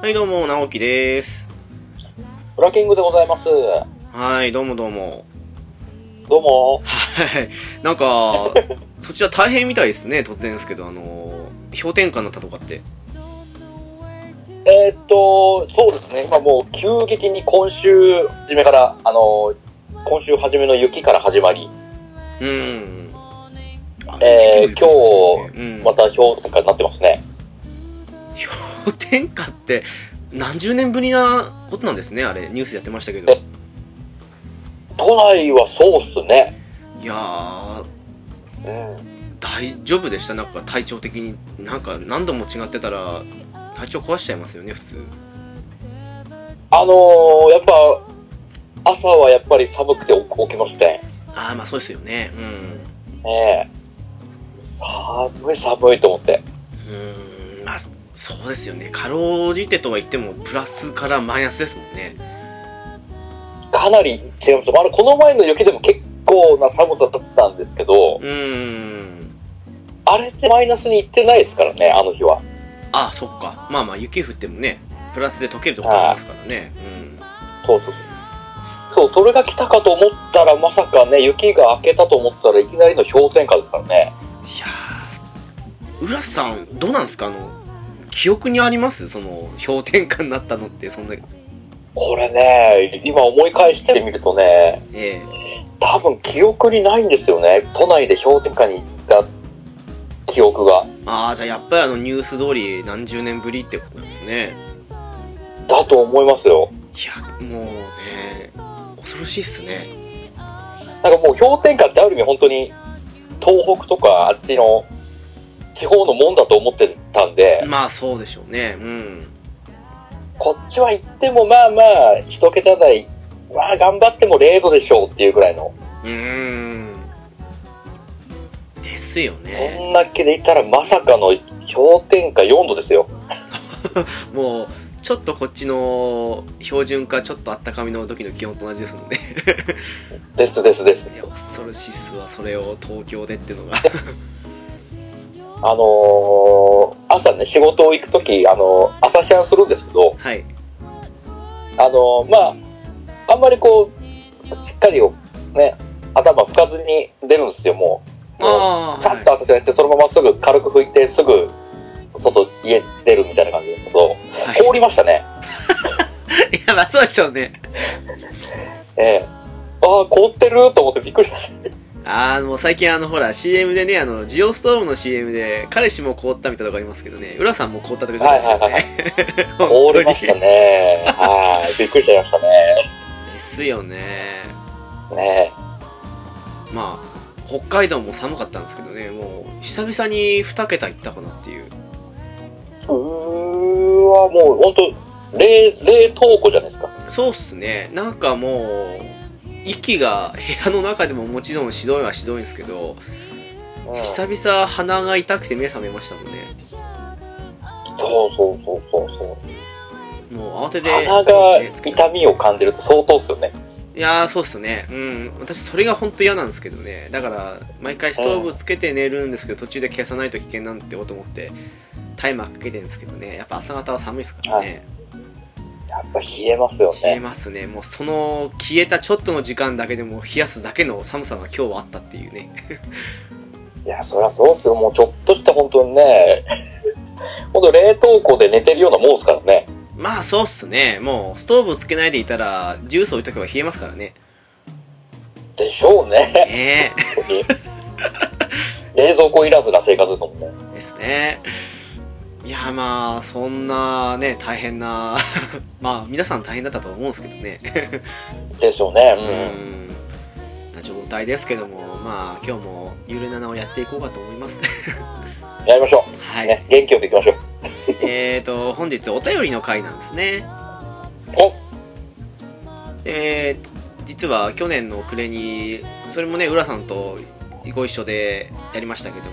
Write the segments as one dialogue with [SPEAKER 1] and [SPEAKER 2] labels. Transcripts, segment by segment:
[SPEAKER 1] はい、どうも、直樹です。
[SPEAKER 2] ブラッキングでございます。ど
[SPEAKER 1] はい、どうもどうも。
[SPEAKER 2] うも。
[SPEAKER 1] はい。なん か、そちら大変みたいですね、突然ですけど、あの、氷点下になったとかって。
[SPEAKER 2] えーっと、そうですね。今もう急激に今週初めから、あのー今週初めの雪から始まり、
[SPEAKER 1] うん。
[SPEAKER 2] えー
[SPEAKER 1] 雪降りましたねうん、
[SPEAKER 2] また氷点下になってますね。
[SPEAKER 1] 氷点下って、何十年ぶりなことなんですね、あれ。ニュースでやってましたけど。
[SPEAKER 2] 都内はそうっすね。
[SPEAKER 1] いやー、
[SPEAKER 2] うん。
[SPEAKER 1] 大丈夫でしたなんか体調的に。なんか、何度も違ってたら、体調壊しちゃいますよね、普通。
[SPEAKER 2] あのーやっぱ、朝はやっぱり寒くて起起きまして、
[SPEAKER 1] あー、まあそうですよね。うん。
[SPEAKER 2] ねえ。寒い寒いと思って。
[SPEAKER 1] うーんまあそそうですよねかろうじてとは言ってもプラスからマイナスですもんね
[SPEAKER 2] かなり違います。あの、この前の雪でも結構な寒さだったんですけど、
[SPEAKER 1] うーん
[SPEAKER 2] あれってマイナスに行ってないですからね、あの日は。
[SPEAKER 1] あそっかまあまあ雪降ってもねプラスで溶けるとこありますからねうん
[SPEAKER 2] そうそうそう。そう、それが来たかと思ったら、まさかね、雪が明けたと思ったらいきなりの氷点下ですからね。
[SPEAKER 1] いやー浦さんどうなんですかあの記憶にありますその氷点下になったのってそんな
[SPEAKER 2] これね、今思い返してみるとね、
[SPEAKER 1] ええ
[SPEAKER 2] 多分記憶にないんですよね。都内で氷点下に行った記憶が。
[SPEAKER 1] ああじゃあやっぱりあのニュース通り何十年ぶりってことなんですね
[SPEAKER 2] だと思いますよ。
[SPEAKER 1] いやもうね恐ろしいっすね
[SPEAKER 2] なんかもう氷点下ってある意味本当に、東北とかあっちの地方のもんだと思ってたんで、
[SPEAKER 1] まあそうでしょうねうん
[SPEAKER 2] こっちは行ってもまあまあ、一桁台、まあ頑張っても0度でしょうっていうぐらいの
[SPEAKER 1] うーんですよね。
[SPEAKER 2] こんだけでいたらまさかの氷点下4度ですよ。
[SPEAKER 1] もう、ちょっとこっちの標準か、ちょっとあったかみの時の気温と同じですもんね。
[SPEAKER 2] ですですです。
[SPEAKER 1] いや、恐ろしいっすわ、それを東京でってのが。
[SPEAKER 2] あのー、朝ね、仕事を行くとき、あのー朝シャンするんですけど、
[SPEAKER 1] はい。
[SPEAKER 2] あのーまあ、あんまりこう、しっかりをね、頭拭かずに出るんですよ、もう。も
[SPEAKER 1] あ
[SPEAKER 2] う
[SPEAKER 1] あ、
[SPEAKER 2] さ
[SPEAKER 1] は
[SPEAKER 2] っと朝シャンして、そのまますぐ軽く拭いて、すぐ、外、家出るみたいな感じですけど、
[SPEAKER 1] い。
[SPEAKER 2] 凍りましたね。
[SPEAKER 1] はい、いや、まあそうでしょうね。
[SPEAKER 2] ええああ、凍ってると思ってびっくりしました。
[SPEAKER 1] ああ、もう最近あの、ほら、CM でね、あの、ジオストームの CM で、彼氏も凍ったみたいなとこありますけどね、浦さんも凍ったとかじゃないですよ
[SPEAKER 2] はいは
[SPEAKER 1] ね。
[SPEAKER 2] 凍りま
[SPEAKER 1] 本
[SPEAKER 2] し
[SPEAKER 1] 当
[SPEAKER 2] た
[SPEAKER 1] に。
[SPEAKER 2] ね。はい。びっくりしちゃいましたね。
[SPEAKER 1] ですよね。
[SPEAKER 2] ねえ。
[SPEAKER 1] まあ、北海道も寒かったんですけどね、もう、久々に2桁行ったかなっていう。
[SPEAKER 2] うーわ、もう本当冷、冷凍庫じゃないですか。
[SPEAKER 1] そうっすね、なんかもう、息が部屋の中でももちろんしどいはしどいんですけど、久々鼻が痛くて目覚めましたもんね。
[SPEAKER 2] そうそうそうそうそう。
[SPEAKER 1] もう慌てて。
[SPEAKER 2] 鼻
[SPEAKER 1] そう
[SPEAKER 2] が
[SPEAKER 1] ね
[SPEAKER 2] 痛みを感じると相当っすよね。
[SPEAKER 1] いやー、そうっすね。うん。私、それが本当嫌なんですけどね。だから、毎回ストーブつけて寝るんですけど、途中で消さないと危険なんてこと思って、タイマーかけてるんですけどね。やっぱ朝方は寒いですからね。
[SPEAKER 2] やっぱ冷えますよ
[SPEAKER 1] 冷え
[SPEAKER 2] ね。
[SPEAKER 1] ますね、もうその消えたちょっとの時間だけでも冷やすだけの寒さが今日はあったっていうね、
[SPEAKER 2] いや、そりゃそうっすよ。もうちょっとした本当にね、 本当冷凍庫で寝てるようなもんですからね。
[SPEAKER 1] まあそうっすね、もうストーブつけないでいたら、ジュース置いとけば冷えますからね、
[SPEAKER 2] でしょうね。
[SPEAKER 1] ね
[SPEAKER 2] 本 当に冷蔵庫いらずな生活ですもんね。
[SPEAKER 1] えですね。いやまあ、そんなね、大変な、 まあ皆さん大変だったと思うんですけどね、
[SPEAKER 2] でしょうね。
[SPEAKER 1] う
[SPEAKER 2] うん
[SPEAKER 1] ん、な状態ですけども、まあ今日もゆるななをやっていこうかと思います。
[SPEAKER 2] やりましょ
[SPEAKER 1] は
[SPEAKER 2] う。
[SPEAKER 1] い
[SPEAKER 2] ね、、元気よくいきましょう。
[SPEAKER 1] えーと、本日お便りの回なんですね。
[SPEAKER 2] お
[SPEAKER 1] えー実は去年の暮れに、それもね、浦さんとご一緒でやりましたけども、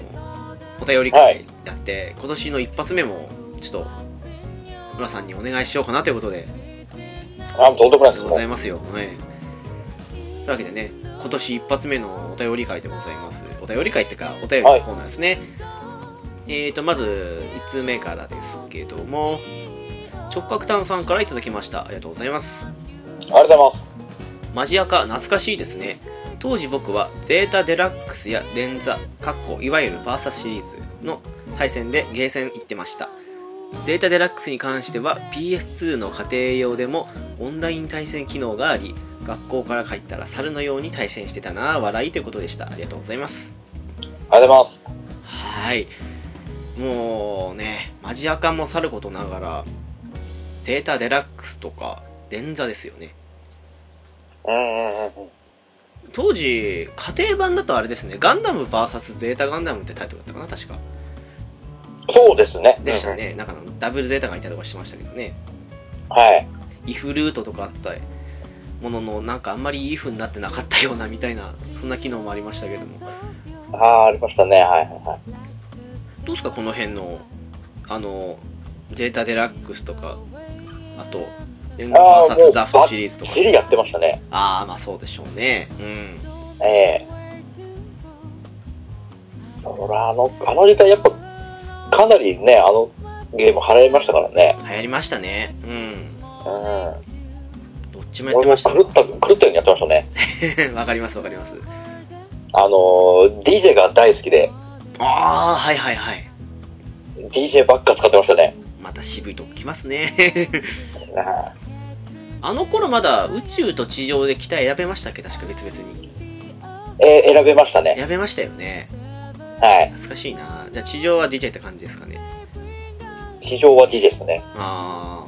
[SPEAKER 1] お便り会やって、今年の一発目も、ちょっと、浦さんにお願いしようかなということで、
[SPEAKER 2] あ、どうでもない
[SPEAKER 1] で
[SPEAKER 2] です。
[SPEAKER 1] ございますよ。はい。というわけでね、今年一発目のお便り会でございます。お便り会ってか、お便りのコーナーですね。えーと、まず、1通目からですけども、直角炭さんからいただきました。ありがとうございます。
[SPEAKER 2] ありがとうございます。
[SPEAKER 1] マジアカ懐かしいですね当時僕はゼータデラックスやデンザかっこいわゆるバーサシリーズの対戦でゲーセン行ってましたゼータデラックスに関しては PS2 の家庭用でもオンライン対戦機能があり学校から帰ったら猿のように対戦してたなぁ笑いということでしたありがとうございます
[SPEAKER 2] ありがとうございます。
[SPEAKER 1] はいもうねマジアカもさることながらゼータデラックスとかデンザですよね
[SPEAKER 2] うんうんうん。
[SPEAKER 1] 当時家庭版だとあれですねガンダム VS ゼータガンダムってタイトルだったかな確か
[SPEAKER 2] そうですね。
[SPEAKER 1] でしたね、なんかあのダブルゼータがいたりとかしてましたけどね
[SPEAKER 2] うんうん。はい。
[SPEAKER 1] イフルートとかあったもののなんかあんまりイフになってなかったようなみたいなそんな機能もありましたけどもど
[SPEAKER 2] ああ、ありましたね。はいはいは
[SPEAKER 1] うですかこの辺のあのゼータデラックスとかあと連合
[SPEAKER 2] あーも
[SPEAKER 1] VS
[SPEAKER 2] う
[SPEAKER 1] ザフトシリーズと
[SPEAKER 2] い。
[SPEAKER 1] か
[SPEAKER 2] シリやってましたね。
[SPEAKER 1] ああまあそうでしょうねうん
[SPEAKER 2] ええそら、あの、あの時代やっぱ、かなりね、あのゲーム払いましたからね。
[SPEAKER 1] 流行りましたねうん
[SPEAKER 2] う
[SPEAKER 1] どっちも
[SPEAKER 2] ん。
[SPEAKER 1] やって
[SPEAKER 2] 俺も
[SPEAKER 1] ました
[SPEAKER 2] 狂った、狂ったようにやってましたね。
[SPEAKER 1] ねわかります わかります
[SPEAKER 2] あのー、DJ が大好きで、
[SPEAKER 1] ああはいはいはい
[SPEAKER 2] DJ ばっか使ってましたね。
[SPEAKER 1] また渋いとこ来ますね
[SPEAKER 2] あ
[SPEAKER 1] あの頃まだ宇宙と地上で機体選べましたっけ確か別々に
[SPEAKER 2] ーえー選べましたね。
[SPEAKER 1] 選べましたよね
[SPEAKER 2] はい。
[SPEAKER 1] 懐かしいなじゃあ地上は DJ って感じですかね
[SPEAKER 2] 地上は DJ ですね。
[SPEAKER 1] ああ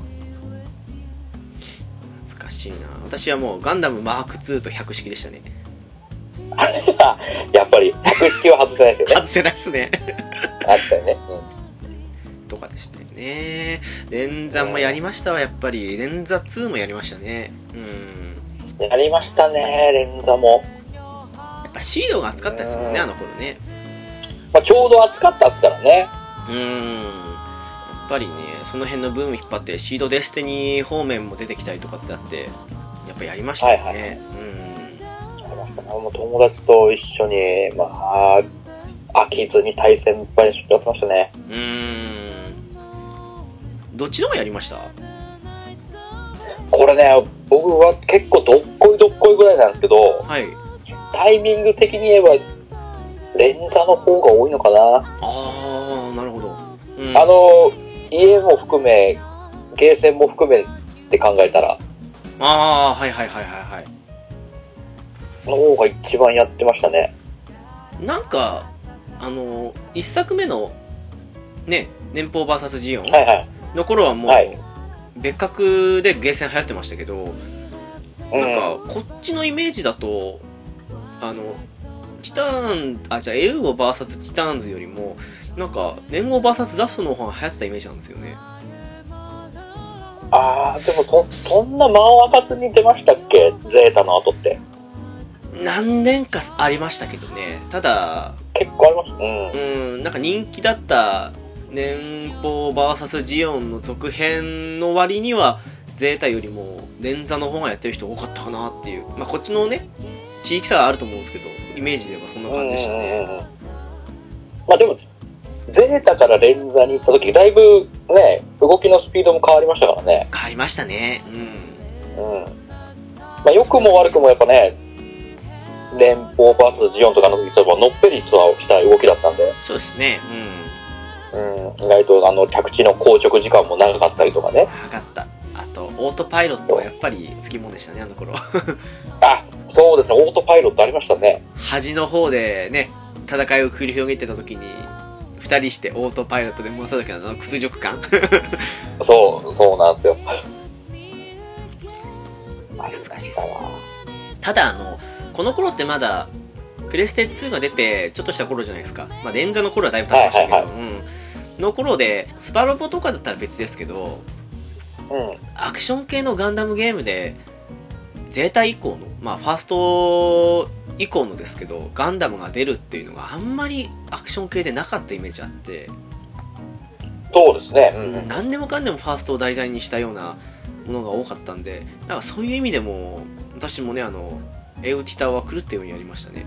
[SPEAKER 1] 懐かしいな私はもうガンダムマーク2と100式でしたね
[SPEAKER 2] やっぱり、百式は外せないですよね。
[SPEAKER 1] 外せないっすね
[SPEAKER 2] あったよね。うん
[SPEAKER 1] とかでしたよね連座もやりましたわやっぱり連座2もやりましたねうん
[SPEAKER 2] やりましたね、連座も。
[SPEAKER 1] やっぱシードが熱かったですもんねあの頃ね
[SPEAKER 2] まあ、ちょうど暑かったっつったらね。
[SPEAKER 1] うーんやっぱりねその辺のブーム引っ張ってシードデスティニー方面も出てきたりとかってあってやっぱやりましたよね、
[SPEAKER 2] はいは
[SPEAKER 1] うん
[SPEAKER 2] ありましたね。もう友達と一緒に、まあ、飽きずに対戦いっぱいやってましたね。
[SPEAKER 1] うーんどっちの方やりました
[SPEAKER 2] これね、僕は結構どっこいどっこいぐらいなんですけど、
[SPEAKER 1] はい
[SPEAKER 2] タイミング的に言えば、連座の方が多いのかな。
[SPEAKER 1] ああなるほど、うん、
[SPEAKER 2] あの、家も含め、ゲーセンも含めって考えたら、
[SPEAKER 1] あーはいはいはいはいは
[SPEAKER 2] の方が一番やってましたね。
[SPEAKER 1] いなんかあの1作目のね年俸 VS ジオン
[SPEAKER 2] はいはい。
[SPEAKER 1] の頃はもう、
[SPEAKER 2] はい
[SPEAKER 1] 別格でゲーセン流行ってましたけど、
[SPEAKER 2] う
[SPEAKER 1] なんか、こっちのイメージだと、あの、チターン、あ、じゃあ、エウゴ VS チターンズよりも、なんか、連合 VS ザフトの方が流行ってたイメージなんですよね。
[SPEAKER 2] あー、でもそ、そんな間を空かずに出ましたっけゼータの後って。
[SPEAKER 1] 何年かありましたけどね。ただ、
[SPEAKER 2] 結構ありました。うん
[SPEAKER 1] う。ーん、なんか人気だった、年俸 VS ジオンの続編の割には、ゼータよりも、連座の方がやってる人多かったかなっていう。まあ、こっちのね、地域差があると思うんですけど、イメージではそんな感じでしたね。
[SPEAKER 2] うんうんうんうんまあでも、ゼータから連座に行った時、だいぶね、動きのスピードも変わりましたからね。
[SPEAKER 1] 変わりましたね。うん。
[SPEAKER 2] うん。まあ良くも悪くもやっぱね、連邦バーツジオンとかの時とはのっぺりとした動きだったんで、
[SPEAKER 1] そうですね、
[SPEAKER 2] うん、意外とあの着地の硬直時間も長かったりとか
[SPEAKER 1] う
[SPEAKER 2] ね
[SPEAKER 1] ん、。分かった。あと、オートパイロットはやっぱりつきもんでしたね、あの頃
[SPEAKER 2] あ、そうですね、オートパイロットありましたね。
[SPEAKER 1] 端の方でね、戦いを繰り広げてた時に、二人してオートパイロットで戻った時のあの屈辱感。
[SPEAKER 2] そう、そうなんですよ。懐
[SPEAKER 1] かしいっすただ、あの、この頃ってまだ、プレステ2が出て、ちょっとした頃じゃないですか。まあ、連座の頃はだいぶ経ってましたけど、
[SPEAKER 2] はいは
[SPEAKER 1] うん。の頃で、スパロボとかだったら別ですけど、
[SPEAKER 2] うん。
[SPEAKER 1] アクション系のガンダムゲームで、ゼータ以降の、まあ、ファースト以降のですけど、ガンダムが出るっていうのがあんまりアクション系でなかったイメージあって、
[SPEAKER 2] そうですね。うんうん
[SPEAKER 1] 何でもかんでもファーストを題材にしたようなものが多かったんで、だからそういう意味でも、私もね、あの、エウティタは狂ったようにやりましたね。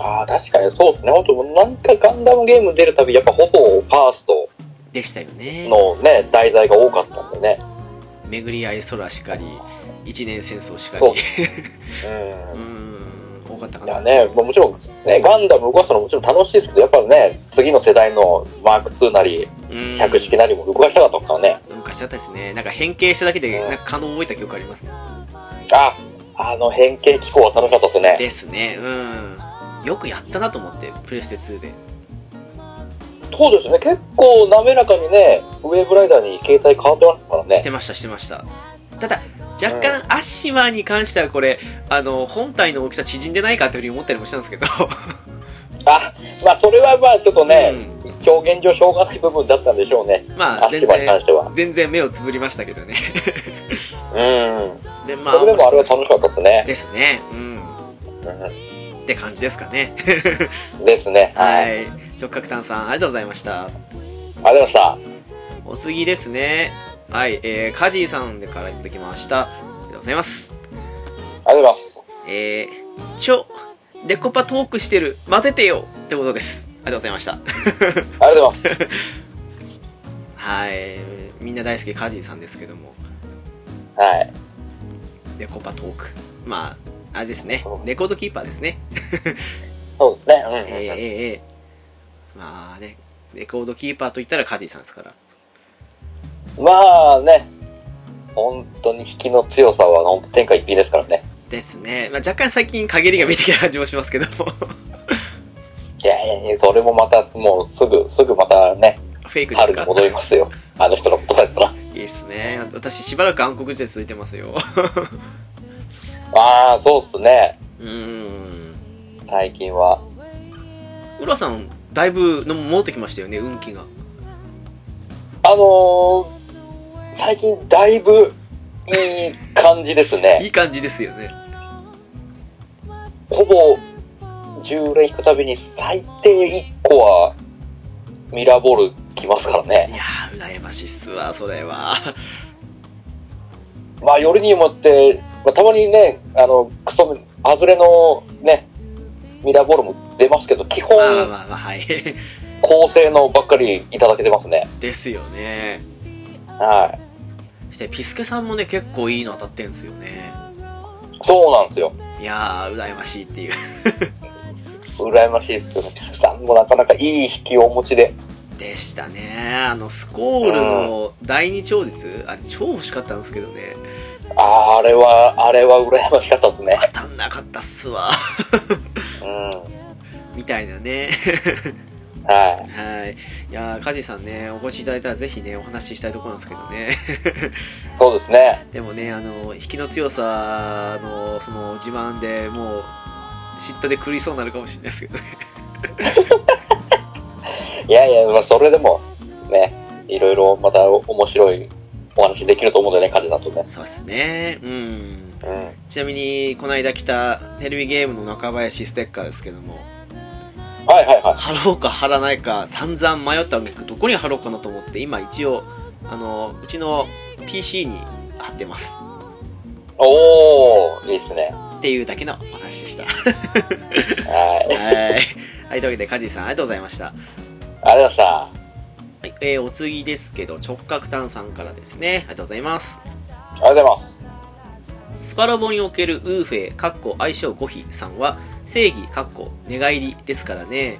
[SPEAKER 2] ああ、確かにそうですね。本当なんかガンダムゲーム出るたび、やっぱほぼファースト
[SPEAKER 1] でしたよね。
[SPEAKER 2] のね、題材が多かったんでね。
[SPEAKER 1] 巡り合い空しかり、一年戦争しかり。
[SPEAKER 2] そう
[SPEAKER 1] う
[SPEAKER 2] うん
[SPEAKER 1] ーん、多かったか
[SPEAKER 2] い
[SPEAKER 1] な。
[SPEAKER 2] やね、まあもちろん、ね、ガンダム動かすのもちろん楽しいですけど、やっぱね、次の世代のマーク2なり、
[SPEAKER 1] うん
[SPEAKER 2] 客式なりも動かしたかったからね。
[SPEAKER 1] 昔だったですね。なんか変形しただけで、
[SPEAKER 2] うん
[SPEAKER 1] なんか感動を覚えた記憶ありますね。
[SPEAKER 2] あ、あの変形機構は楽しかったですね。
[SPEAKER 1] ですね、うん。よくやったなと思って、プレステ2で。
[SPEAKER 2] そうですね、結構滑らかにね、ウェーブライダーに携帯変わってましたから
[SPEAKER 1] し
[SPEAKER 2] ね。
[SPEAKER 1] てました、してました。ただ、若干、アシマに関してはこれ、あの、本体の大きさ縮んでないかというふうに思ったりもしたんですけど。
[SPEAKER 2] あ、まあそれはまあちょっとね、
[SPEAKER 1] うん
[SPEAKER 2] 表現上しょうがない部分だったんでしょうね。
[SPEAKER 1] まあ、
[SPEAKER 2] 足
[SPEAKER 1] 全
[SPEAKER 2] 場に関
[SPEAKER 1] 然、
[SPEAKER 2] しては。
[SPEAKER 1] 全然目をつぶりましたけど ね。
[SPEAKER 2] うん。
[SPEAKER 1] で、まあ、
[SPEAKER 2] それでもあれは楽しかったですね。
[SPEAKER 1] ですね。うん。って感じですか ね。
[SPEAKER 2] うんですね。はい。あり
[SPEAKER 1] はい。直角炭さん、ありがとうございました。
[SPEAKER 2] がとうございました。
[SPEAKER 1] お次ですね。はい、えー、カジーさんからいただきました。ありがとうございます。
[SPEAKER 2] ありがとうございます。
[SPEAKER 1] えー、ちょ、デコパトークしてる、待ててよってことです。ありがとうございました。
[SPEAKER 2] ありがとうございます。
[SPEAKER 1] はい、みんな大好きカジーさんですけども、
[SPEAKER 2] はい。
[SPEAKER 1] デコパトーク。まあ、あれですね、レコードキーパーですね。
[SPEAKER 2] そうですね。うん
[SPEAKER 1] えー、えー、
[SPEAKER 2] うん
[SPEAKER 1] えーまあね、レコードキーパーといったらカジーさんですから。
[SPEAKER 2] うん。まあね、本当に引きの強さは本当天下一品ですからね。
[SPEAKER 1] ですね。まあ、若干最近陰りが見えてきた感じもしますけども、
[SPEAKER 2] いやいやいや、それもまた、もうすぐ、すぐまたね、
[SPEAKER 1] フェイクです
[SPEAKER 2] 春に
[SPEAKER 1] か
[SPEAKER 2] 戻りますよ。あの人のことだったら。
[SPEAKER 1] いいですね。私、しばらく暗黒時代続いてますよ。
[SPEAKER 2] ああ、そうですね。
[SPEAKER 1] うーん。
[SPEAKER 2] 最近は。
[SPEAKER 1] 浦さん、だいぶの戻ってきましたよね、運気が。
[SPEAKER 2] あのー、最近だいぶいい感じですね
[SPEAKER 1] い。い感じですよね。
[SPEAKER 2] ほぼ10連引くたびに最低1個はミラーボール来ますから
[SPEAKER 1] い
[SPEAKER 2] ね。
[SPEAKER 1] やー、羨ましいっすわ、それは。
[SPEAKER 2] まあ、よりにもって、まあ、たまにね、あの、クソ、外れのね、ミラーボールも出ますけど、基本
[SPEAKER 1] まあまあまあまあ、はい。
[SPEAKER 2] 構成のばっかりいただけてますね。
[SPEAKER 1] ですよね。
[SPEAKER 2] はい。
[SPEAKER 1] そして、ピスケさんもね、結構いいの当たってんすよね。
[SPEAKER 2] そうなんですよ。
[SPEAKER 1] いやー、羨ましいっていう。
[SPEAKER 2] 羨ましいですけど、ピスケさんもなかなかいい引きをお持ちで。
[SPEAKER 1] でしたね。あの、スコールの第二超絶、あれ、超欲しかったんですけどね。
[SPEAKER 2] あーあれは、あれは羨ましかったですね。
[SPEAKER 1] 当たんなかったっすわ。
[SPEAKER 2] うん。
[SPEAKER 1] みたいなね。
[SPEAKER 2] はい。
[SPEAKER 1] はい。いやー、カジさんね、お越しいただいたらぜひね、お話ししたいところなんですけどね。
[SPEAKER 2] そうですね。
[SPEAKER 1] でもね、あの、引きの強さの、その、自慢でもう、嫉妬で狂いそうになるかもしれないですけどね。
[SPEAKER 2] いやいや、まあ、それでも、ね、いろいろまた面白いお話できると思うんだよね、カジだとね。
[SPEAKER 1] そうですね。うん。
[SPEAKER 2] うん。
[SPEAKER 1] ちなみに、この間来たテレビゲームの中林ステッカーですけども、
[SPEAKER 2] はいはいは
[SPEAKER 1] 貼ろうか貼らないか散々迷った挙句どこに貼ろうかなと思って、今一応、あの、うちの PC に貼ってます。
[SPEAKER 2] い。おー、いいですね。
[SPEAKER 1] っていうだけのお話で した。
[SPEAKER 2] はい。
[SPEAKER 1] はい。はい、というわけで、カジさんありがとうございました。
[SPEAKER 2] ありがとうございました。
[SPEAKER 1] はい、えー、お次ですけど、直角炭さんからですね。ありがとうございます。
[SPEAKER 2] ありがとうございます。
[SPEAKER 1] スパロボにおけるウーフェイ、かっこ相性5比さんは、正義、かっこ寝返りですからね。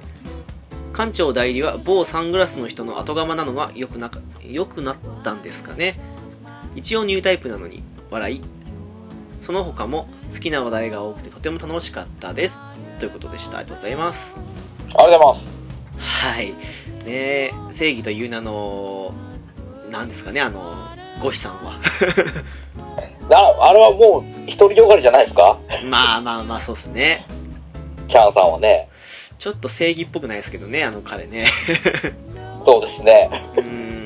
[SPEAKER 1] 館長代理は某サングラスの人の後釜なのが良くなか、良くなったんですかね。一応ニュータイプなのに、笑い。その他も好きな話題が多くてとても楽しかったです。ということでした。ありがとうございます。
[SPEAKER 2] ありがとうございます。
[SPEAKER 1] はい。ねえ正義という名の、なんですかね、あの、ゴヒさんは。
[SPEAKER 2] なあれはもう、一人よがりじゃないですか
[SPEAKER 1] まあまあまあ、そうですね。
[SPEAKER 2] キャンさんはね。
[SPEAKER 1] ちょっと正義っぽくないですけどね、あの彼ね。
[SPEAKER 2] そうですね。
[SPEAKER 1] うー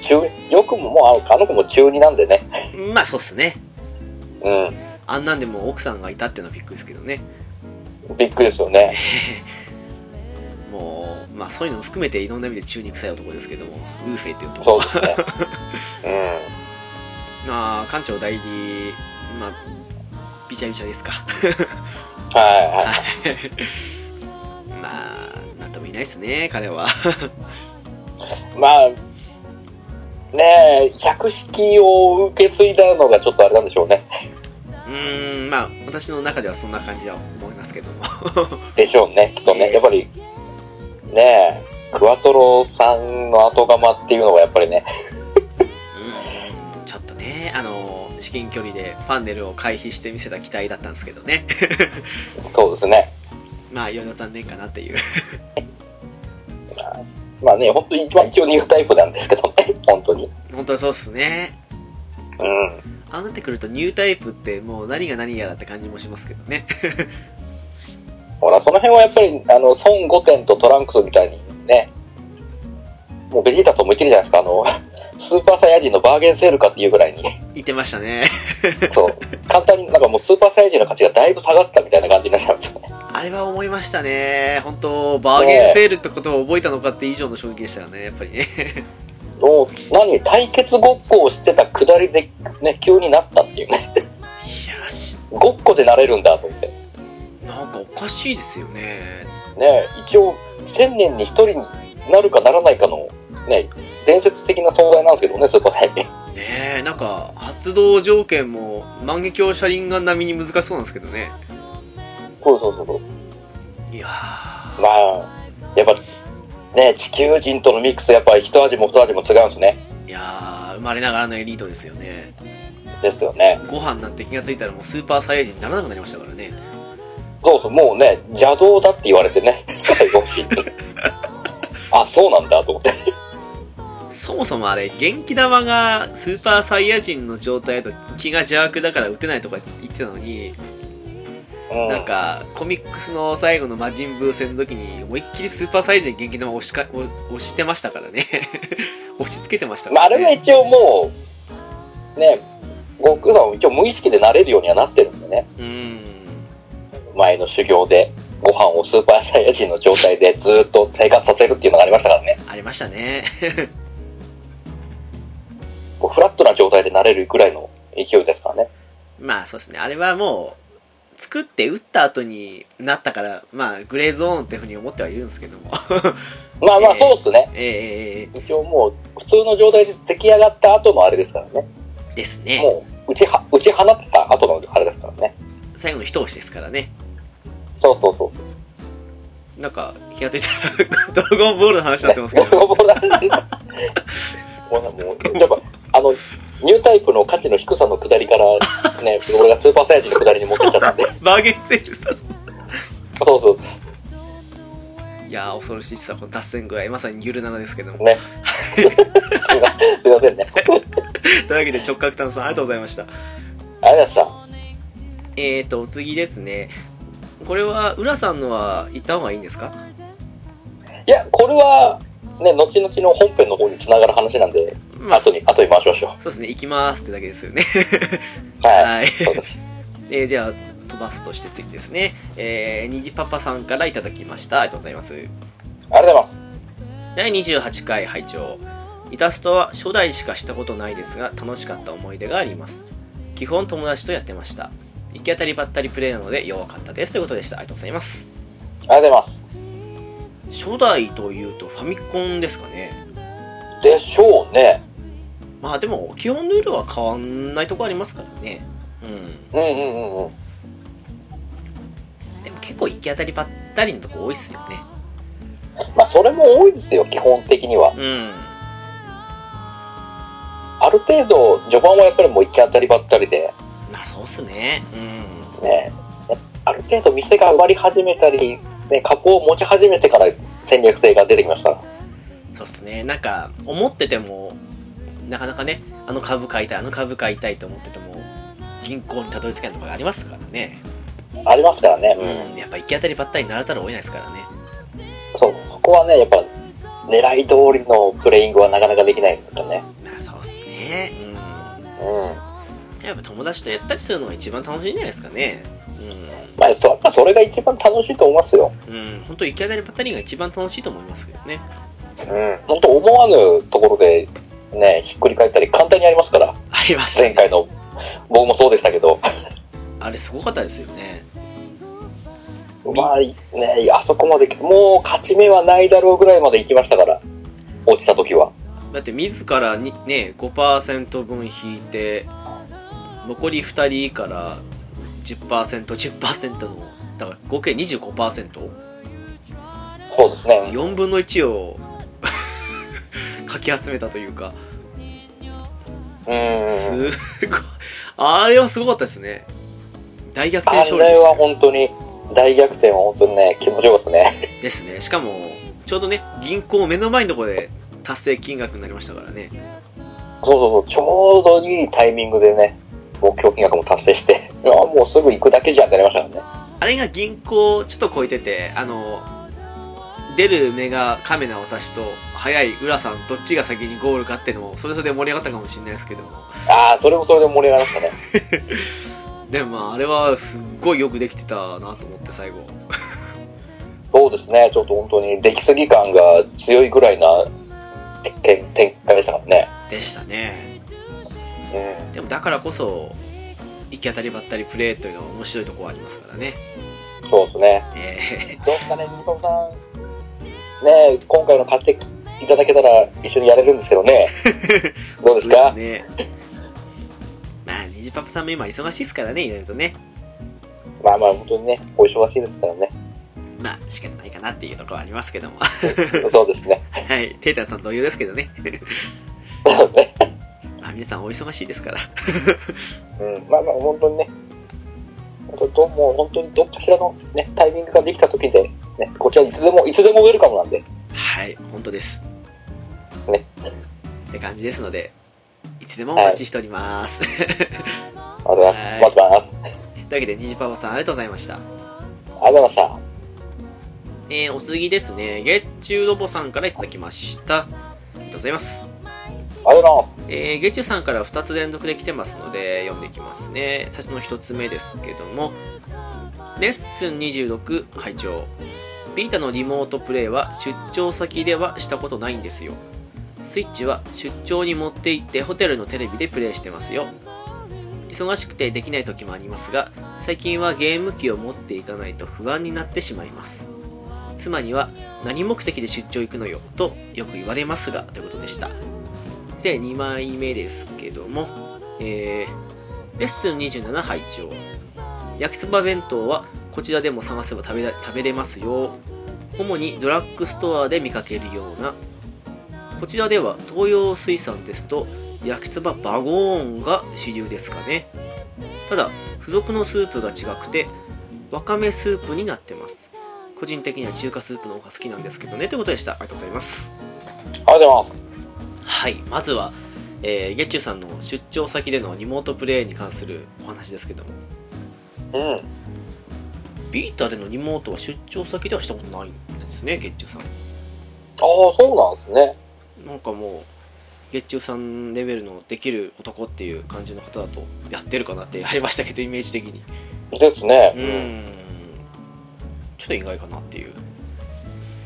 [SPEAKER 2] 中、よくももう、あの子も中二なんでね。
[SPEAKER 1] ん。まあそうっすね。
[SPEAKER 2] うん。
[SPEAKER 1] あんなんでも奥さんがいたっていうのはびっくりですけどね。
[SPEAKER 2] びっくりですよね。
[SPEAKER 1] もう、まあそういうのも含めていろんな意味で中に臭い男ですけども、ウーフェイっていうと
[SPEAKER 2] そ
[SPEAKER 1] こ
[SPEAKER 2] う。です ね。
[SPEAKER 1] まあ、館長代理、まあ、びちゃびちゃですか。
[SPEAKER 2] うん。はいはい。
[SPEAKER 1] まあ、なんとも言いないですね、彼は。
[SPEAKER 2] まあ、ねえ、百式を受け継いだのがちょっとあれなんでしょうね。
[SPEAKER 1] うーん、まあ、私の中ではそんな感じだと思いますけども。
[SPEAKER 2] でしょうね、きっとね。やっぱり、ねえ、クワトロさんの後釜っていうのがやっぱりね、
[SPEAKER 1] うん、ちょっとね、あの、至近距離でファンネルを回避してみせた期待だったんですけどね。
[SPEAKER 2] そうですね。
[SPEAKER 1] まあ、いろいろ残念かなっていう。
[SPEAKER 2] まあね、本当に一番一応ニュータイプなんですけどね、 本当に。
[SPEAKER 1] 本当にそうっすね。
[SPEAKER 2] うん。
[SPEAKER 1] ああなってくるとニュータイプってもう何が何やらって感じもしますけどね。
[SPEAKER 2] ほら、その辺はやっぱり、あの、孫悟天とトランクスみたいにね、もうベジータとも言ってるじゃないですか、あの、 スーパーサイヤ人のバーゲンセールかっていうぐらいに、
[SPEAKER 1] 言ってましたね。
[SPEAKER 2] そう、簡単になんかもうスーパーサイヤ人の価値がだいぶ下がったみたいな感じになっちゃうんですよね。
[SPEAKER 1] あれは思いましたね。本当バーゲンフェールってことを覚えたのかって以上の衝撃でしたよね、やっぱりね。
[SPEAKER 2] もう、何、対決ごっこをしてた下りで、ね、急になったっていうね。
[SPEAKER 1] いやし、
[SPEAKER 2] ごっこでなれるんだと思って。
[SPEAKER 1] なんかおかしいですよね。
[SPEAKER 2] ね、一応、千年に一人になるかならないかの、ね、伝説的な存在なんですけどね、スーパーサイヤ人。
[SPEAKER 1] ねえ、なんか発動条件も万華鏡車輪が並みに難しそうなんですけどね。
[SPEAKER 2] そうそうそうそう。
[SPEAKER 1] いやー
[SPEAKER 2] まあ、やっぱ、ね、地球人とのミックス、やっぱ一味も二味も違うんですね。
[SPEAKER 1] いやー生まれながらのエリートですよね。
[SPEAKER 2] ですよね。
[SPEAKER 1] ご飯なんて気がついたらもうスーパーサイヤ人にならなくなりましたからね。
[SPEAKER 2] そうそう、もうね、邪道だって言われてね、 最後シーンに。あ、そうなんだと思って。
[SPEAKER 1] そもそもあれ、元気玉がスーパーサイヤ人の状態だと気が邪悪だから打てないとか言ってたのに、
[SPEAKER 2] うん。
[SPEAKER 1] なんか、コミックスの最後の魔人ブー戦の時に、思いっきりスーパーサイヤ人元気玉押しか 押押してましたからね。押し付けてましたか
[SPEAKER 2] まあ、あ
[SPEAKER 1] らね。
[SPEAKER 2] れは一応もう、ね、悟空さんも一応無意識でなれるようにはなってるんでね。
[SPEAKER 1] うん。
[SPEAKER 2] 前の修行で、ご飯をスーパーサイヤ人の状態でずーっと生活させるっていうのがありましたからね。
[SPEAKER 1] ありましたね。
[SPEAKER 2] こうフラットな状態でなれるぐらいの勢いですからね。
[SPEAKER 1] まあそうですね。あれはもう、作って打った後になったから、まあ、グレーゾーンっていうふうに思ってはいるんですけども。
[SPEAKER 2] まあまあ、
[SPEAKER 1] ええ
[SPEAKER 2] そうっすね。
[SPEAKER 1] えー、
[SPEAKER 2] 一応もう、普通の状態で出来上がった後のあれですからね。
[SPEAKER 1] ですね。
[SPEAKER 2] もう、打ちは、打ち放った後のあれですからね。
[SPEAKER 1] 最後の一押しですからね。
[SPEAKER 2] そうそうそう。
[SPEAKER 1] なんか、気がついたら、ドラゴンボールの 話になってますけ
[SPEAKER 2] ボ
[SPEAKER 1] ど、
[SPEAKER 2] ロボロなんです。もうねもうやっぱ、あの、ニュータイプの価値の低さの下りから、 ね、俺がスーパーサイヤ人の下りに持ってっちゃったんで。
[SPEAKER 1] バーゲンセールさせ
[SPEAKER 2] そうそう。
[SPEAKER 1] いやー、恐ろしいさ、この脱線具合、まさにゆるなのですけども。
[SPEAKER 2] ね。 すいませんすいませんね。
[SPEAKER 1] というわけで、直角炭さん、ありがとうございました。
[SPEAKER 2] ありがとうございました。
[SPEAKER 1] えーと、次ですね。これは、浦さんのは、行った方がいいんですか
[SPEAKER 2] いや、これは、ね、後々の本編の方に繋がる話なんで、
[SPEAKER 1] まあ、
[SPEAKER 2] 後
[SPEAKER 1] そう
[SPEAKER 2] に、後に回しましょ
[SPEAKER 1] ですね、行きますってだけですよね。
[SPEAKER 2] う。は
[SPEAKER 1] はい。
[SPEAKER 2] い。そうです。
[SPEAKER 1] えーじゃあ、飛ばすとして次ですね。えー、にじパパさんからいただきました。ありがとうございます。
[SPEAKER 2] ありがとうございま
[SPEAKER 1] 第28回拝聴イタストは初代しかしたことないですが楽しかった思い出があります基本友達とやってました行き当たりばったりプレイなので弱かったですということでしたありがとうございます
[SPEAKER 2] す。ありがとうございます。
[SPEAKER 1] 初代というとファミコンですかね
[SPEAKER 2] でしょうね。
[SPEAKER 1] まあでも基本ルールは変わんないとこありますからねうん
[SPEAKER 2] うんうんうんうん。
[SPEAKER 1] でも結構行き当たりばったりのとこ多いっすよね
[SPEAKER 2] まあ、それも多いですよ、基本的には。
[SPEAKER 1] うん
[SPEAKER 2] ある程度、序盤はやっぱりもう行き当たりばったりで、
[SPEAKER 1] まあそうっすねうん
[SPEAKER 2] ね、ある程度店が埋まり始めたり、ね、加工を持ち始めてから戦略性が出てきましたから。
[SPEAKER 1] そうっすねなんか思っててもなかなかねあの株買いたいあの株買いたいと思ってても銀行にたどり着けないところがありますからね、
[SPEAKER 2] ありますからね。
[SPEAKER 1] うん、やっぱ行き当たりばったりにならざるを得ないですからね
[SPEAKER 2] そう、そこはね、やっぱ、狙い通りのプレイングはなかなかできないんですよね。
[SPEAKER 1] まあそうっすねうん
[SPEAKER 2] うん。
[SPEAKER 1] やっぱ友達とやったりするのが一番楽しいんじゃないですかね
[SPEAKER 2] まあ、そやっぱそれが一番楽しいと思いますよ。
[SPEAKER 1] うん、うん、本当行き当たりばったりが一番楽しいと思いますけどね
[SPEAKER 2] うん。本当思わぬところで、ね、ひっくり返ったり簡単にありますから。
[SPEAKER 1] ありました
[SPEAKER 2] 前
[SPEAKER 1] ね
[SPEAKER 2] 回の、僕もそうでしたけど。
[SPEAKER 1] あれすごかったですよね
[SPEAKER 2] まあ、ね、あそこまで、もう勝ち目はないだろうぐらいまで行きましたから。落ちた時は。
[SPEAKER 1] だって自らにね5%分引いて残り2人から10%10% のだから合計 25%4
[SPEAKER 2] そうですね。
[SPEAKER 1] 分の1を かき集めたというかす
[SPEAKER 2] うん。
[SPEAKER 1] ごいあれはすごかったですね大逆転
[SPEAKER 2] あ
[SPEAKER 1] 勝利
[SPEAKER 2] れ
[SPEAKER 1] で
[SPEAKER 2] は本当に、大逆転は本当にね、気持ちよかったですね。
[SPEAKER 1] すねですねしかもちょうどね銀行目の前のとこで達成金額になりましたからね
[SPEAKER 2] そうそうそう、ちょうどいいタイミングでね、目標金額も達成して、いやもうすぐ行くだけじゃんってなりましたか
[SPEAKER 1] あれが銀行ちょっと超えてて、あの、出る目がカメな私と、早い浦さん、どっちが先にゴールかってのも、それぞれ盛り上がったかもしれないですけど、
[SPEAKER 2] らね。ああ、それもそれで盛り上がりましたね。
[SPEAKER 1] でもまあ、あれはすっごいよくできてたなと思って、最後。
[SPEAKER 2] そうですね、ちょっと本当に出来すぎ感が強いぐらいな展展開でしたからね。
[SPEAKER 1] でしたね。
[SPEAKER 2] うん。
[SPEAKER 1] でもだからこそ、行き当たりばったりプレーというのは面白いところはありますからね。
[SPEAKER 2] そうですね。
[SPEAKER 1] え
[SPEAKER 2] どうですかね、ニコさん。ねえ今回の買っていただけたら一緒にやれるんですけ どね。ど
[SPEAKER 1] ー、
[SPEAKER 2] うですか
[SPEAKER 1] そうですね。まあ、ニジパパさんも今忙しいですからね、いろいろとね。
[SPEAKER 2] まあまあ、本当にね、お忙しいですからね。
[SPEAKER 1] まあ、仕方ないかなっていうところはありますけども。
[SPEAKER 2] そうですね。
[SPEAKER 1] はい。テータさん同様ですけどね。
[SPEAKER 2] そうですね。
[SPEAKER 1] まあ、皆さんお忙しいですから。
[SPEAKER 2] うん。まあまあ、本当にね。本当どうも、本当にどっかしらのね、タイミングができた時で、ね、こちらいつでも、いつでもウェルカムなんで。
[SPEAKER 1] はい、本当です。
[SPEAKER 2] ね。
[SPEAKER 1] って感じですので、いつでもお待ちしております。
[SPEAKER 2] ありがとうございます。待ってます。
[SPEAKER 1] というわけで、ニジパパさんありがとうございました。
[SPEAKER 2] ありがとうございました。
[SPEAKER 1] えー、お次ですね、月中ロボさんからいただきました。ありがとうございます。
[SPEAKER 2] ありがとうございます。
[SPEAKER 1] えー、月中さんから2つ連続で来てますので、読んでいきますね。最初の1つ目ですけども、レッスン26、拝聴。ビータのリモートプレイは出張先ではしたことないんですよ。スイッチは出張に持って行ってホテルのテレビでプレイしてますよ。忙しくてできない時もありますが、最近はゲーム機を持っていかないと不安になってしまいます。妻には何目的で出張行くのよとよく言われますが、ということでした。で2枚目ですけども、えー、レッスン27拝聴焼きそば弁当はこちらでも探せば食べら食べれますよ主にドラッグストアで見かけるようなこちらでは東洋水産ですと焼きそばバゴーンが主流ですかねただ付属のスープが違くてわかめスープになってます個人的には中華スープの方が好きなんですけどねということでしたありがとうございます
[SPEAKER 2] ありがとうございます。
[SPEAKER 1] はい、まずは、えー、月中さんの出張先でのリモートプレイに関するお話ですけども、
[SPEAKER 2] うん。
[SPEAKER 1] ビータでのリモートは出張先ではしたことないんですね、月中さん。
[SPEAKER 2] ああ、そうなんですね。
[SPEAKER 1] なんかもう、月中さんレベルのできる男っていう感じの方だとやってるかなってありましたけど、イメージ的に。
[SPEAKER 2] です
[SPEAKER 1] う
[SPEAKER 2] ね。
[SPEAKER 1] ーん、ちょっと意外かなっていう。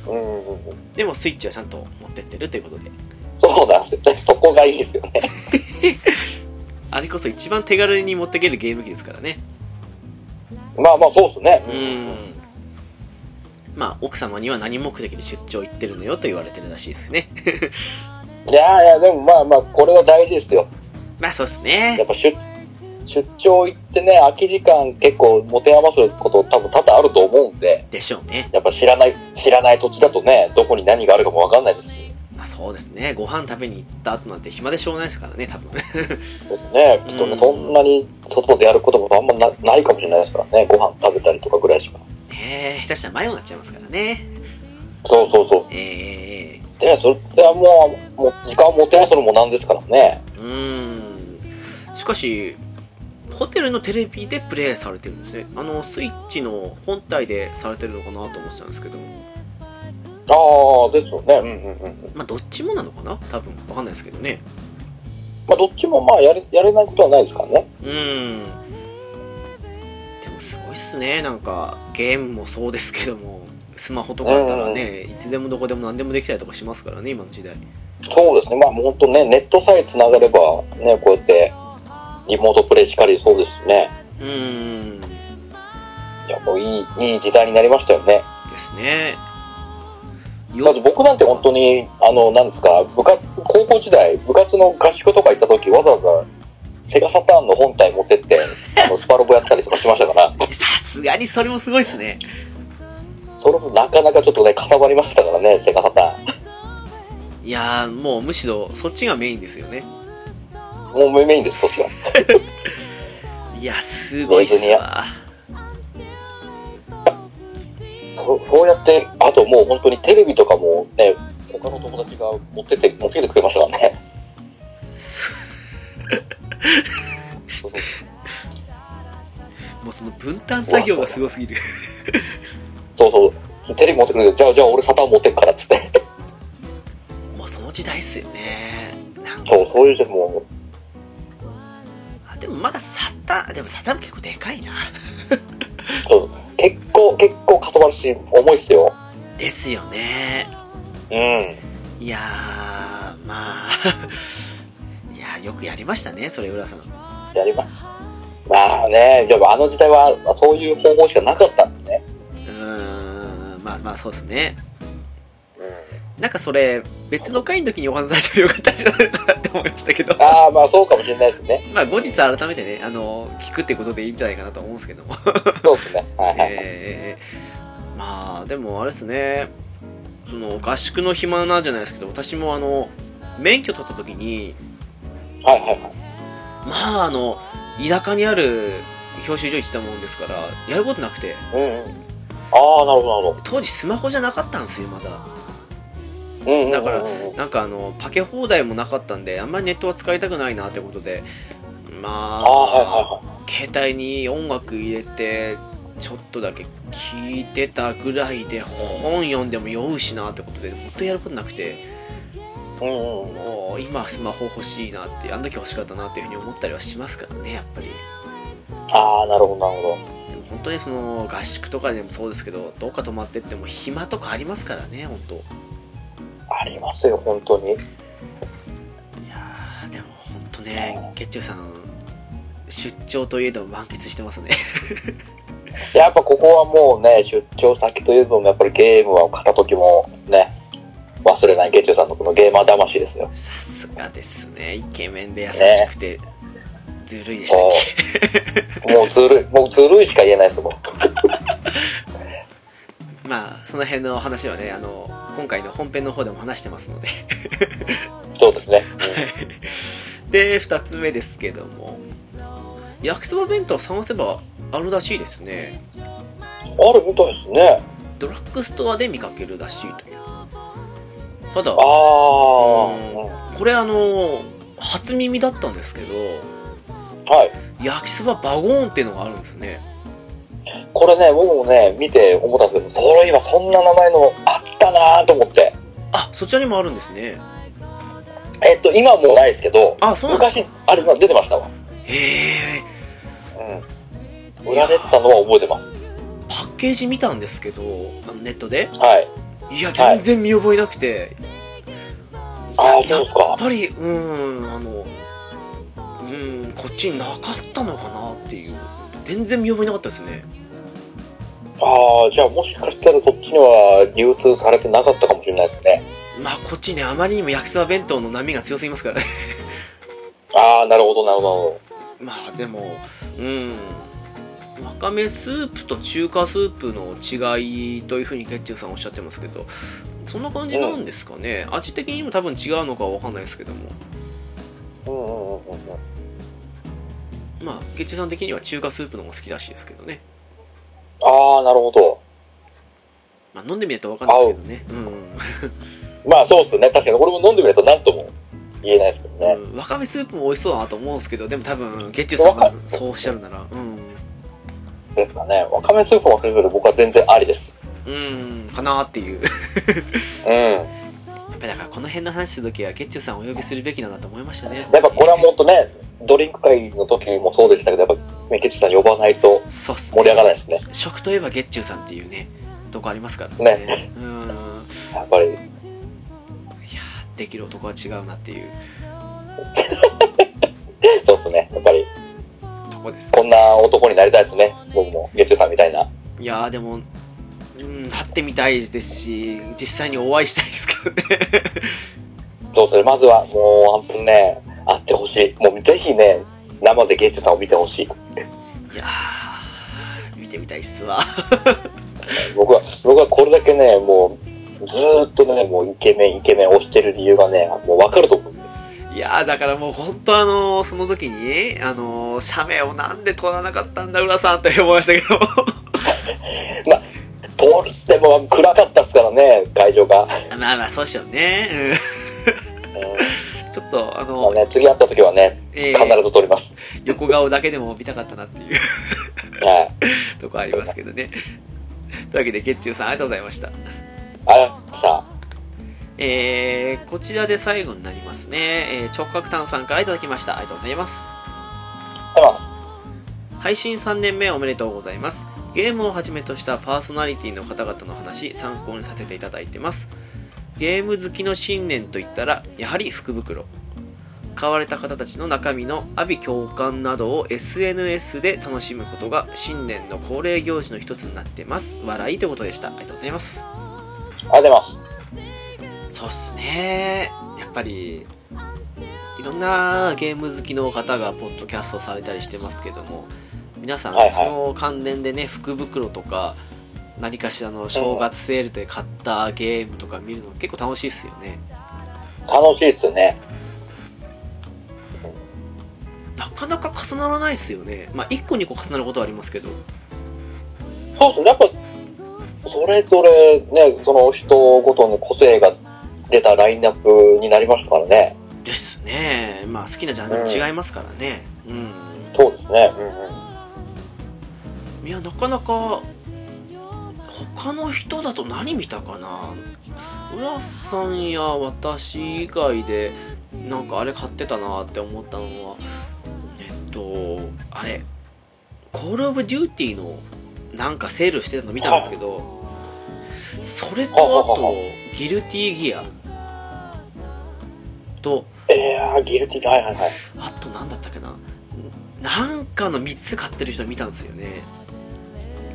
[SPEAKER 2] うん。うんうん、
[SPEAKER 1] でも、スイッチはちゃんと持ってってるということで、
[SPEAKER 2] そうなんですよね。そこがいいですよね。
[SPEAKER 1] あれこそ一番手軽に持っていけるゲーム機ですからね。
[SPEAKER 2] まあまあ、そうですね。
[SPEAKER 1] うんまあ、奥様には何目的で出張行ってるのよと言われてるらしいですね。
[SPEAKER 2] いやいや、でもまあまあ、これは大事ですよ。
[SPEAKER 1] まあ、そうです
[SPEAKER 2] やっ
[SPEAKER 1] ね。
[SPEAKER 2] ぱ出、出張行ってね、空き時間結構持て余すこと多分多々あると思うんで、
[SPEAKER 1] でしょうね。
[SPEAKER 2] やっぱ知らない、知らない土地だとね、どこに何があるかもわかんないですし。
[SPEAKER 1] まあ、そうですね。ご飯食べに行った後なんて暇でしょうがないですからね、多分。
[SPEAKER 2] ですね。きっと
[SPEAKER 1] う
[SPEAKER 2] ね、
[SPEAKER 1] ん
[SPEAKER 2] そんなに外でやることもあんまなないかもしれないですからね。ご飯食べたりとかぐらいしか。
[SPEAKER 1] ねえ、下手したら迷子になっちゃいますからね。
[SPEAKER 2] そうそうそう。
[SPEAKER 1] ええ
[SPEAKER 2] で、それはもう、もう時間を持てないそれもなんですからね。
[SPEAKER 1] うーん。しかし、ホテルのテレビでプレイされてるんですね。あの、スイッチの本体でされてるのかなと思ってたんですけども。
[SPEAKER 2] ああ、ですよね。うんうんうん。
[SPEAKER 1] まあ、どっちもなのかな多分。わかんないですけどね。
[SPEAKER 2] まあ、どっちもまあやれ、やれないことはないですからね。
[SPEAKER 1] うーん。でもすごいっすね。なんか、ゲームもそうですけども、スマホとかだったらね、いつでもどこでも何でもできたりとかしますからね、今の時代。
[SPEAKER 2] そうですね。まあ、もう本当ね、ネットさえ繋がれば、ね、こうやって、リモートプレイしかりそうですしね。
[SPEAKER 1] うーん。で
[SPEAKER 2] いや、もういい、いい時代になりましたよね。
[SPEAKER 1] すね。
[SPEAKER 2] だって僕なんて本当に、あの、なんですか、部活、高校時代、部活の合宿とか行った時、わざわざ、セガサターンの本体持ってって、あのスパロボやったりとかしましたから、
[SPEAKER 1] さすがにそれもすごいっすね。
[SPEAKER 2] それもなかなかちょっとね、かさばりましたからね、セガサターン。
[SPEAKER 1] いやー、もうむしろそっちがメインですよね。
[SPEAKER 2] もうメインです、そっちは。
[SPEAKER 1] いや、すごいっすわ。
[SPEAKER 2] そそうやって、あともう本当にテレビとかもね、他の友達が持ってって、持ってきてくれましたからね。
[SPEAKER 1] もうその分担作業がすごすぎる。
[SPEAKER 2] そうそう。テレビ持ってくるけど、じゃあ、じゃあ俺サタン持ってくからっつって。
[SPEAKER 1] もうその時代っすよね。なんか、
[SPEAKER 2] そう、そういう時も
[SPEAKER 1] あでもまだサタン、でもサタン結構でかいな。
[SPEAKER 2] そう、結構、結構かさばるし、重いっすよ。
[SPEAKER 1] ですよね。
[SPEAKER 2] うん。
[SPEAKER 1] いやー、まあ、 いやー、よくやりましたね、それ、浦さん。
[SPEAKER 2] やります。まあね、でもあの時代は、まあそういう方法しかなかったんでね。
[SPEAKER 1] うーん、まあまあ、そうですね。
[SPEAKER 2] うん。
[SPEAKER 1] なんかそれ、別の回の時にお話しされてもよかったんじゃないかなって思いましたけど、
[SPEAKER 2] ああ、まあそうかもしれないで すね。
[SPEAKER 1] まあ、後日改めてね、あの、聞くってことでいいんじゃないかなと思うんですけども。
[SPEAKER 2] そうですね。はいはい。
[SPEAKER 1] えーまあでもあれですねその合宿の暇なんじゃないですけど私もあの免許取った時に
[SPEAKER 2] はいはいはい。
[SPEAKER 1] まああの田舎にある教習所行ってたもんですからやることなくて
[SPEAKER 2] うんうん。ああ、なるほどなる
[SPEAKER 1] 当時スマホじゃなかったんですよまだ
[SPEAKER 2] ほど。うんうんうんうん。
[SPEAKER 1] だからなんかあのパケ放題もなかったんであんまりネットは使いたくないなってことでま
[SPEAKER 2] ああ、はいはい
[SPEAKER 1] あ
[SPEAKER 2] はい。
[SPEAKER 1] 携帯に音楽入れてちょっとだけ聞いてたぐらいで本読んでも酔うしなってことで本当にやることなくて
[SPEAKER 2] うんうん。
[SPEAKER 1] もう今スマホ欲しいなってあの時欲しかったなっていうふうに思ったりはしますからねやっぱり
[SPEAKER 2] ああ、なるほどなる
[SPEAKER 1] で
[SPEAKER 2] ほど。
[SPEAKER 1] も本当にその合宿とかでもそうですけどどっか泊まってっても暇とかありますからね本当
[SPEAKER 2] ありますよ、本当に。
[SPEAKER 1] いやーでも本当ね月中さん出張といえど満喫してますね
[SPEAKER 2] やっぱここはもうね、出張先というのも、やっぱりゲームは片時もね、忘れないゲッチュさんのこのゲーマー魂ですよ。
[SPEAKER 1] さすがですねイケメンで優しくてずるいでしたね
[SPEAKER 2] もうもうずるい、もうずるいしか言えないですもん。
[SPEAKER 1] まあその辺の話はねあの今回の本編の方でも話してますので
[SPEAKER 2] そうですね。
[SPEAKER 1] で2つ目ですけども焼きそば弁当探せばあるらしいですね
[SPEAKER 2] うん、あるみたいですね。
[SPEAKER 1] ドラッグストアで見かけるらしいというただ
[SPEAKER 2] ああ、
[SPEAKER 1] これあの初耳だったんですけど
[SPEAKER 2] はい。
[SPEAKER 1] 焼きそばバゴーンっていうのがあるんですね
[SPEAKER 2] これね、僕もね、見て思ったんですけど、それ今そんな名前のあったなーと思って。
[SPEAKER 1] あそちらにもあるんですね
[SPEAKER 2] えっと、今はもうないですけど、
[SPEAKER 1] あそうなんです
[SPEAKER 2] 昔、あれ、出てましたわ。
[SPEAKER 1] へえ
[SPEAKER 2] うん。売られてたのは覚えてます。
[SPEAKER 1] パッケージ見たんですけどあのネットで
[SPEAKER 2] はい。
[SPEAKER 1] いや全然見覚えなくて、
[SPEAKER 2] ああ、
[SPEAKER 1] や
[SPEAKER 2] そ
[SPEAKER 1] っ
[SPEAKER 2] うですか。
[SPEAKER 1] ぱりうーんあのうーんこっちになかったのかなっていう全然見覚えなかったですね
[SPEAKER 2] ああ、じゃあもしかしたらそっちには流通されてなかったかもしれないですね。
[SPEAKER 1] まあこっちねあまりにも焼きそば弁当の波が強すぎますからね
[SPEAKER 2] ああ、なるほど、なるほ
[SPEAKER 1] まあでもうーんわかめスープと中華スープの違いというふうにゲッチュさんおっしゃってますけどそんな感じなんですかね、味的にも多分違うのかは分かんないですけども
[SPEAKER 2] ど。うんうんうんうんうん。
[SPEAKER 1] まあゲッチュさん的には中華スープの方が好きらしいですけどね、
[SPEAKER 2] ああ、なるほど。
[SPEAKER 1] まあ、飲んでみないと分かんないですけどねうん
[SPEAKER 2] まあそうっすね。確かに俺も飲んでみると何とも言えないですけどね。
[SPEAKER 1] うんわかめスープも美味しそうだなと思うんですけどでも多分ゲッチュさん
[SPEAKER 2] わ
[SPEAKER 1] が
[SPEAKER 2] かる
[SPEAKER 1] そうおっしゃるならうん
[SPEAKER 2] ですかね。わかめスープもかけるけど僕は全然ありです。
[SPEAKER 1] うんかなーっていう や
[SPEAKER 2] うん。や
[SPEAKER 1] っぱりだからこの辺の話するときはゲッチュさんをお呼びするべきだなと思いましたね
[SPEAKER 2] っぱこれはもっとね、ドリンク会の時もそうでしたけど、やっぱメケチさん呼ばないと
[SPEAKER 1] そうっす
[SPEAKER 2] 盛り上がらないですね。
[SPEAKER 1] 食といえばゲッチュさんっていうねとこありますからねうんい
[SPEAKER 2] やっぱり。
[SPEAKER 1] やーできる男は違うなっていう
[SPEAKER 2] そうっすね。やっぱり、
[SPEAKER 1] とこです
[SPEAKER 2] こんな男になりたいですね。僕も、ゲッチュさんみたいな。
[SPEAKER 1] いやーでもうん、会ってみたいですし、実際にお会いしたいですけどね。
[SPEAKER 2] どうするまずは、もう、本当にね、会ってほしい。もう、ぜひね、生でゲッチュさんを見てほしい。
[SPEAKER 1] いやー、見てみたいっすわ。
[SPEAKER 2] 僕は、僕はこれだけね、もう、ずーっとね、もうイケメン、イケメン推してる理由がね、もうわかると思う。
[SPEAKER 1] いやー、だからもう本当あのーその時に、あのー写メをなんで撮らなかったんだ、浦さんって思いましたけど。
[SPEAKER 2] 通っても暗かったっすからね、会場が。
[SPEAKER 1] まあまあ、そうしようね。
[SPEAKER 2] うん
[SPEAKER 1] うん、ちょっと、あ
[SPEAKER 2] まあ
[SPEAKER 1] の
[SPEAKER 2] ね、次会った時はね、
[SPEAKER 1] え
[SPEAKER 2] 必
[SPEAKER 1] ー
[SPEAKER 2] ず撮ります。
[SPEAKER 1] 横顔だけでも見たかったなっていう
[SPEAKER 2] はい。
[SPEAKER 1] とこありますけどね。 というわけで、ゲッチューさんありがとうございました。
[SPEAKER 2] あさ
[SPEAKER 1] えー、こちらで最後になりますね。えー直角炭さんからいただきました。ありがとうございます。
[SPEAKER 2] あ、では、
[SPEAKER 1] 配信3年目おめでとうございますゲームをはじめとしたパーソナリティの方々の話参考にさせていただいてますゲーム好きの信念といったらやはり福袋買われた方たちの中身の阿鼻共感などを SNS で楽しむことが新年の恒例行事の一つになってます笑いということでしたありがとうございます
[SPEAKER 2] あ、でます。
[SPEAKER 1] そうっすねやっぱりいろんなゲーム好きの方がポッドキャストされたりしてますけども皆さん、
[SPEAKER 2] はいはい
[SPEAKER 1] その関連でね福袋とか何かしらの正月セールで買ったゲームとか見るの結構楽しいっすよね
[SPEAKER 2] 楽しいっすね。
[SPEAKER 1] なかなか重ならないっすよねまあ1個2個重なることはありますけど
[SPEAKER 2] そうっすね、やっぱ、それぞれね、その人ごとの個性が出たラインナップになりましたからね。
[SPEAKER 1] ですねまあ好きなジャンルも違いますからねうん
[SPEAKER 2] そうですね。うんうん。
[SPEAKER 1] いやなかなか他の人だと何見たかな浦さんや私以外でなんかあれ買ってたなって思ったのはえっとあれコール・オブ・デューティーのなんかセールしてたの見たんですけどそれとあ
[SPEAKER 2] ははは
[SPEAKER 1] とギルティーギアと
[SPEAKER 2] えー、ギルティー、はいはいはい。
[SPEAKER 1] あと何だったっけななんかの3つ買ってる人見たんですよね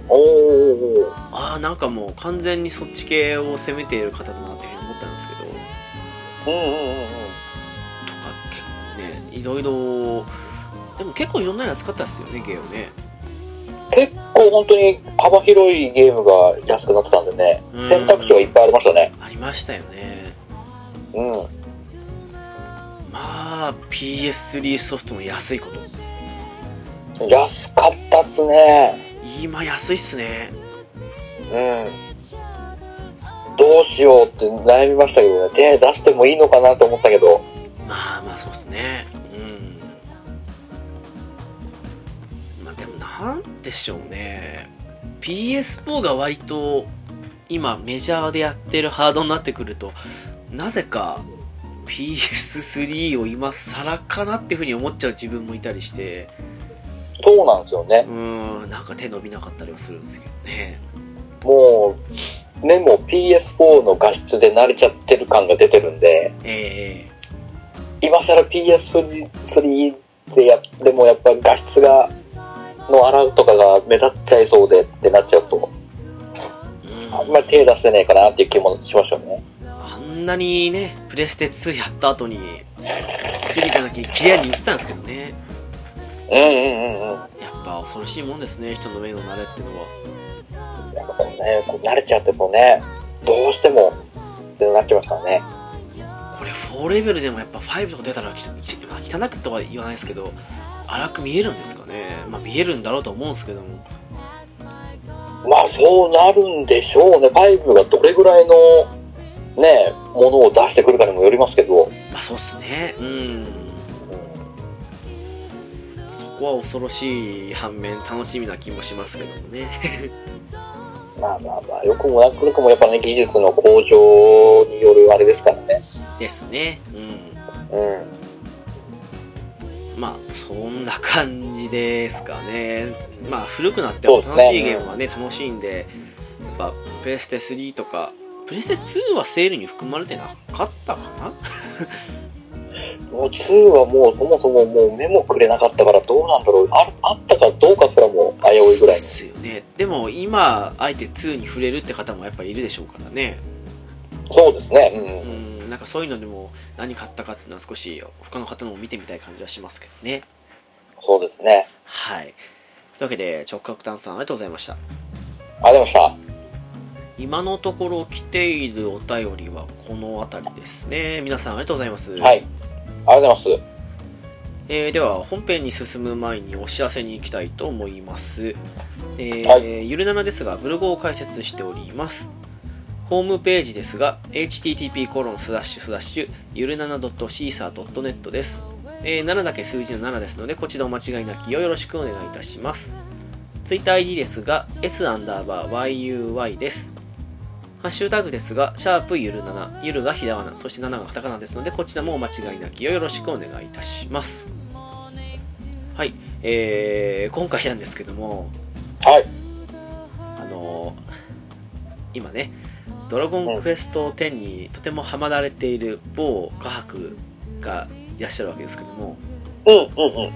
[SPEAKER 2] おー、
[SPEAKER 1] ああなんかもう完全にそっち系を攻めている方だなっていうふうに思ったんですけどとか
[SPEAKER 2] うんうんうんうん。
[SPEAKER 1] 結構ねいろいろでも結構いろんなやつ買ったですよねゲームね
[SPEAKER 2] 結構本当に幅広いゲームが安くなってたんでね
[SPEAKER 1] うん、
[SPEAKER 2] 選択肢がいっぱいありましたね。
[SPEAKER 1] ありましたよね
[SPEAKER 2] うん。
[SPEAKER 1] まあ PS3 ソフトの安いこと
[SPEAKER 2] 安かったっすね。
[SPEAKER 1] 今安いっすね
[SPEAKER 2] うん。どうしようって悩みましたけどね、手出してもいいのかなと思ったけど、
[SPEAKER 1] まあまあそうっすねうんまあでもなんでしょうね PS4 が割と今メジャーでやってるハードになってくるとなぜか PS3 を今更かなっていうふうに思っちゃう自分もいたりして
[SPEAKER 2] そうなんですよ
[SPEAKER 1] う
[SPEAKER 2] ね。
[SPEAKER 1] ーんなんか手伸びなかったりはするんですけどね
[SPEAKER 2] もう、ね、もう PS4 の画質で慣れちゃってる感が出てるんで、
[SPEAKER 1] ええ
[SPEAKER 2] 今更 PS3 でやってもやっぱ画質が、の洗うとかが目立っちゃいそうでってなっちゃうと、
[SPEAKER 1] うん
[SPEAKER 2] あんまり手出せねえかなっていう気もしましたよね。
[SPEAKER 1] あんなにねプレステ2やった後に3じゃなきゃ綺麗に言ってたんですけどね
[SPEAKER 2] うんうんうんうん。
[SPEAKER 1] やっぱ恐ろしいもんですね人の目の慣れってのは
[SPEAKER 2] やっぱこうね、こう慣れちゃうともうね、どうしても、ってなっちゃいますからね。
[SPEAKER 1] これ4レベルでもやっぱ5とか出たらきちまあ汚くとは言わないですけど荒く見えるんですかねまあ見えるんだろうと思うんですけども
[SPEAKER 2] まあそうなるんでしょうね。5がどれぐらいの、ね、ものを出してくるかにもよりますけど。
[SPEAKER 1] まあそうっすねうんそこは恐ろしい反面楽しみな気もしますけどもね
[SPEAKER 2] まあまあまあ、よくもなくもやっぱね、技術の向上によるあれですからね。
[SPEAKER 1] ですねうん
[SPEAKER 2] うん。
[SPEAKER 1] まあそんな感じですかねまあ古くなっても楽しいゲームはね楽しいんでやっぱプレステ3とかプレステ2はセールに含まれてなかったかな
[SPEAKER 3] もう2はもうそもそももうメモくれなかったからどうなんだろうああったかどうかすらも危ういぐらい
[SPEAKER 1] で
[SPEAKER 3] の
[SPEAKER 1] すよね。でも今、あえて2に触れるって方もやっぱいるでしょうからね。
[SPEAKER 3] そうですね
[SPEAKER 1] う
[SPEAKER 3] うん
[SPEAKER 1] ん、なんかそういうのでも何買ったかっていうのは少し他の方のも見てみたい感じはしますけどね。
[SPEAKER 3] そうですね
[SPEAKER 1] はい。というわけで、直角炭さんありがとうございました。
[SPEAKER 3] ありがとうございました
[SPEAKER 1] 今のところ来ているお便りはこの辺りですね。皆さんありがとうございます。
[SPEAKER 3] はい。ありがとうございま
[SPEAKER 1] えーでは本編に進む前にお知らせに行きたいと思います、えー
[SPEAKER 3] は
[SPEAKER 1] ゆるななですがブログを開設しておりますホームページですが http コロンスダッシュスダッシュゆるなな .caesar.net です、えー7だけ数字の7ですのでこちらお間違いなきをよろしくお願いいたしますツイッター ID ですが s アンダーバー yuy ですハッシュタグですが、シャープゆる7、ゆるがひらがな、そして7がカタカナですので、こちらもお間違いなきをよろしくお願いいたします。はい、えー今回なんですけども、
[SPEAKER 3] すはい
[SPEAKER 1] あのー今ね、ドラゴンクエスト10にとてもハマられている某画伯がいらっしゃるわけですけども、
[SPEAKER 3] うんうんうん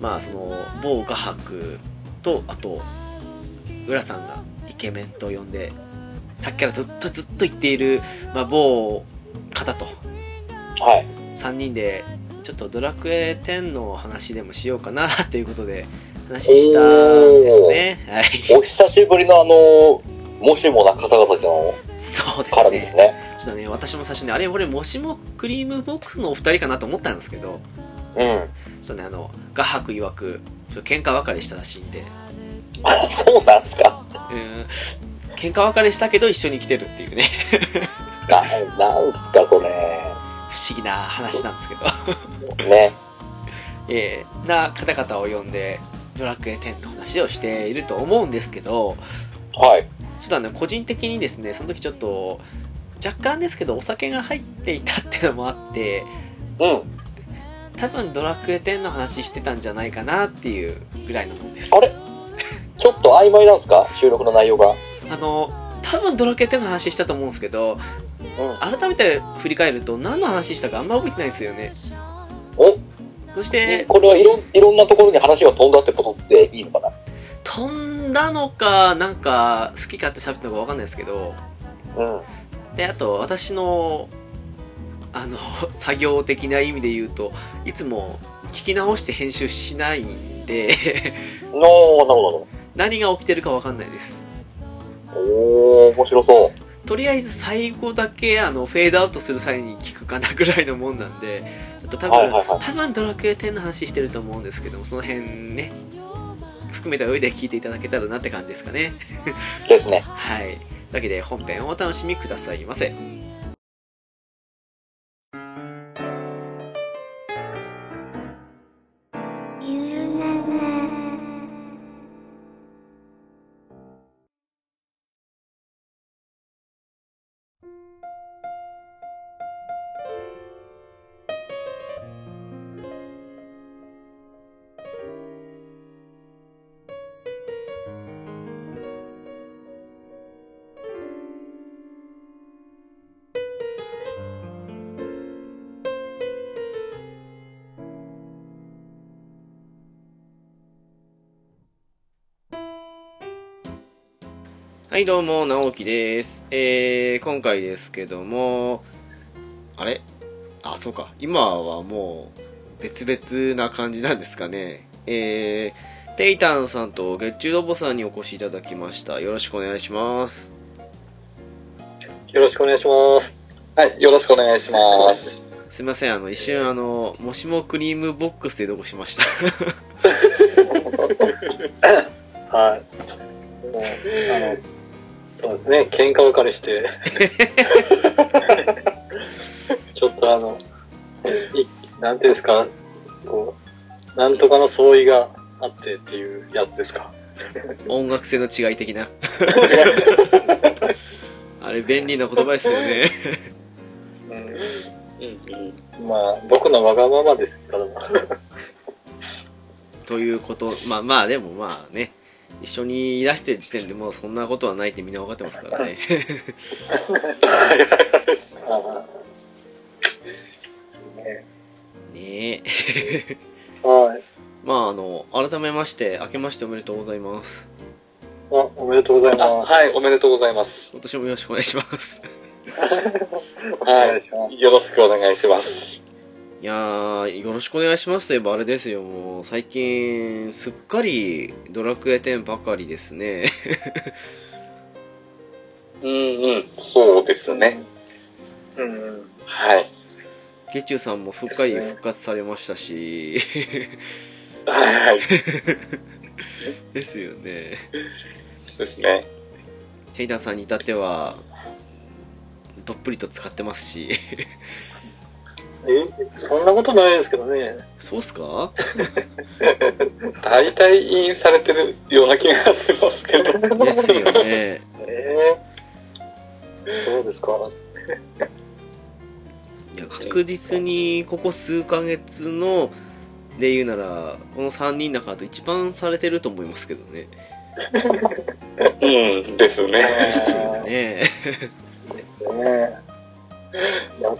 [SPEAKER 1] まあ、その某画伯と、あと、浦さんがイケメンと呼んで、さっきからずっとずっと言っている、まあ、某方と、
[SPEAKER 3] はい
[SPEAKER 1] 3人でちょっとドラクエ10の話でもしようかなということで話したんですね。はい。
[SPEAKER 3] お久しぶりのあのもしもな方々との
[SPEAKER 1] そうです
[SPEAKER 3] 絡みです
[SPEAKER 1] ね。
[SPEAKER 3] ね
[SPEAKER 1] ちょっとね、私も最初ね、あれ、俺、もしもクリームボックスのお二人かなと思ったんですけど、
[SPEAKER 3] う
[SPEAKER 1] ちょっとね、あの、画伯曰く、ちょっと喧嘩別れしたらしいんで、
[SPEAKER 3] ん そうなんですか
[SPEAKER 1] うーん、喧嘩別れしたけど一緒に来てるっていうね、
[SPEAKER 3] ななんすかそれ
[SPEAKER 1] 不思議な話なんですけど、
[SPEAKER 3] ね
[SPEAKER 1] えーな方々を呼んで、ドラクエ10の話をしていると思うんですけど、
[SPEAKER 3] はい
[SPEAKER 1] ちょっとあの個人的にですね、その時ちょっと、若干ですけど、お酒が入っていたっていうのもあって、
[SPEAKER 3] うん
[SPEAKER 1] 多分ドラクエ10の話してたんじゃないかなっていうぐらいのもんです。
[SPEAKER 3] あれちょっと曖昧なんですか収録の内容が
[SPEAKER 1] あの、多分ドラクエ10の話したと思うんですけど、
[SPEAKER 3] うん
[SPEAKER 1] 改めて振り返ると何の話したかあんま覚えてないんですよね。
[SPEAKER 3] お
[SPEAKER 1] そして、
[SPEAKER 3] これはいろんいろんなところに話が飛んだってことっていいのかな
[SPEAKER 1] 飛んだのか、なんか、好き勝手喋ったのかわかんないですけど、
[SPEAKER 3] うん
[SPEAKER 1] であと私のあの 作業的な意味で言うといつも聞き直して編集しないんで
[SPEAKER 3] おーなるほど
[SPEAKER 1] 何が起きてるか分かんないです
[SPEAKER 3] なるほどおー面白そう
[SPEAKER 1] とりあえず最後だけあのフェードアウトする際に聞くかなぐらいのもんなんでちょっと多分、
[SPEAKER 3] はいはいはい
[SPEAKER 1] 多分ドラクエ10の話してると思うんですけどもその辺ね含めた上で聞いていただけたらなって感じですかね
[SPEAKER 3] ですね
[SPEAKER 1] はい。というわけで本編をお楽しみくださいませ。はい、どうも、直樹です。えー、今回ですけども、あれあ、そうか。今はもう、別々な感じなんですかね。えー、テイタンさんと月中ロボさんにお越しいただきました。よろしくお願いします。
[SPEAKER 3] よろしくお願いしますはいよろしくお願いします
[SPEAKER 1] すいません、あの、一瞬、あの、もしもクリームボックスでどこしました。
[SPEAKER 2] はい。もう、あの、そうですね、喧嘩別れして、 ちょっとあの、いなんていうんですか、こう、なんとかの相違があってっていうやつですか。
[SPEAKER 1] 音楽性の違い的な。あれ、便利な言葉ですよね。
[SPEAKER 2] うん。うん、まあ、僕のわがままですからも。
[SPEAKER 1] ということ、まあまあ、でもまあね、一緒にいらしてる時点でもうそんなことはないってみんな分かってますからね。
[SPEAKER 2] ああね
[SPEAKER 1] ねえ。
[SPEAKER 2] はい。
[SPEAKER 1] まあ、あの、改めまして、明けましておめでとうございます。
[SPEAKER 2] あ、おめでとうござい
[SPEAKER 4] あ
[SPEAKER 2] ます。
[SPEAKER 4] はい、おめでとうございます。
[SPEAKER 1] 今年もよろしくお願いします。
[SPEAKER 2] お願いします。
[SPEAKER 4] い。よろしくお願いします。
[SPEAKER 1] いやー、よろしくお願いしますといえばあれですよ、もう、最近、すっかりドラクエ10ばかりですね。
[SPEAKER 4] うんうん、そうですね。
[SPEAKER 2] うんうん。
[SPEAKER 4] はい。
[SPEAKER 1] ゲチュさんもすっかり復活されましたし、
[SPEAKER 4] はいはい。そ
[SPEAKER 1] ですよね。
[SPEAKER 4] うですね。
[SPEAKER 1] テイダーさんに至っては、どっぷりと使ってます し。
[SPEAKER 2] え、そんなことないですけどね。
[SPEAKER 1] そうっすか
[SPEAKER 4] 大体委員されてるような気がしますけど。
[SPEAKER 1] ですよ ね。
[SPEAKER 2] ええそうですか。
[SPEAKER 1] いや確実にここ数ヶ月ので言うならこの3人の中だと一番されてると思いますけどね
[SPEAKER 4] うん、ですね。
[SPEAKER 1] ですよね
[SPEAKER 2] ですよね。や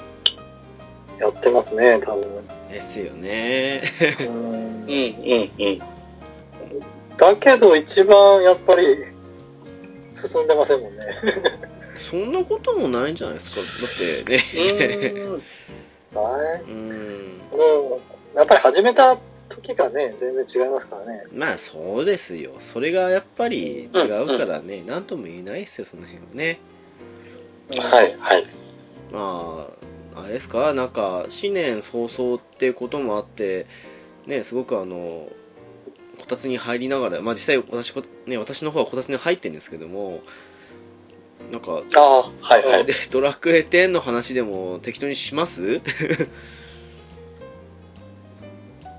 [SPEAKER 2] やってますね、多分。
[SPEAKER 1] ですよね
[SPEAKER 2] うん
[SPEAKER 4] うんうんうん。
[SPEAKER 2] だけど一番やっぱり進んでませんもんね。
[SPEAKER 1] そんなこともないんじゃないですかだってね
[SPEAKER 2] うん。は い。
[SPEAKER 1] うん
[SPEAKER 2] もう、やっぱり始めた時がね、全然違いますからね。
[SPEAKER 1] まあそうですよそれがやっぱり違うからね何とも言えないですよその辺はね
[SPEAKER 4] はいはい。
[SPEAKER 1] まあ、あれですか、なんか、新年早々ってこともあって、ね、すごくあの、こたつに入りながら、まあ実際私こ、ね、私の方はこたつに入ってるんですけども、なんか、
[SPEAKER 4] ああ、はいはい。
[SPEAKER 1] でドラクエ10の話でも適当にします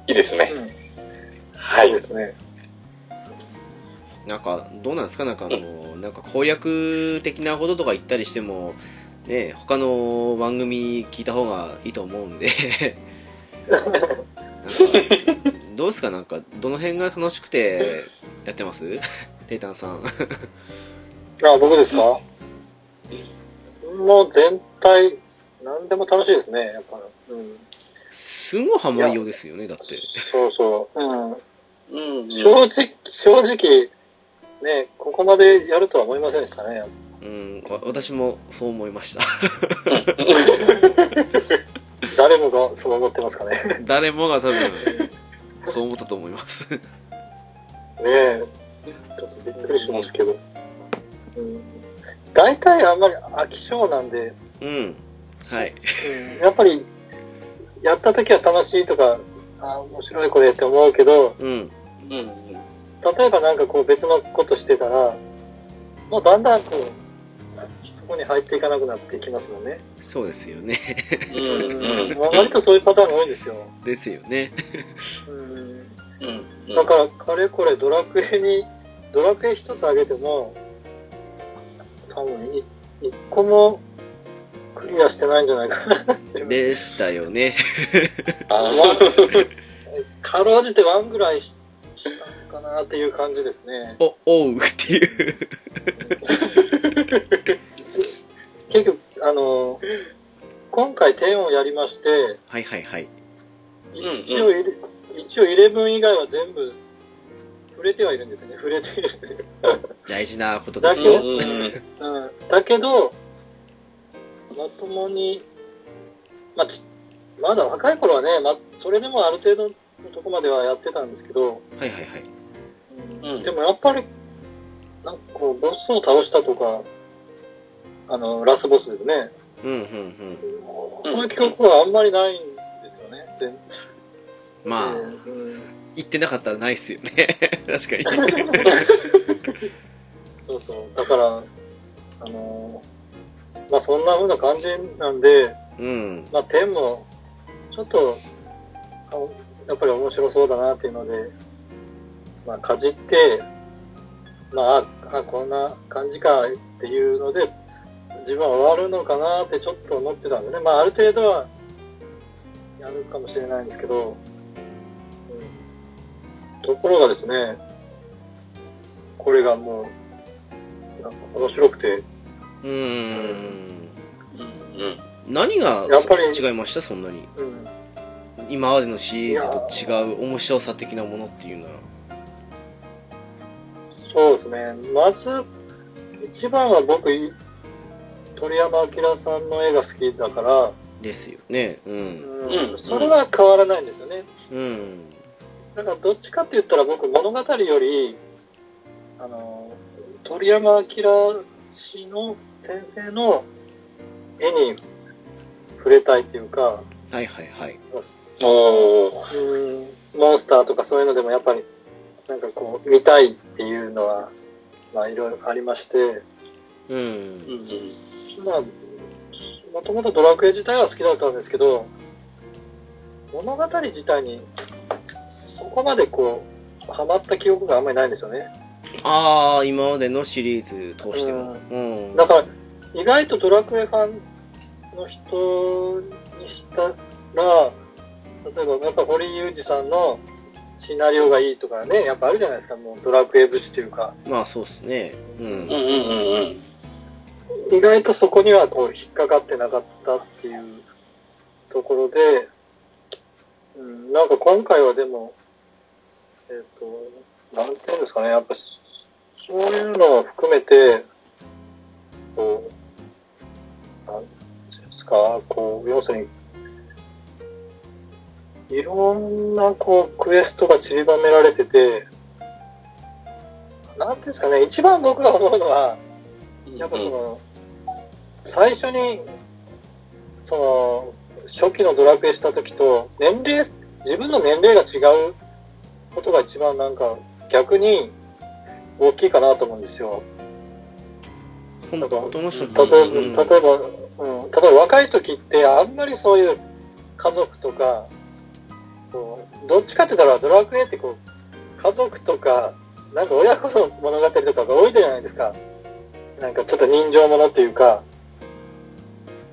[SPEAKER 4] いいですね。
[SPEAKER 2] うん。
[SPEAKER 4] は
[SPEAKER 2] そう
[SPEAKER 4] い
[SPEAKER 2] で。すね。
[SPEAKER 1] なんか、どうなんですかなんかあの、なんか攻略的なこととか言ったりしても、ね、他の番組聞いた方がいいと思うんで、なんかどうですかなんか、どの辺が楽しくてやってます テイタンさん。
[SPEAKER 2] あ、僕ですかもう全体、何でも楽しいですね、やっぱり。うん。
[SPEAKER 1] すごいハマりようですよね、だって。
[SPEAKER 2] そうそう。うん。
[SPEAKER 4] うんうん
[SPEAKER 2] 正直、正直、ね、ここまでやるとは思いませんでしたね。
[SPEAKER 1] うん、わ私もそう思いました。
[SPEAKER 2] 誰もがそう思ってますかね。ね
[SPEAKER 1] 誰もが多 分、そう思ったと思います。
[SPEAKER 2] え。ちょっとびっくりしますけど。うん。大体あんまり飽き性なんで、
[SPEAKER 1] うん。はい。
[SPEAKER 2] やっぱり、やった時は楽しいとか、あ面白いこれって思うけど、
[SPEAKER 1] うん。
[SPEAKER 4] うんうん。
[SPEAKER 2] 例えばなんかこう別のことしてたら、もうだんだんこう、そこに入っていかなくなっていきますもんね。
[SPEAKER 1] そうですよね。
[SPEAKER 4] うんうん。
[SPEAKER 2] 割とそういうパターンが多いんですよ。
[SPEAKER 1] ですよね。
[SPEAKER 2] うん
[SPEAKER 4] うんうん
[SPEAKER 2] だから、かれこれドラクエに、ドラクエ一つあげても、多分い、一個もクリアしてないんじゃないかなって。
[SPEAKER 1] でしたよね。
[SPEAKER 4] あ
[SPEAKER 2] わかろうじてワンぐらいししたのかなっていう感じですね。
[SPEAKER 1] お、おうっていう。
[SPEAKER 2] 結局、あの、今回10をやりまして、
[SPEAKER 1] はいはいはい。
[SPEAKER 4] うんうん
[SPEAKER 2] 一応イレ、一応11以外は全部、触れてはいるんですね。触れているんですよ。
[SPEAKER 1] 大事なことです
[SPEAKER 4] う
[SPEAKER 1] よ。
[SPEAKER 4] んうん
[SPEAKER 2] うんだけど、まともに、まあ、ちまだ若い頃はね、ま、それでもある程度のとこまではやってたんですけど、
[SPEAKER 1] はいはいはい。
[SPEAKER 4] うん
[SPEAKER 2] でもやっぱり、なんかこう、ボスを倒したとか、あの、ラスボスですね。
[SPEAKER 1] うんうんうん。
[SPEAKER 2] そういう記憶はあんまりないんですよね。全
[SPEAKER 1] まあ、
[SPEAKER 2] うん
[SPEAKER 1] 行ってなかったらないっすよね。 確かに。
[SPEAKER 2] そうそう。だから、あのまあそんな風な感じなんで、
[SPEAKER 1] うん。
[SPEAKER 2] まあ、点も、ちょっと、あやっぱり面白そうだなっていうので、まあ、かじって、まあ、あ、こんな感じかっていうので、自分は終わるのかなってちょっと思ってたんでね、まあ、ある程度は、やるかもしれないんですけど、うん、ところがですね、これがもう、なんか面白くて、
[SPEAKER 1] うーん。
[SPEAKER 4] うん。
[SPEAKER 1] 何が
[SPEAKER 2] やっぱり
[SPEAKER 1] 違いましたそんなに。
[SPEAKER 2] うん、
[SPEAKER 1] 今までのシリーズと違う面白さ的なものっていうなら
[SPEAKER 2] そうですね。まず、一番は僕、い鳥山明さんの絵が好きだから、
[SPEAKER 1] ですよねう
[SPEAKER 2] うんん
[SPEAKER 4] うん
[SPEAKER 2] それは変わらないんですよね。
[SPEAKER 1] うん
[SPEAKER 2] だからどっちかって言ったら僕、物語より、あの、鳥山明氏の先生の絵に触れたいっていうか、
[SPEAKER 1] はいはいはい
[SPEAKER 4] お
[SPEAKER 2] う
[SPEAKER 4] ー。
[SPEAKER 2] んモンスターとかそういうのでもやっぱりなんかこう見たいっていうのはまあいろいろありまして
[SPEAKER 1] うん
[SPEAKER 2] まあもともとドラクエ自体は好きだったんですけど物語自体にそこまでこうハマった記憶があんまりないんですよね
[SPEAKER 1] ああ今までのシリーズ通してもうん
[SPEAKER 2] だから意外とドラクエファンの人にしたら例えばやっぱ堀井雄二さんのシナリオがいいとかねやっぱあるじゃないですかもうドラクエ節というか
[SPEAKER 1] まあそうっすねうん
[SPEAKER 4] うんうんうんうん。
[SPEAKER 2] 意外とそこにはこう引っかかってなかったっていうところで、うん、なんか今回はでも、えっ、と、なんていうんですかね、やっぱしそういうのを含めて、こう、なんていうんですか、こう、要するに、いろんなこう、クエストが散りばめられてて、なんていうんですかね、一番僕が思うのは、やっぱその、最初に、その、初期のドラクエした時と、年齢、自分の年齢が違うことが一番なんか、逆に大きいかなと思うんですよ。
[SPEAKER 1] 本当の初期
[SPEAKER 2] 例えば、
[SPEAKER 1] うん
[SPEAKER 2] 例えば、うん、例えば若い時って、あんまりそういう家族とか、こうどっちかって言ったらドラクエってこう、家族とか、なんか親子の物語とかが多いじゃないですか。なんかちょっと人情ものっていうか、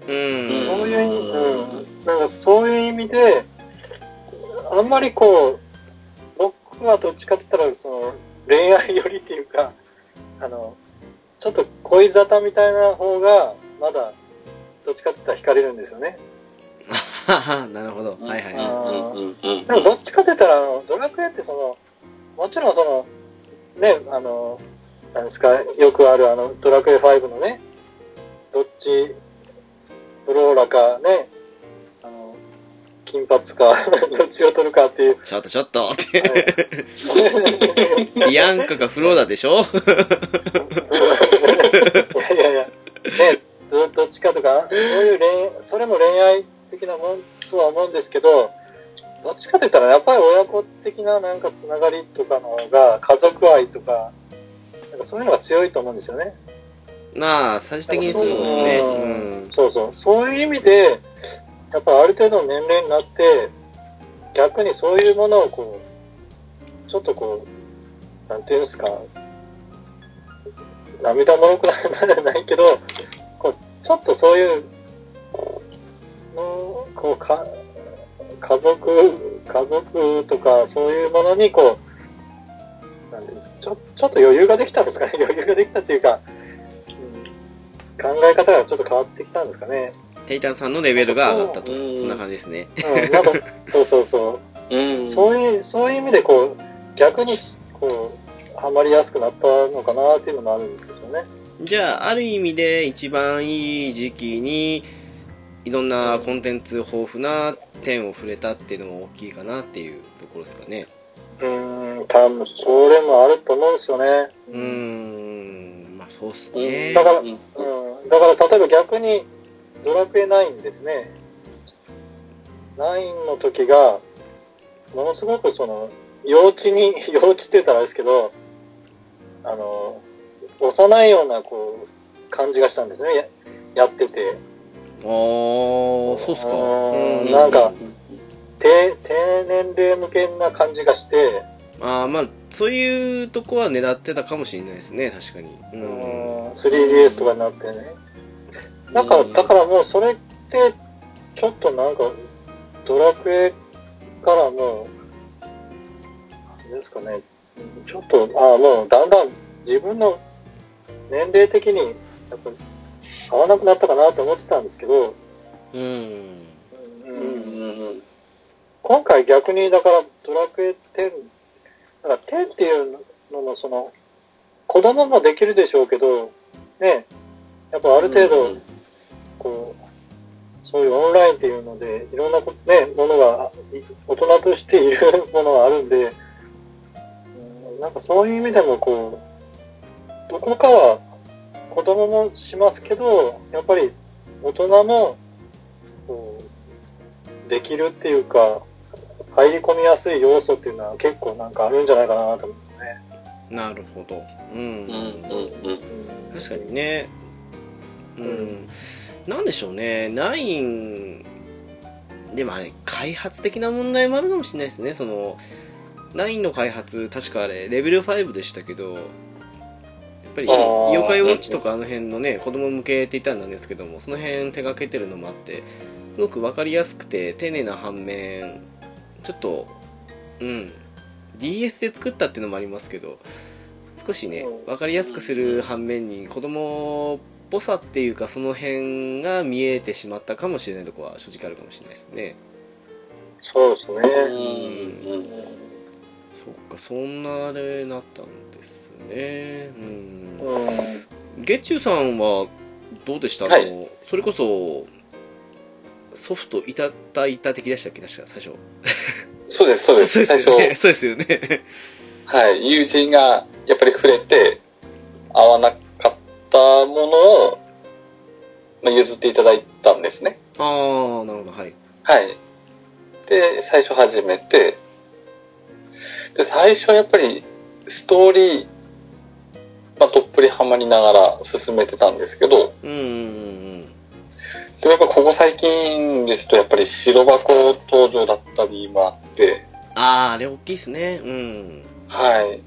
[SPEAKER 1] うん
[SPEAKER 2] そういう意味、うん、なんかそういう意味で、あんまりこう、僕はどっちかって言ったら、その、恋愛寄りっていうか、あの、ちょっと恋沙汰みたいな方が、まだ、どっちかって言ったら惹かれるんですよね。
[SPEAKER 1] はは なるほどはいはい
[SPEAKER 2] あ
[SPEAKER 1] は
[SPEAKER 4] うんうんうん
[SPEAKER 2] でもどっちかって言ったら、あのドラクエってその、もちろんその、ね、あの、なんですか、よくあるあの、ドラクエ5のね、どっち、フローラかね、あの、金髪か、 どっちを取るかっていう。
[SPEAKER 1] いちょっとちょっとって
[SPEAKER 2] はい
[SPEAKER 1] ビアンカかフローダでしょ
[SPEAKER 2] いやいやいや、ね、どどっちかとか、そういう恋、それも恋愛的なもんとは思うんですけど、どっちかと言ったら、やっぱり親子的ななんかつながりとかの方が、家族愛とか、なんかそういうのが強いと思うんですよね。
[SPEAKER 1] まあ最終的にそうですねうん
[SPEAKER 2] そうそう。そういう意味で、やっぱある程度の年齢になって、逆にそういうものをこう、ちょっとこう、なんていうんですか、涙もろくならないけど、こうちょっとそういう、のこうか、家族、家族とかそういうものにこう、なんていうんですか、ちょちょっと余裕ができたんですかね余裕ができたっていうか、うん考え方がちょっと変わってきたんですかね。
[SPEAKER 1] テイタンさんのレベルが上がったとそ
[SPEAKER 4] うん
[SPEAKER 1] んな感じですね
[SPEAKER 2] うん、 なんか、そうそうそうう。
[SPEAKER 4] ん。
[SPEAKER 2] そういう、そういう意味で、こう、逆に、こう、はまりやすくなったのかなっていうのもあるんですよね。
[SPEAKER 1] じゃあある意味で一番いい時期にいろんなコンテンツ豊富な点を触れたっていうのも大きいかなっていうところですかね
[SPEAKER 2] うーん、多分、それもあると思うんですよね。
[SPEAKER 1] うーんまあそうっす
[SPEAKER 4] うん
[SPEAKER 1] ね
[SPEAKER 2] だから
[SPEAKER 4] うん
[SPEAKER 2] うん。だから、例えば逆に、ドラクエ9ですね。9の時が、ものすごくその、幼稚に、 幼稚って言ったらあれですけど、あの、幼いような、こう、感じがしたんですね。ややってて。
[SPEAKER 1] ああーそうっすか
[SPEAKER 2] うん
[SPEAKER 1] う
[SPEAKER 2] なんか低低年齢向けな感じがして、
[SPEAKER 1] ああまあそういうとこは狙ってたかもしれないですね確かにう
[SPEAKER 2] うんん、3DS とかになってね。なんか、
[SPEAKER 4] うん
[SPEAKER 2] だからもうそれって、ちょっとなんか、ドラクエからもう、なんですかね、ちょっと、ああ、もうだんだん自分の年齢的に、やっぱ、合わなくなったかなと思ってたんですけど、
[SPEAKER 1] うん
[SPEAKER 2] う
[SPEAKER 4] うんうんうん。
[SPEAKER 2] 今回逆に、だから、ドラクエ10、だから10っていうのの、その、子供もできるでしょうけど、ね、やっぱある程
[SPEAKER 1] う
[SPEAKER 2] 度
[SPEAKER 1] ん、
[SPEAKER 2] こう、そういうオンラインっていうので、いろんなこ、ね、ものが、い大人としているものがあるんで、うんなんかそういう意味でも、こう、どこかは子供もしますけど、やっぱり大人も、こうできるっていうか、入り込みやすい要素っていうのは結構なんかあるんじゃないかなと思うね。
[SPEAKER 1] なるほどうん、
[SPEAKER 4] うんうんうん。
[SPEAKER 1] 確かにねうん、なんでしょうね9でもあれ開発的な問題もあるかもしれないですねその9の開発確かあれレベル5でしたけどやっぱり「
[SPEAKER 2] あー
[SPEAKER 1] 妖怪ウォッチ」とかあの辺のね子供向けって言ったらなんですけどもその辺手がけてるのもあってすごく分かりやすくて丁寧な反面ちょっとうん DS で作ったっていうのもありますけど少しね
[SPEAKER 2] うん
[SPEAKER 1] 分かりやすくする反面に子供っぽさっていうかその辺が見えてしまったかもしれないとこは正直あるかもしれないですね
[SPEAKER 2] そうですね。
[SPEAKER 1] ん
[SPEAKER 4] うん
[SPEAKER 1] そっかそんなあれになったんですねうん
[SPEAKER 2] うん
[SPEAKER 1] 月中さんはどうでした、
[SPEAKER 4] はい
[SPEAKER 1] あのそれこそソフトいただいた的でしたっけ確か最初
[SPEAKER 4] そうです、そうです。最
[SPEAKER 1] よね
[SPEAKER 4] 初、
[SPEAKER 1] そうですよね
[SPEAKER 4] はい、友人がやっぱり触れて、合わなかったものを、まあ、譲っていただいたんですね。
[SPEAKER 1] ああなるほどはい
[SPEAKER 4] はい。で、最初始めて、で、最初はやっぱり、ストーリー、まあ、どっぷりハマりながら進めてたんですけど、
[SPEAKER 1] うんうん
[SPEAKER 4] でもやっぱここ最近ですと、やっぱり白箱登場だったりもあって、
[SPEAKER 1] あああれ大きいですねうん
[SPEAKER 4] は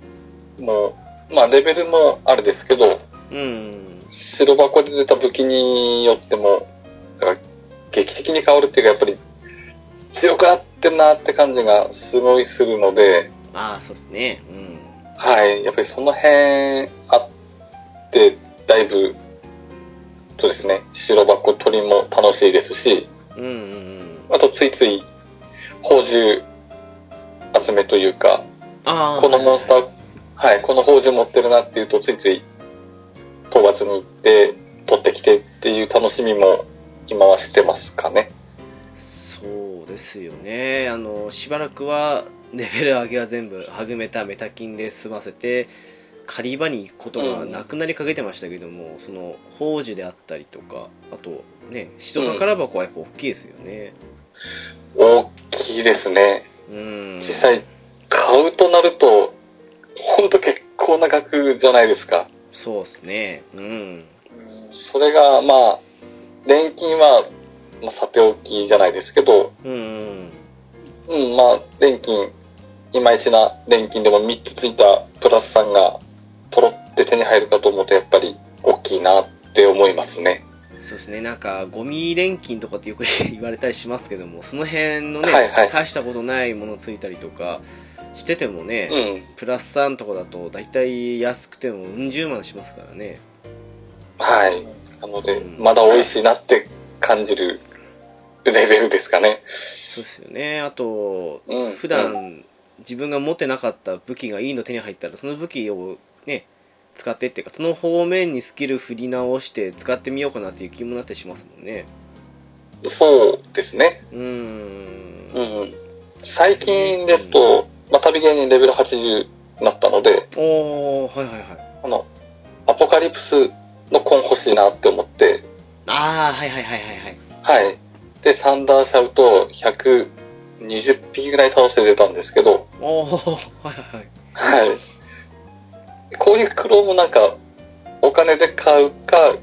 [SPEAKER 4] い。もう、まあ、レベルもあれですけど、
[SPEAKER 1] うん
[SPEAKER 4] 白箱で出た武器によっても、だから劇的に変わるっていうか、やっぱり強くなってんなって感じがすごいするので、
[SPEAKER 1] ああそうですねうん
[SPEAKER 4] はい。やっぱりその辺あって、だいぶ、そうですね、白箱取りも楽しいですし、
[SPEAKER 1] うんうんうん
[SPEAKER 4] あとついつい、宝珠集めというか、
[SPEAKER 1] ああ
[SPEAKER 4] このモンスター、はい、この宝珠持ってるなっていうと、ついつい、討伐に行って、取ってきてっていう楽しみも、今はしてますかね。
[SPEAKER 1] そうですよねあのしばらくはレベル上げは全部はぐめたメタ金で済ませて狩り場に行くことがなくなりかけてましたけども、その宝珠であったりとかあとね人宝箱はやっぱ大きいですよね
[SPEAKER 4] 大きいですね。
[SPEAKER 1] うん
[SPEAKER 4] 実際、買うとなると、ほんと結構な額じゃないですか。
[SPEAKER 1] そうですねうん
[SPEAKER 4] それが、まあ、錬金は、まあ、さておきじゃないですけど、
[SPEAKER 1] うんうん
[SPEAKER 4] うん、まあ、錬金、いまいちな錬金でも3つついたプラスさんが、ポロって手に入るかと思うと、やっぱり大きいなって思いますね。
[SPEAKER 1] そうですねなんかゴミ錬金とかってよく言われたりしますけどもその辺のね、
[SPEAKER 4] はいはい
[SPEAKER 1] 大したことないものついたりとかしててもね、
[SPEAKER 4] うん。
[SPEAKER 1] プラス3とかだと大体安くてもうん十万しますからね
[SPEAKER 4] はい。なので、
[SPEAKER 1] うん
[SPEAKER 4] まだ美味しいなって感じるレベルですかね。
[SPEAKER 1] そうですよねあと、
[SPEAKER 4] うん
[SPEAKER 1] 普
[SPEAKER 4] う
[SPEAKER 1] 段自分が持ってなかった武器がいいの手に入ったらその武器をね使ってっていうかその方面にスキル振り直して使ってみようかなっていう気もなってしますもんね
[SPEAKER 4] そうですね。
[SPEAKER 1] うーん
[SPEAKER 4] うんうん。最近ですと、まあ、旅芸人レベル80になったので、
[SPEAKER 1] おーはいはいはい
[SPEAKER 4] あの、アポカリプスのコン欲しいなって思って、
[SPEAKER 1] ああはいはいはいはいはい
[SPEAKER 4] はい。で、サンダーシャウト120匹ぐらい倒して出たんですけど、
[SPEAKER 1] おおはいはいはい
[SPEAKER 4] はい。こういう苦労もなんか、お金で買うか、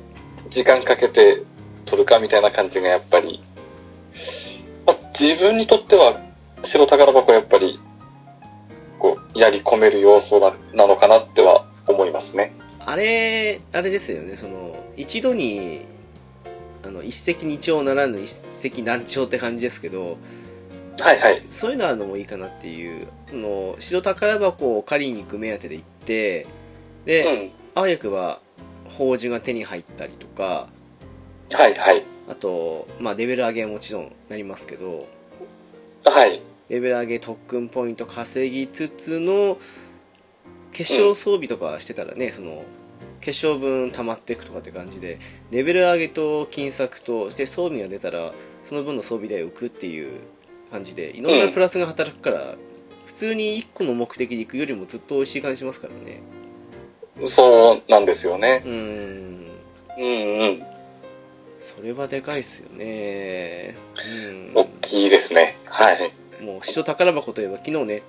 [SPEAKER 4] 時間かけて取るかみたいな感じがやっぱり、まあ、自分にとっては、白宝箱はやっぱり、こう、やり込める要素ななのかなっては思いますね。
[SPEAKER 1] あれ、あれですよね、その、一度に、あの、一石二鳥ならぬ一石何鳥って感じですけど、
[SPEAKER 4] はいはい。
[SPEAKER 1] そういうのあるのもいいかなっていう、その、白宝箱を借りに行く目当てで行って、
[SPEAKER 4] う
[SPEAKER 1] で、
[SPEAKER 4] ん。
[SPEAKER 1] あわよくば、宝珠が手に入ったりとか、
[SPEAKER 4] はいはい。
[SPEAKER 1] あと、まあ、レベル上げはもちろんなりますけど、
[SPEAKER 4] はい。
[SPEAKER 1] レベル上げ特訓ポイント稼ぎつつの決勝装備とかしてたらね、その決勝分溜まっていくとかって感じでレベル上げと金策として装備が出たらその分の装備で浮くっていう感じでいろんなプラスが働くから、普通に1個の目的で行くよりもずっと美味しい感じしますからね
[SPEAKER 4] そうなんですよね。
[SPEAKER 1] うーん
[SPEAKER 4] うんうん。
[SPEAKER 1] それはでかいっすよねうん
[SPEAKER 4] 大きいですね。はい。
[SPEAKER 1] もう師匠宝箱といえば昨日ね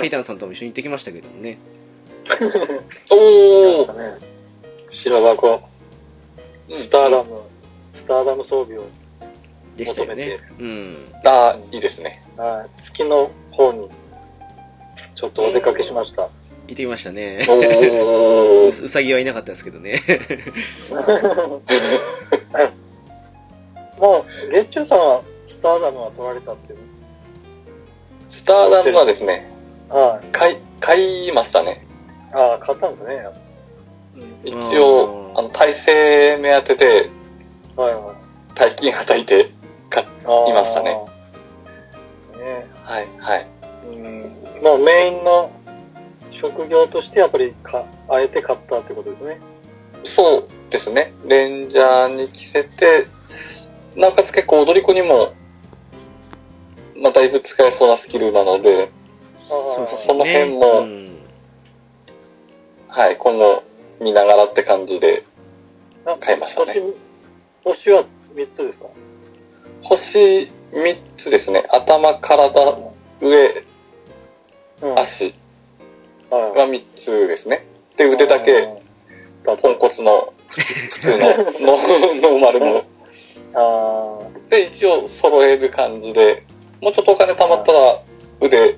[SPEAKER 1] ケイタンさんとも一緒に行ってきましたけどもね
[SPEAKER 4] お
[SPEAKER 2] なん
[SPEAKER 4] お
[SPEAKER 2] かね、
[SPEAKER 4] 白箱。
[SPEAKER 2] スターダム、スターダム装備を、
[SPEAKER 1] でしたよね
[SPEAKER 2] 求
[SPEAKER 1] うん
[SPEAKER 4] あーいいですね。
[SPEAKER 2] はい月の方に、ちょっとお出かけしま した。
[SPEAKER 1] 行ってきましたね
[SPEAKER 4] おお
[SPEAKER 1] ううさぎはいなかったですけどね
[SPEAKER 2] もう、月中さんは、スターダムは取られたっていう。
[SPEAKER 4] スターダムはですね、
[SPEAKER 2] はい。
[SPEAKER 4] 買い、買いましたね。
[SPEAKER 2] ああ、買ったんですね。やっぱ
[SPEAKER 4] 一応、
[SPEAKER 1] あー
[SPEAKER 4] あの、体勢目当てで、
[SPEAKER 2] はいはい。
[SPEAKER 4] 大金はたいて、
[SPEAKER 2] あー
[SPEAKER 4] いましたね。
[SPEAKER 2] ね
[SPEAKER 4] はい、はい。
[SPEAKER 2] うん。まあ、メインの職業として、やっぱりか、あえて買ったってことですね。
[SPEAKER 4] そうですね。レンジャーに着せて、なおかつ結構踊り子にも、まあ、だいぶ使えそうなスキルなので、
[SPEAKER 1] そうです
[SPEAKER 4] その辺
[SPEAKER 1] ね
[SPEAKER 4] も
[SPEAKER 1] うん
[SPEAKER 4] はい、今後見ながらって感じで
[SPEAKER 2] あ
[SPEAKER 4] 買いましたね。
[SPEAKER 2] 星、星は3つですか
[SPEAKER 4] 星3つですね。頭、体、上、
[SPEAKER 2] うん。
[SPEAKER 4] 足
[SPEAKER 2] はい
[SPEAKER 4] が3つですね。で、腕だけ、ポンコツの、普通の、のノーマルの。
[SPEAKER 2] あー
[SPEAKER 4] で、一応揃える感じで、もうちょっとお金貯まったら腕、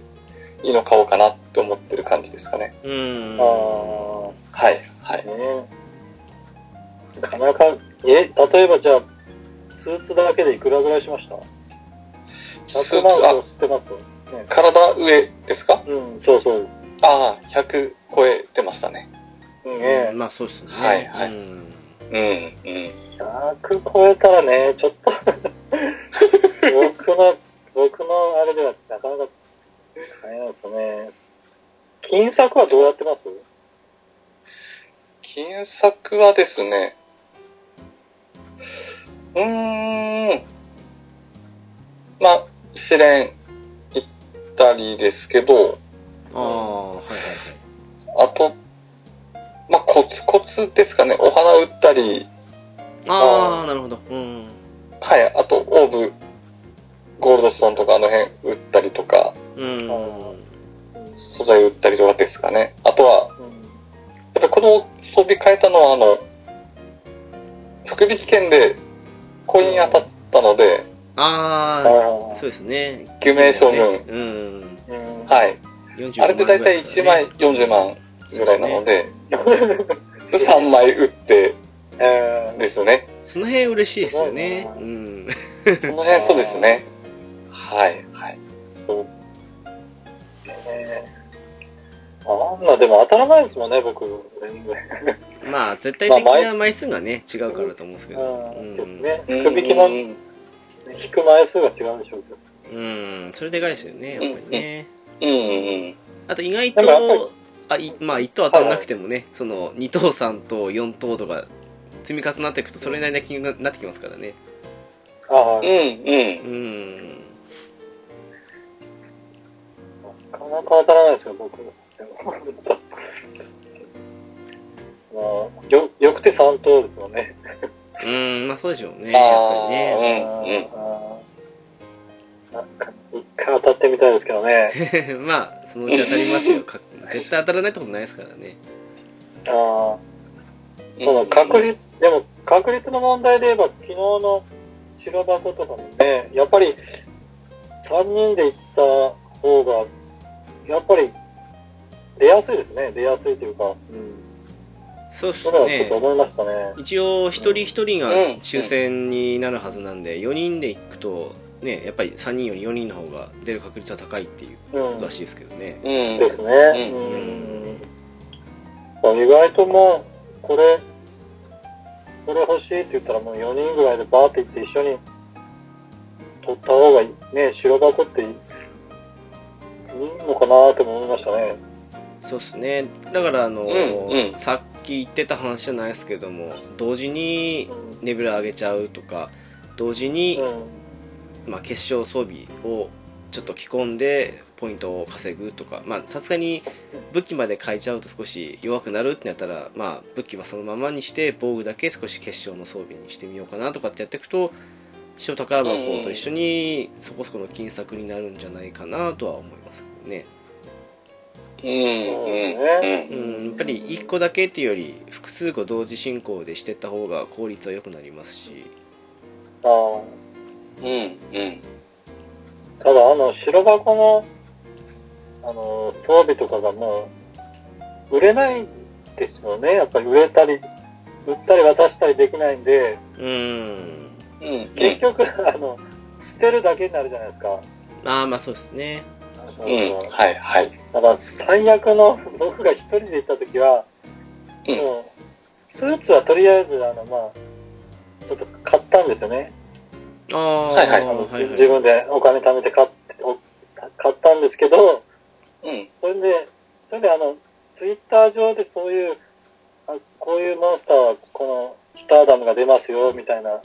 [SPEAKER 4] いいの買おうかなって思ってる感じですかね。
[SPEAKER 1] うん
[SPEAKER 2] あー
[SPEAKER 4] はい、はい。
[SPEAKER 2] ねなかなかえ例えばじゃあスーツだけでいくらぐらいしました
[SPEAKER 4] スー
[SPEAKER 2] ?100
[SPEAKER 4] ツ、
[SPEAKER 2] 万
[SPEAKER 4] あ
[SPEAKER 2] を、知ってますね
[SPEAKER 4] 体上ですか
[SPEAKER 2] うんそうそう
[SPEAKER 4] ああ、100超えてましたね。
[SPEAKER 2] うん
[SPEAKER 1] う
[SPEAKER 2] ね
[SPEAKER 1] んまあそうですね
[SPEAKER 4] はいはい
[SPEAKER 1] うん
[SPEAKER 4] うん、うん。
[SPEAKER 2] 100超えたらねちょっと僕の僕のあれではなかなか買えないですね金策はどうやってます
[SPEAKER 4] 金策はですね、うーん、まあ、試練行ったりですけど、
[SPEAKER 1] ああはいはい
[SPEAKER 4] あと、まあ、コツコツですかね、お花打ったり、
[SPEAKER 1] はいああなるほどうん
[SPEAKER 4] はい、あと、オーブ、ゴールドストーンとかあの辺打ったりとか、
[SPEAKER 1] うん
[SPEAKER 4] 素材打ったりとかですかね。あとは、
[SPEAKER 2] うん
[SPEAKER 4] やっぱこの装備変えたのは、あの、福引券でコイン当たったので、
[SPEAKER 1] ああ
[SPEAKER 2] あ
[SPEAKER 1] そうですね
[SPEAKER 4] 救命将軍、
[SPEAKER 1] うん
[SPEAKER 2] ーうん
[SPEAKER 4] はい。
[SPEAKER 1] 45
[SPEAKER 4] あれで大体1枚40万ぐらいなので、3枚 打って
[SPEAKER 2] えー
[SPEAKER 4] ですね。
[SPEAKER 1] その辺嬉しいですよね
[SPEAKER 2] すご
[SPEAKER 1] う
[SPEAKER 2] いな
[SPEAKER 1] ん
[SPEAKER 4] その辺そうですね。はい、はい。
[SPEAKER 2] ねあんな、でも当たらないですもんね、僕、全然。
[SPEAKER 1] まあ絶対的な枚数がね違うからと思うんですけど
[SPEAKER 2] うん。
[SPEAKER 1] うん
[SPEAKER 2] ですね。首引きの引く枚数が違うんでしょうけど。
[SPEAKER 1] うんそれでかいですよねやっぱりね
[SPEAKER 4] うんうん。
[SPEAKER 1] あと意外
[SPEAKER 2] でもやっ
[SPEAKER 1] とあいまあ1等当たらなくてもねその2等3等4等とか積み重なっていくとそれなりな金額になってきますからね
[SPEAKER 2] ああ
[SPEAKER 4] うん、
[SPEAKER 1] う。
[SPEAKER 4] うん
[SPEAKER 1] ん
[SPEAKER 2] なかなか当たらないですよ、僕。もうよよくて3等ですよね。
[SPEAKER 1] うんまあそうでしょうね
[SPEAKER 4] あ
[SPEAKER 1] や
[SPEAKER 4] ー
[SPEAKER 1] っぱりね
[SPEAKER 4] うん
[SPEAKER 2] あーなんか、一回当たってみたいですけど ね。
[SPEAKER 1] まあそのうち当たりますよか絶対当たらないってことないですからね
[SPEAKER 2] ああその確率、でも確率の問題で言えば、昨日の白箱とかもね、やっぱり3人で行った方が、やっぱり出やすいですね。出やすいというか、うん。
[SPEAKER 1] そうっす
[SPEAKER 2] それはちょっ
[SPEAKER 1] ね
[SPEAKER 2] と思いましたね。
[SPEAKER 1] 一応一人一人が
[SPEAKER 4] うん
[SPEAKER 1] 抽選になるはずなんで4人で行くとねやっぱり3人より4人の方が出る確率は高いっていう
[SPEAKER 2] う
[SPEAKER 1] こ
[SPEAKER 2] ん。
[SPEAKER 1] とら
[SPEAKER 2] で
[SPEAKER 1] しいですけどね
[SPEAKER 4] うん。
[SPEAKER 2] すね。
[SPEAKER 4] う
[SPEAKER 2] うん。まあ意外ともう、これ、これ欲しいって言ったらもう4人ぐらいでバーって行って一緒に取った方がいい。ね、白箱ってかなとも思いましたね。
[SPEAKER 1] そうですねだからあの、
[SPEAKER 4] うんうん
[SPEAKER 1] さっき言ってた話じゃないですけども同時に
[SPEAKER 2] う
[SPEAKER 1] レベル上げちゃうとか同時に、
[SPEAKER 2] ん。
[SPEAKER 1] まあ、決勝装備をちょっと着込んでポイントを稼ぐとかまあさすがに武器まで変えちゃうと少し弱くなるってなったら、まあ、武器はそのままにして防具だけ少し決勝の装備にしてみようかなとかってやっていくと塩宝箱と一緒にそこそこの金策になるんじゃないかなとは思いますけどね。
[SPEAKER 4] うんうんうん
[SPEAKER 1] うん、やっぱり1個だけっていうより複数個同時進行でしてった方が効率は良くなりますし
[SPEAKER 2] あー
[SPEAKER 4] うんうん
[SPEAKER 2] ただ、あの、白箱の、あの、装備とかがもう、売れないですよね。やっぱり売れたり、売ったり渡したりできないんで、
[SPEAKER 1] うん
[SPEAKER 4] うん
[SPEAKER 2] 結局、あの、捨てるだけになるじゃないですか。
[SPEAKER 1] ああまあそうですね
[SPEAKER 4] うんはいはい
[SPEAKER 2] だから最悪の僕が一人で行った時は、
[SPEAKER 4] うん
[SPEAKER 2] もうスーツはとりあえずあのまあちょっと買ったんですよね、
[SPEAKER 1] ああ
[SPEAKER 4] はいはい
[SPEAKER 1] は
[SPEAKER 2] あ
[SPEAKER 1] い
[SPEAKER 2] の
[SPEAKER 1] はい
[SPEAKER 2] 自分でお金貯めて買ってお買ったんですけど
[SPEAKER 4] うん
[SPEAKER 2] それでそれであのツイッター上でそういうあこういうモンスターはこのスターダムが出ますよみたいな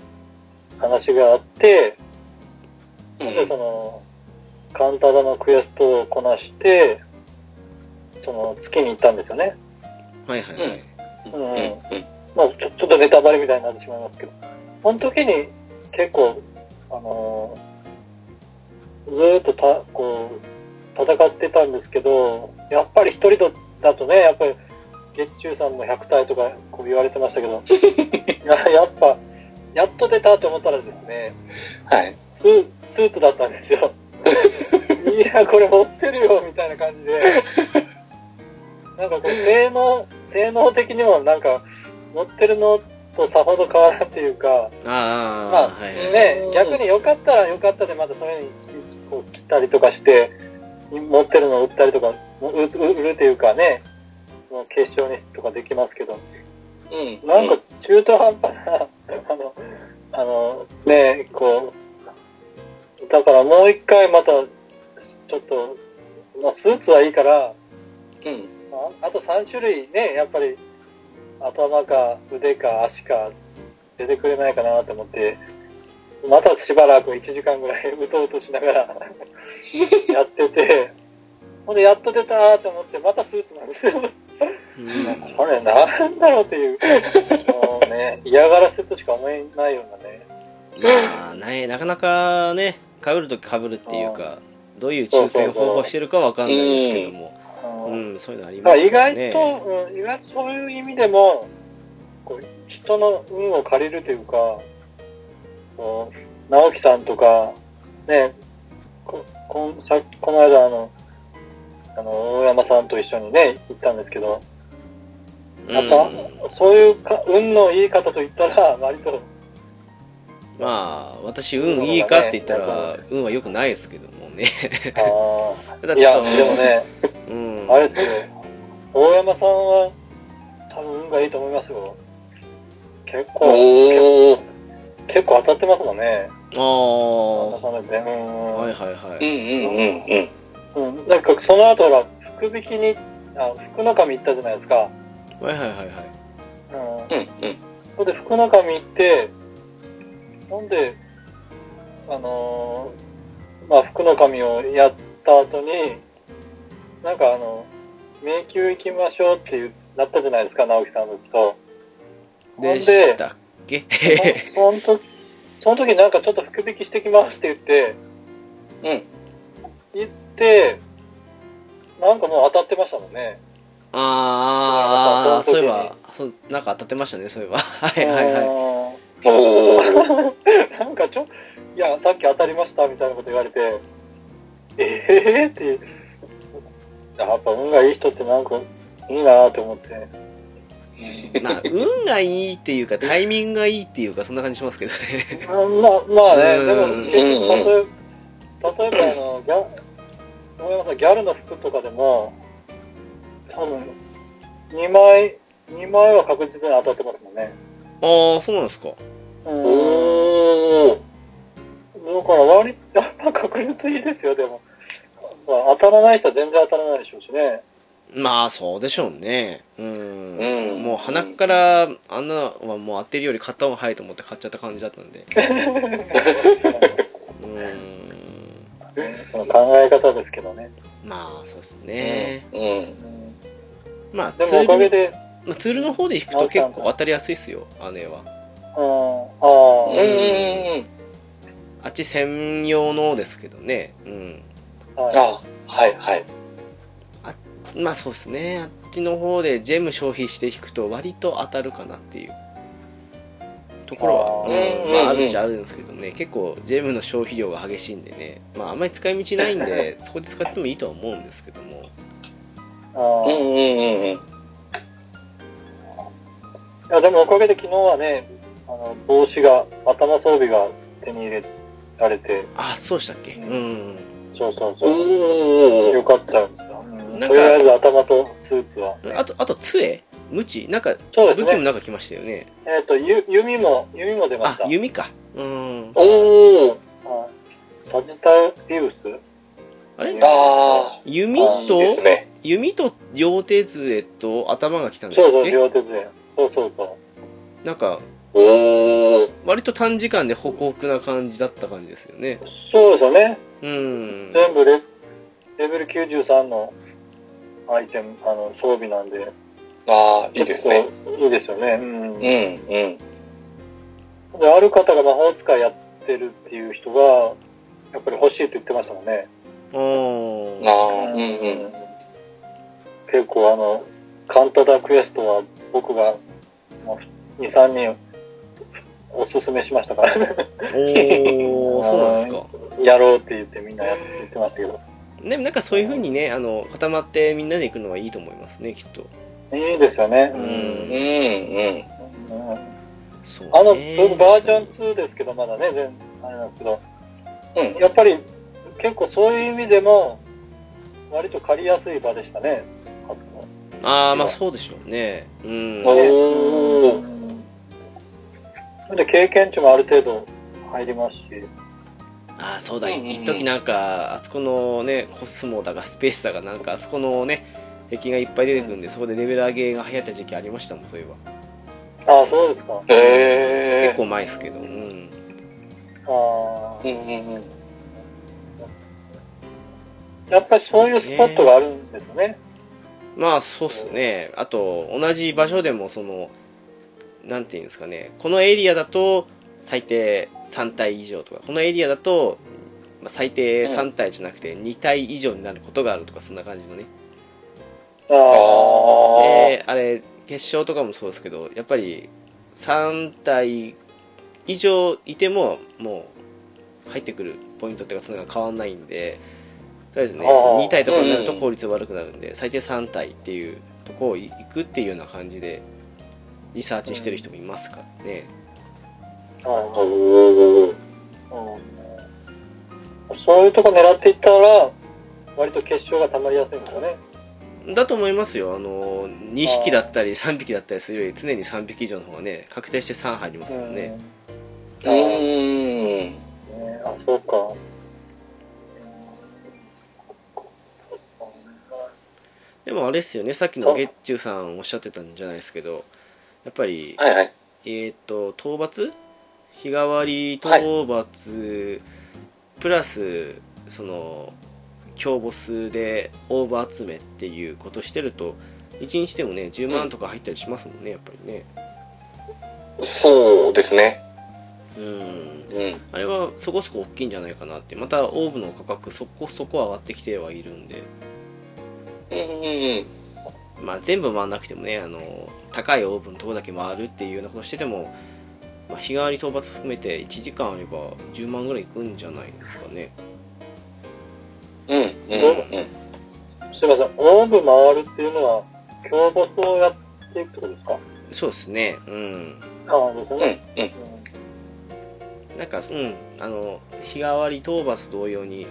[SPEAKER 2] 話があって、
[SPEAKER 4] うん
[SPEAKER 2] でそのカウンターのクエストをこなしてその月に行ったんですよね
[SPEAKER 1] はいはいはい
[SPEAKER 4] うんうん
[SPEAKER 2] まあ、ちょちょっとネタバレみたいになってしまいますけど、その時に結構、あのーずーっとたこう戦ってたんですけど、やっぱり一人だだとね、やっぱり月中さんも100体とかこう言われてましたけ ど、いややっぱ、やっと出たと思ったらですね、
[SPEAKER 4] はい
[SPEAKER 2] スースーツだったんですよ。いや、これ持ってるよみたいな感じで、なんかこう、性能、性能的にもなんか、持ってるのとさほど変わらんっていうか、
[SPEAKER 1] ああ、
[SPEAKER 2] まあ、
[SPEAKER 1] はいはい、
[SPEAKER 2] ね、逆に良かったら良かったで、またそういうふうにこう切ったりとかして、持ってるのを売ったりとか、売売売るっていうかね、もう結晶にとかできますけど、
[SPEAKER 4] うん
[SPEAKER 2] なんか中途半端な、あの、あの、ね、こう、だからもう一回また、ちょっと、まあ、スーツはいいから、
[SPEAKER 4] うん
[SPEAKER 2] まあ、あと3種類ね、やっぱり、頭か腕か足か出てくれないかなと思って、またしばらく1時間ぐらい うとうとしながらやってて、ほんでやっと出たと思って、またスーツなんですよ。
[SPEAKER 1] うん
[SPEAKER 2] これなんだろうっていう、もうね、嫌がらせとしか思えないようなね。
[SPEAKER 1] まあねなかなかねかぶるときかぶるっていうかどういう抽選方法してるかわかんないですけども
[SPEAKER 2] う
[SPEAKER 1] うんんそういうのあり
[SPEAKER 2] だか
[SPEAKER 1] ま
[SPEAKER 2] ら
[SPEAKER 1] すよ
[SPEAKER 2] 意外
[SPEAKER 1] ね
[SPEAKER 2] と、うん、意外とそういう意味でも、こう人の運を借りるというか、こう直樹さんとか、ね、ここんさこの間あの、あの、大山さんと一緒にね、行ったんですけど、やっぱ、そういうか運のいい方と言ったら、割と、
[SPEAKER 1] まあ私運いいかって言ったら運は良くないですけどもね
[SPEAKER 2] あ
[SPEAKER 1] ただ
[SPEAKER 2] ーい
[SPEAKER 1] ちょ
[SPEAKER 2] や、
[SPEAKER 1] っと
[SPEAKER 2] でもね、
[SPEAKER 1] うん
[SPEAKER 2] あれですよ、大山さんは多分運がいいと思いますよ。結構、
[SPEAKER 4] おお
[SPEAKER 2] 結構当たってますもんね。
[SPEAKER 1] ああ
[SPEAKER 2] 改めて。うん
[SPEAKER 1] はいはいは
[SPEAKER 4] うん
[SPEAKER 1] い。
[SPEAKER 4] うんうんうん
[SPEAKER 2] うん、なんかその後ほら、福引きに、あ福の神行ったじゃないですか。
[SPEAKER 1] はいはいはいはい。
[SPEAKER 2] うん。
[SPEAKER 4] うんうん
[SPEAKER 2] それで福の神行って、ほんで、あのーまあ、福の神をやった後に、なんかあの、迷宮行きましょうっていう、なったじゃないですか、直樹さんたちと。ほん
[SPEAKER 1] でしたっけ
[SPEAKER 2] そその時、その時なんかちょっと福引きしてきますって言って、
[SPEAKER 4] うん。
[SPEAKER 2] 行って、なんかもう当たってましたもんね。
[SPEAKER 1] ああああ、
[SPEAKER 2] そ
[SPEAKER 1] そうういえ
[SPEAKER 2] な
[SPEAKER 1] ば、そう、なんか当たってましたね、そういえば。 はいはいはい。
[SPEAKER 2] は
[SPEAKER 4] おお
[SPEAKER 2] い。なんかちょ、いや、さっき当たりましたみたいなこと言われて、ええー、って、やっぱ運がいい人ってなんかいいなと思って。
[SPEAKER 1] まあ、運がいいっていうか、タイミングがいいっていうか、そんな感じしますけどね。
[SPEAKER 2] まあ、まあね、でも
[SPEAKER 1] うん、
[SPEAKER 2] 結
[SPEAKER 4] うんうん
[SPEAKER 2] 局例えば、例えばあの、ギャ、大山さん、ギャルの服とかでも、多分、2枚、2枚は確実に当たってますもんね。
[SPEAKER 1] ああ、そうなんですか。
[SPEAKER 2] うん。
[SPEAKER 4] お お
[SPEAKER 2] だから割、やっぱ確率いいですよ、でも。まあ、当たらない人は全然当たらないでしょうしね。
[SPEAKER 1] まあ、そうでしょうね。うん。
[SPEAKER 4] うん
[SPEAKER 1] もう鼻から、あんなのはもう当てるより買った方が早いと思って買っちゃった感じだったんで。うん。
[SPEAKER 2] その考え方ですけどね。
[SPEAKER 1] まあ、そうですね。
[SPEAKER 4] うん。
[SPEAKER 2] うん
[SPEAKER 1] まあ、
[SPEAKER 2] で
[SPEAKER 1] ツ
[SPEAKER 2] もおか
[SPEAKER 1] ー
[SPEAKER 2] げ
[SPEAKER 1] ル、
[SPEAKER 2] で、
[SPEAKER 1] まあ、ツールの方で引くと結構当たりやすいっすよ、あれは。
[SPEAKER 2] うん、ああ、
[SPEAKER 4] うん
[SPEAKER 1] ん
[SPEAKER 4] うん。
[SPEAKER 1] あっち専用のですけどね。うん。
[SPEAKER 2] はい。
[SPEAKER 4] あ、はいはい。
[SPEAKER 1] まあ、そうですね。あっちの方でジェム消費して引くと割と当たるかなっていう。ところは、
[SPEAKER 2] あ
[SPEAKER 4] ー
[SPEAKER 1] うんまあ、あ
[SPEAKER 4] うんうんうん
[SPEAKER 1] るっちゃあるんですけどね、結構、ジェムの消費量が激しいんでね、まあ、あんまり使い道ないんで、そこで使ってもいいとは思うんですけども、
[SPEAKER 2] あ
[SPEAKER 4] うん
[SPEAKER 2] ー
[SPEAKER 4] う
[SPEAKER 2] い
[SPEAKER 4] んうんうん。
[SPEAKER 2] やでもおかげで昨日はね、あの帽子が、頭装備が手に入れられて、
[SPEAKER 1] あ、そうでしたっけ、う
[SPEAKER 2] うんん
[SPEAKER 1] うん、
[SPEAKER 2] そうそう
[SPEAKER 4] お
[SPEAKER 2] そう。
[SPEAKER 4] ー
[SPEAKER 2] よかったんですよ。うん
[SPEAKER 1] なんか
[SPEAKER 2] とりあえず頭とスーツは。
[SPEAKER 1] あと、あと杖、ムチ、なんか、
[SPEAKER 2] そうで
[SPEAKER 1] 武
[SPEAKER 2] す
[SPEAKER 1] 器も
[SPEAKER 2] ね。
[SPEAKER 1] なんか来ましたよね、
[SPEAKER 2] えっ、とゆ、弓も、弓も出ま
[SPEAKER 1] あ
[SPEAKER 2] した。
[SPEAKER 1] 弓か、うん、
[SPEAKER 4] おー
[SPEAKER 2] はいサジタリウス
[SPEAKER 1] あれ
[SPEAKER 4] あ
[SPEAKER 1] 弓
[SPEAKER 4] ー。いいです
[SPEAKER 1] と、
[SPEAKER 4] ね。
[SPEAKER 1] 弓と両手杖と頭が来たんです
[SPEAKER 2] そう
[SPEAKER 1] っ
[SPEAKER 2] そう、
[SPEAKER 1] け、
[SPEAKER 2] 両手で。そうそうそう。
[SPEAKER 1] なんか、
[SPEAKER 4] おー。
[SPEAKER 1] 割と短時間でホクホクな感じだった感じですよね、
[SPEAKER 2] そうですよね。
[SPEAKER 1] うん、
[SPEAKER 2] 全部レレベル93のアイテム、あの、装備なんで。
[SPEAKER 4] あー、いいですね。
[SPEAKER 2] ちょっと。いいですよね。うん。
[SPEAKER 4] うんうん。
[SPEAKER 2] で、ある方が魔法使いやってるっていう人が、やっぱり欲しいって言ってましたもんね。
[SPEAKER 1] あー
[SPEAKER 4] あー、うんうん。
[SPEAKER 2] 結構あの、カンタダクエストは僕が、まあ、2、3人おすすめしましたからね。
[SPEAKER 1] おー、そうなんですか。
[SPEAKER 2] やろうって言ってみんなやって言ってましたけど。
[SPEAKER 1] でもなんかそういうふうにねあの固まってみんなで行くのはいいと思いますねきっと
[SPEAKER 2] いいですよね。
[SPEAKER 1] うん
[SPEAKER 4] うんうん。
[SPEAKER 2] うん
[SPEAKER 1] そう、ね、
[SPEAKER 2] あの、僕バージョン2ですけど、まだね、全あれなんですけど、
[SPEAKER 4] うん
[SPEAKER 2] やっぱり結構そういう意味でも、割と借りやすい場でしたね。
[SPEAKER 1] ああまあそうでしょうねうん
[SPEAKER 4] おー
[SPEAKER 2] うんで、経験値もある程度入りますし、
[SPEAKER 1] ああそうだ
[SPEAKER 4] うんうんうん
[SPEAKER 1] 一時なんかあそこのねコスモだがスペースだがなんかあそこのね敵がいっぱい出てくるんでそこでレベル上げが流行った時期ありましたもんそういえば
[SPEAKER 2] ああ、そうですか。
[SPEAKER 4] へ
[SPEAKER 1] 結
[SPEAKER 4] ー。
[SPEAKER 1] 構前ですけどうん
[SPEAKER 2] ああ
[SPEAKER 4] うんうんうん。
[SPEAKER 2] やっぱりそういうスポットがあるんですね。
[SPEAKER 1] まあそうっすねあと同じ場所でもそのなんていうんですかねこのエリアだと最低3体以上とかこのエリアだとまあ最低3体じゃなくて2体以上になることがあるとかそんな感じのね
[SPEAKER 2] ああ
[SPEAKER 4] あー
[SPEAKER 1] であれ決勝とかもそうですけどやっぱり3体以上いてももう入ってくるポイントっていうかそれが変わんないんでとりあえずね
[SPEAKER 2] あー
[SPEAKER 1] 2体とかになると
[SPEAKER 4] うん
[SPEAKER 1] 効率悪くなるんで、最低3体っていうとこを行くっていうような感じでリサーチしてる人もいますからね、
[SPEAKER 2] はい
[SPEAKER 4] おー。
[SPEAKER 2] うんそういうとこ狙っていったら、割と決勝がたまりやすいんですよね。
[SPEAKER 1] だと思いますよあの2匹だったり3匹だったりするより常に3匹以上の方がね確定して3入りますよね、
[SPEAKER 4] うーん。
[SPEAKER 2] うんねあ、そうか。
[SPEAKER 1] でもあれですよね、さっきの月中さんおっしゃってたんじゃないですけど、やっぱり、
[SPEAKER 4] はいはい。
[SPEAKER 1] えーっと、討伐日替わり討伐、プラス、その、強ボスでオーバー集めっていうことしてると、1日でもね、10万とか入ったりしますもんね、やっぱりね。
[SPEAKER 4] そうですね。
[SPEAKER 1] うん。
[SPEAKER 4] うん。
[SPEAKER 1] あれはそこそこ大きいんじゃないかなって。また、オーブの価格そこそこ上がってきてはいるんで、
[SPEAKER 4] うんうん
[SPEAKER 1] まあ、全部回らなくてもねあの高いオーブンのとこだけ回るっていうようなことしてても、まあ、日替わり討伐含めて1時間あれば10万ぐらいいくんじゃないですかね
[SPEAKER 4] うん。うんうんうん。
[SPEAKER 2] すいません、オーブ回るっていうのは、強ボスをやっていくってことですか
[SPEAKER 1] そうですねうん
[SPEAKER 2] ああ、です
[SPEAKER 4] う
[SPEAKER 2] ね。
[SPEAKER 4] んうん。
[SPEAKER 1] なんかうんあの日替わり討伐同様に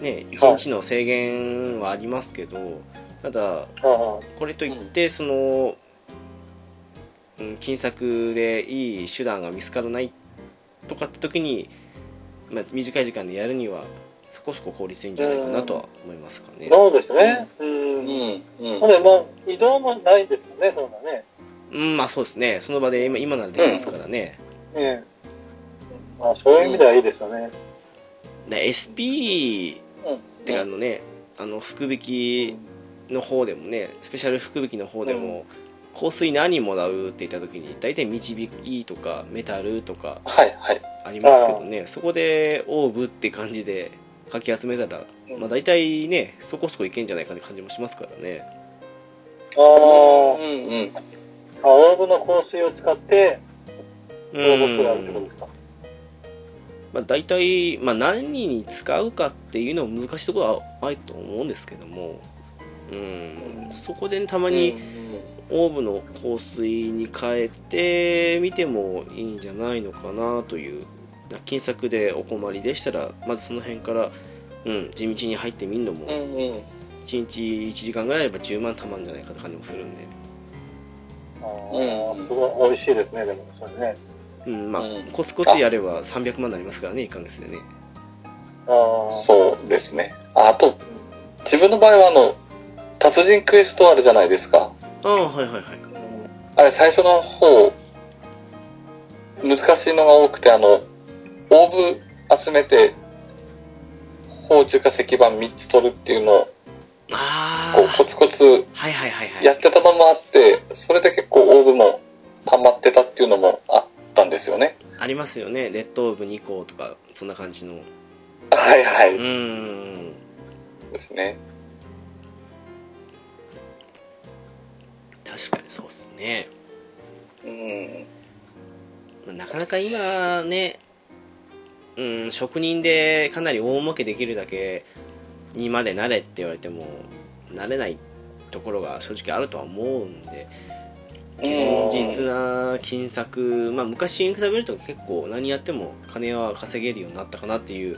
[SPEAKER 1] ね1日の制限はありますけどただ
[SPEAKER 2] あ
[SPEAKER 1] これといってその、うん、金策でいい手段が見つからないとかって時に、まあ、短い時間でやるにはそこそこ効率いいんじゃないかなとは思いますかね。
[SPEAKER 2] そうですね。う。
[SPEAKER 4] うんん、うん
[SPEAKER 2] ほん。で、まあ、移動もないですよね、そうだね。
[SPEAKER 1] うん、まあそうですね。その場で今、今ならできますからね。
[SPEAKER 2] ええ。まあ、そういう意味ではいいですよね。
[SPEAKER 1] で SP ってかあのね、あの、福引きの方でもね、スペシャル福引きの方でも、香水何もらうって言った時に、大体導きとかメタルとか
[SPEAKER 4] はい、はい。
[SPEAKER 1] ありますけどね、そこでオーブって感じでかき集めたら、まあ大体ね、そこそこいけんじゃないかって感じもしますからね。
[SPEAKER 2] ああ
[SPEAKER 4] う。ん、うん。
[SPEAKER 2] あ、オーブの香水を使って、
[SPEAKER 1] う
[SPEAKER 2] ロボットがあるってこと
[SPEAKER 1] ん
[SPEAKER 2] で。すか。
[SPEAKER 1] まあ大体、まあ何に使うかっていうのも難しいところはあると思うんですけども、うん、そこでねたまに、オーブの香水に変えてみてもいいんじゃないのかなという金策でお困りでしたらまずその辺から、うん、地道に入ってみるのも
[SPEAKER 4] うん、うん、うん。
[SPEAKER 1] 1日1時間ぐらいあれば10万たまんじゃないかって感じもするんで、
[SPEAKER 2] ああ
[SPEAKER 4] うん
[SPEAKER 2] すごい美味しいですね、でも、それね。
[SPEAKER 1] うんまあ
[SPEAKER 4] うん
[SPEAKER 1] コツコツやれば300万になりますからね1ヶ月でね
[SPEAKER 2] ああ。
[SPEAKER 4] そうですね。ああと、自分の場合はあの、達人クエストあるじゃないですか。
[SPEAKER 1] ああはいはいはい
[SPEAKER 4] あれ、最初の方、難しいのが多くて、あの、オーブ集めて、宝珠か石板3つ取るっていうのを、
[SPEAKER 1] あ
[SPEAKER 4] こう、コ
[SPEAKER 1] あ
[SPEAKER 4] ツコツ
[SPEAKER 1] はいはいはいはい
[SPEAKER 4] やってたのもあって、それで結構オーブも溜まってたっていうのもあったんですよね。
[SPEAKER 1] ありますよねレッドオーブ2個とかそんな感じの
[SPEAKER 4] はいは
[SPEAKER 1] う
[SPEAKER 4] い。
[SPEAKER 1] ん
[SPEAKER 4] ですね。
[SPEAKER 1] 確かにそうっすね
[SPEAKER 4] うん。
[SPEAKER 1] まあなかなか今ね、うん、職人でかなり大儲けできるだけにまでなれって言われても、なれないところが正直あるとは思うんで、堅実な金策、まあ、昔に比べると結構何やっても金は稼げるようになったかなっていう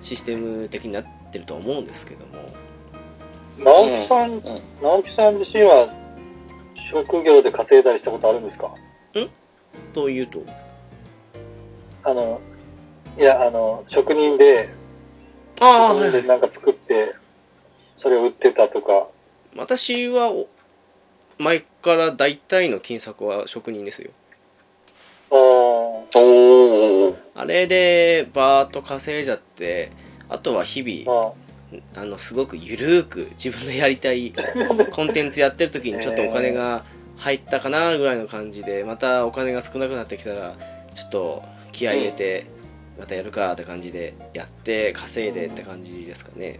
[SPEAKER 1] システム的になってるとは思うんですけども、
[SPEAKER 2] 直樹さん、
[SPEAKER 4] ん
[SPEAKER 2] 直樹さん自身は、職業で稼いだりしたことあるんですか
[SPEAKER 1] というと、
[SPEAKER 2] あの、いや、あの、職人で、
[SPEAKER 1] ああ、
[SPEAKER 2] 職
[SPEAKER 1] はいは
[SPEAKER 2] 人で
[SPEAKER 1] い、
[SPEAKER 2] なんか作って、それを売ってたとか。
[SPEAKER 1] 私はお前から大体の金策は職人ですよ。
[SPEAKER 2] ああ。
[SPEAKER 4] おー。
[SPEAKER 1] あれでバーッと稼いじゃってあとは日々
[SPEAKER 2] ま
[SPEAKER 1] あのすごくゆるーく自分のやりた いコンテンツやってる時にちょっとお金が入ったかなぐらいの感じでまたお金が少なくなってきたらちょっと気合い入れてまたやるかって感じでやって稼いでって感じですかね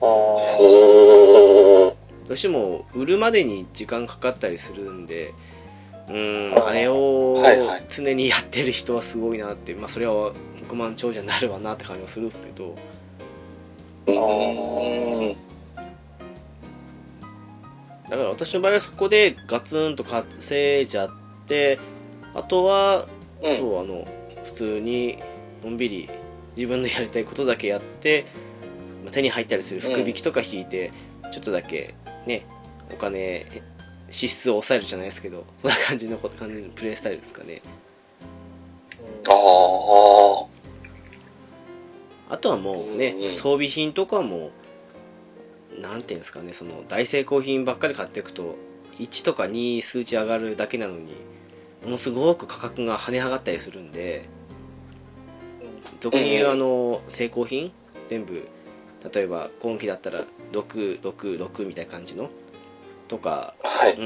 [SPEAKER 2] あ。ああ。
[SPEAKER 4] おー。
[SPEAKER 1] どうしても売るまでに時間かかったりするんでうー
[SPEAKER 2] あー
[SPEAKER 1] んあれを
[SPEAKER 4] はいはい
[SPEAKER 1] 常にやってる人はすごいなってまあそれは億万長者になるわなって感じはするんですけど
[SPEAKER 4] うん。
[SPEAKER 1] だから私の場合はそこでガツンと稼いじゃってあとは、
[SPEAKER 4] うん
[SPEAKER 1] そうあの普通にのんびり自分のやりたいことだけやって、まあ手に入ったりする福引きとか引いて、ちょっとだけねお金支出を抑えるじゃないですけどそんな感じのこと感じのプレイスタイルですかね
[SPEAKER 4] ああ。
[SPEAKER 1] あとはもうね、
[SPEAKER 4] うんうん
[SPEAKER 1] 装備品とかもなんていうんですかねその大成功品ばっかり買っていくと1とか2数値上がるだけなのにものすごく価格が跳ね上がったりするんで俗に言う
[SPEAKER 4] うん
[SPEAKER 1] あの成功品全部例えば今期だったら666みたいな感じのとか
[SPEAKER 4] は
[SPEAKER 1] う
[SPEAKER 4] い。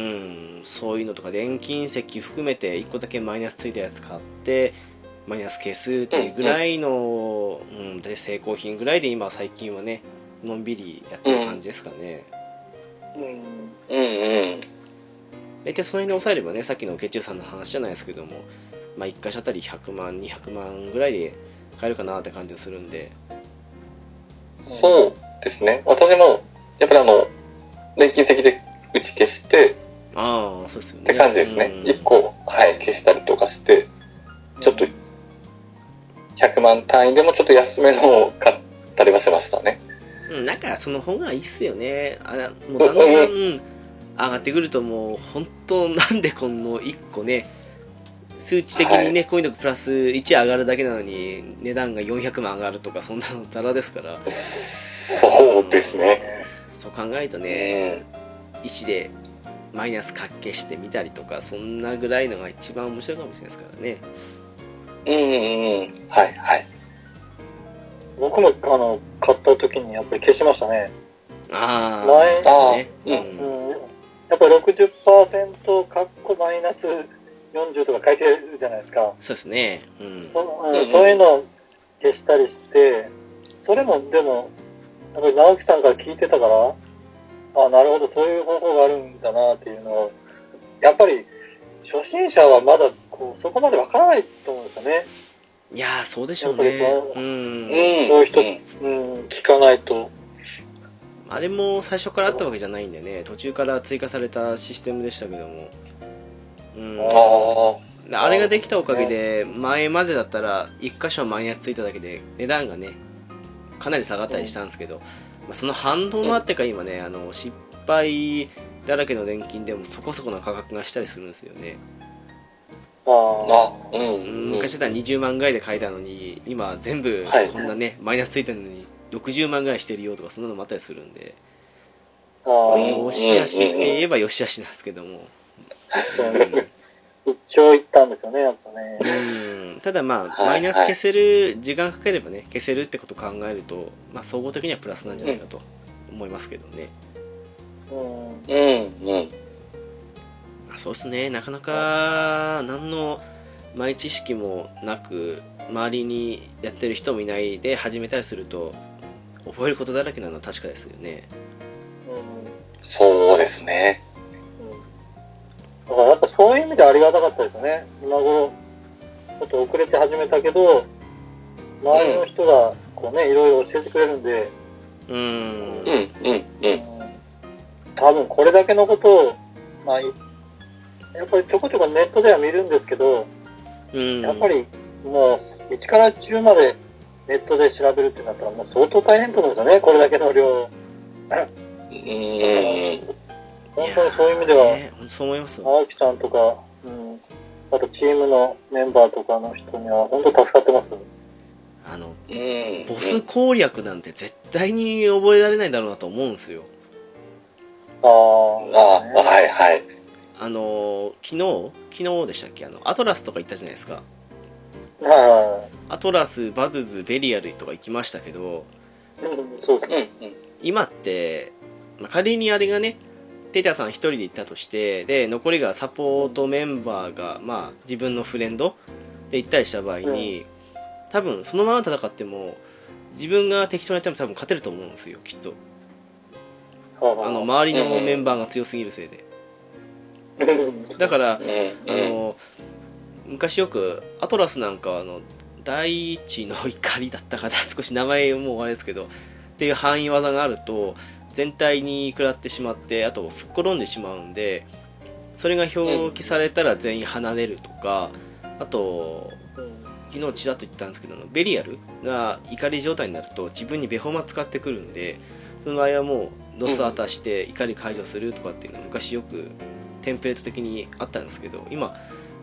[SPEAKER 1] んそういうのとか錬金石含めて1個だけマイナスついたやつ買ってマイナス消すっていうぐらいの、うんで成功品ぐらいで今最近はねのんびりやってる感じですかね、
[SPEAKER 2] うん。
[SPEAKER 4] うんうん。
[SPEAKER 1] 大体その辺で抑えればねさっきのケチューさんの話じゃないですけども、まあ、1箇所あたり100万200万ぐらいで買えるかなって感じがするんで
[SPEAKER 4] そうですね。私も、やっぱりあの、錬金石で打ち消して、
[SPEAKER 1] ああそうですよね
[SPEAKER 4] って感じですね
[SPEAKER 1] う。ん
[SPEAKER 4] 一個、はい、消したりとかして、ちょっと、100万単位でもちょっと安めのを買ったりはしましたね。
[SPEAKER 1] うん、なんかその方がいいっすよね。あらもうだんだん、
[SPEAKER 4] うん
[SPEAKER 1] うん上がってくるともう本当なんでこの1個ね、数値的にね、こういうのプラス1上がるだけなのに、値段が400万上がるとか、そんなのざらですから、
[SPEAKER 4] そうですね。
[SPEAKER 1] そう考えるとね、1でマイナスかけしてみたりとか、そんなぐらいのが一番面白いかもしれないですからね。
[SPEAKER 4] うんうんうん。はいはい。
[SPEAKER 2] 僕も、あの、買った時にやっぱり消しましたね。
[SPEAKER 1] ああ、
[SPEAKER 2] 前、
[SPEAKER 4] ああ、
[SPEAKER 1] ね
[SPEAKER 4] う。
[SPEAKER 1] うんん
[SPEAKER 2] うん、やっぱり60%かっこマイナス40とか書いてるじゃないですか。
[SPEAKER 1] そうですね。うん。
[SPEAKER 2] そうん
[SPEAKER 4] うん
[SPEAKER 2] そういうのを消したりして、それもでも、やっぱり直樹さんから聞いてたから、あなるほど、そういう方法があるんだなっていうのを、やっぱり初心者はまだこうそこまでわからないと思うんですよね。
[SPEAKER 1] いやー、そうでしょう
[SPEAKER 2] やっぱり
[SPEAKER 1] ね
[SPEAKER 2] こ。う
[SPEAKER 1] うん。
[SPEAKER 4] うん。
[SPEAKER 2] そういう人
[SPEAKER 4] ん
[SPEAKER 2] うん、聞かないと。
[SPEAKER 1] あれも最初からあったわけじゃないんでね、途中から追加されたシステムでしたけども、うん、
[SPEAKER 4] あ
[SPEAKER 1] あ
[SPEAKER 4] あ。
[SPEAKER 1] れができたおかげで、前までだったら、1箇所マイナスついただけで、値段がね、かなり下がったりしたんですけど、まあ、その反動もあってか、今ね、あの失敗だらけの年金でもそこそこの価格がしたりするんですよね、
[SPEAKER 2] あ
[SPEAKER 4] あ、う。
[SPEAKER 1] うんん昔だったら20万ぐらいで買えたのに、今、全部
[SPEAKER 4] はい
[SPEAKER 1] こんなね、マイナスついてるのに、60万ぐらいしてるよとか、そんなのもあったりするんで、
[SPEAKER 2] あああ、
[SPEAKER 4] うん
[SPEAKER 1] よしあしって言えばよしあしなんですけども。
[SPEAKER 2] そうね一長一短ですよね、やっぱ
[SPEAKER 1] う
[SPEAKER 2] ね。
[SPEAKER 1] んただまあ、
[SPEAKER 4] はい
[SPEAKER 1] マイナス消せる、時間かければね、消せるってことを考えると、まあ、総合的にはプラスなんじゃないかと思いますけどね。
[SPEAKER 2] うん、
[SPEAKER 4] うん。うん。
[SPEAKER 1] まあ、そうですね、なかなか、何の前知識もなく、周りにやってる人もいないで始めたりすると、覚えることだらけなのは確かですよね。
[SPEAKER 2] うん
[SPEAKER 4] そうですね。
[SPEAKER 2] だからやっぱそういう意味でありがたかったですよね。今頃、ちょっと遅れて始めたけど、周りの人がこうね、いろいろ教えてくれるんで、
[SPEAKER 1] う。
[SPEAKER 4] うんん。うん。うん。
[SPEAKER 2] 多分これだけのことを、まあ、いやっぱりちょこちょこネットでは見るんですけど、
[SPEAKER 1] うん。
[SPEAKER 2] やっぱりもう、1から10までネットで調べるってなったら、もう相当大変と思うんですよね、これだけの量。
[SPEAKER 4] うん。
[SPEAKER 2] 本当にそういう意味では、
[SPEAKER 1] いやーね本当そう思いますよ。
[SPEAKER 2] 青木さんとか、うん、あとチームのメンバーとかの人には、本当助かってます。
[SPEAKER 1] あの、
[SPEAKER 4] うん。
[SPEAKER 1] ボス攻略なんて絶対に覚えられないだろうなと思うんですよ。
[SPEAKER 2] あ
[SPEAKER 4] あ
[SPEAKER 2] ー
[SPEAKER 4] あ、はいはい。
[SPEAKER 1] あのー昨日昨日でしたっけあのアトラスとか行ったじゃないですか
[SPEAKER 2] は
[SPEAKER 1] アトラスバズズベリアルとか行きましたけど
[SPEAKER 2] いはい。うんそうです
[SPEAKER 4] うん。
[SPEAKER 1] 今って、まあ仮にあれがねテイターさん一人で行ったとしてで残りがサポートメンバーが、まあ、自分のフレンドで行ったりした場合に、多分そのまま戦っても自分が適当にやっても多分勝てると思うんですよきっと
[SPEAKER 2] はいはい
[SPEAKER 1] あ の周りの
[SPEAKER 4] うん
[SPEAKER 1] メンバーが強すぎるせいで、
[SPEAKER 2] うん
[SPEAKER 1] だから
[SPEAKER 4] うん。うん。
[SPEAKER 1] あの昔よくアトラスなんかはあの第一の怒りだったかな 少し名前もうあれですけどっていう範囲技があると全体に食らってしまってあとすっ転んでしまうんでそれが表記されたら全員離れるとかあと昨日ちらっと言ったんですけどあのベリアルが怒り状態になると自分にベホマ使ってくるんでその場合はもうドス当たして怒り解除するとかっていうのは昔よくテンプレート的にあったんですけど今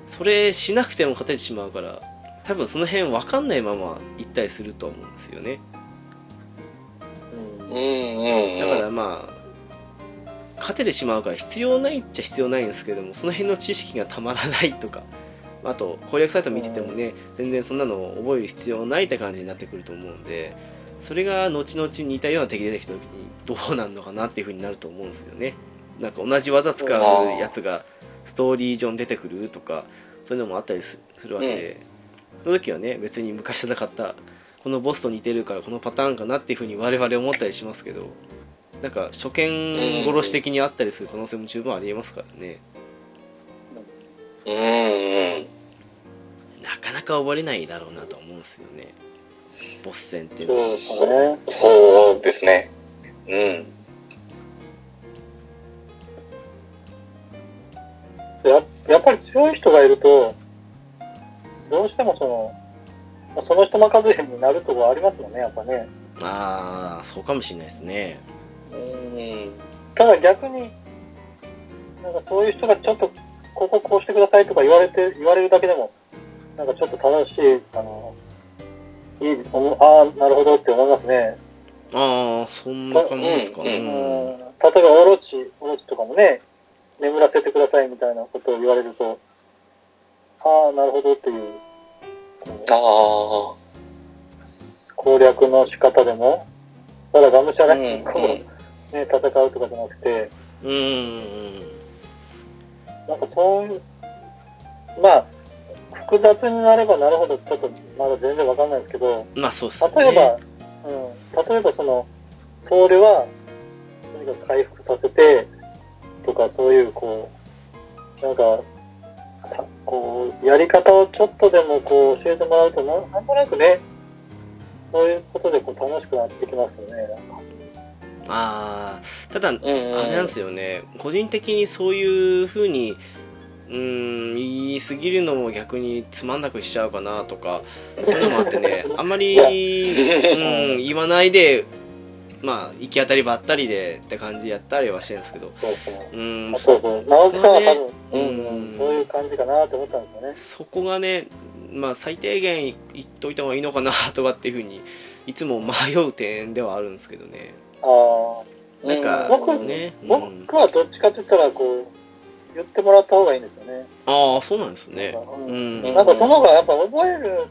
[SPEAKER 1] それしなくても勝ててしまうから多分その辺分かんないまま行ったりすると思うんですよね
[SPEAKER 4] うん。うん。
[SPEAKER 1] だからまあ勝ててしまうから必要ないっちゃ必要ないんですけどもその辺の知識がたまらないとか あと攻略サイト見ててもね全然そんなの覚える必要ないって感じになってくると思うんでそれが後々似たような敵出てきた時にどうなんのかなっていうふうになると思うんですよねなんか同じ技使うやつがストーリー上に出てくるとかそういうのもあったりすするわけで、その時はね別に昔戦ったこのボスと似てるからこのパターンかなっていうふうに我々思ったりしますけどなんか初見殺し的にあったりする可能性も十分ありえますからね、
[SPEAKER 4] うん。うん。
[SPEAKER 1] なかなか覚えれないだろうなと思うんですよねボス戦っていう
[SPEAKER 2] そう
[SPEAKER 1] のは
[SPEAKER 2] ですね。
[SPEAKER 4] そうですね。うん。
[SPEAKER 2] ややっぱり強い人がいると、どうしてもその、まあその人任せになるところありますよね、やっぱね。
[SPEAKER 1] ああそうかもしれないですね
[SPEAKER 4] うん。
[SPEAKER 2] ただ逆に、なんかそういう人がちょっとこここうしてくださいとか言われて、言われるだけでも、なんかちょっと正しい、あの、いい、思うああ、なるほどって思いますね。
[SPEAKER 1] ああ、そんな感じですか。
[SPEAKER 4] うん
[SPEAKER 2] うん、
[SPEAKER 1] うん
[SPEAKER 2] 例えば、オロチ、オロチとかもね、眠らせてくださいみたいなことを言われると、ああ、なるほどっていう、こう
[SPEAKER 4] ああ。
[SPEAKER 2] 攻略の仕方でも、ただがむしゃら
[SPEAKER 4] うん
[SPEAKER 2] に、こう、
[SPEAKER 4] うん
[SPEAKER 2] ね、戦うとかじゃなくて、
[SPEAKER 1] うんうん
[SPEAKER 2] なんかそういう、まあ、複雑になればなるほど、ちょっとまだ全然わかんないですけど、
[SPEAKER 1] うん。まあそうっすね。
[SPEAKER 2] 例えば、うん、例えばその、僧侶は、とにかく回復させて、とかそういう、こう、なんか、さこう、やり方をちょっとでもこう、教えてもらうと、ななんとなくね、そういうことでこう楽しくなってきますよね。
[SPEAKER 1] ああ、ただ、
[SPEAKER 4] うんうん
[SPEAKER 1] あれなんですよね、個人的にそういうふうに、うーん、言いすぎるのも逆につまんなくしちゃうかなとか、そういうのもあってね、あんまり、 うん、言わないで、まあ、行き当たりばったりでって感じやったりはしてるんですけど、
[SPEAKER 2] そうですね。
[SPEAKER 1] うん
[SPEAKER 2] あ、そうそう。直木さんは多
[SPEAKER 1] う
[SPEAKER 2] 分、
[SPEAKER 1] ん
[SPEAKER 2] そういう感じかなと思ったんですよね。
[SPEAKER 1] そこがね、まあ、最低限言っといた方がいいのかなとかっていうふうに、いつも迷う点ではあるんですけどね。
[SPEAKER 2] ああ。
[SPEAKER 1] なんか、
[SPEAKER 2] 僕
[SPEAKER 1] ね、うん
[SPEAKER 2] 僕はどっちかと言ったらこう言ってもらった方がいいんですよね。
[SPEAKER 1] ああ、そうなんですね。う
[SPEAKER 2] うん
[SPEAKER 1] ん。
[SPEAKER 2] なんかその方がやっぱ覚える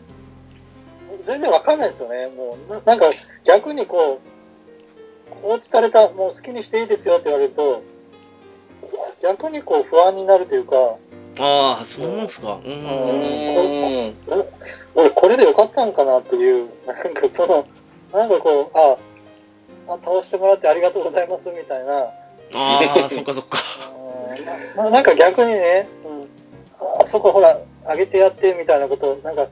[SPEAKER 2] 全然わかんないですよね。もうななんか逆にこう放置されたもう好きにしていいですよって言われると逆にこう不安になるというか
[SPEAKER 1] ああ、そうなんですか。うん。
[SPEAKER 4] う
[SPEAKER 1] は
[SPEAKER 4] ん。
[SPEAKER 2] 俺これでよかったんかなっていうなんかそのなんかこうああ倒してもらってありがとうございますみたいな。
[SPEAKER 1] ああ、そっかそっか。
[SPEAKER 2] まあ、なんか逆にね、うん、あそこほら、上げてやってみたいなことを、なんか、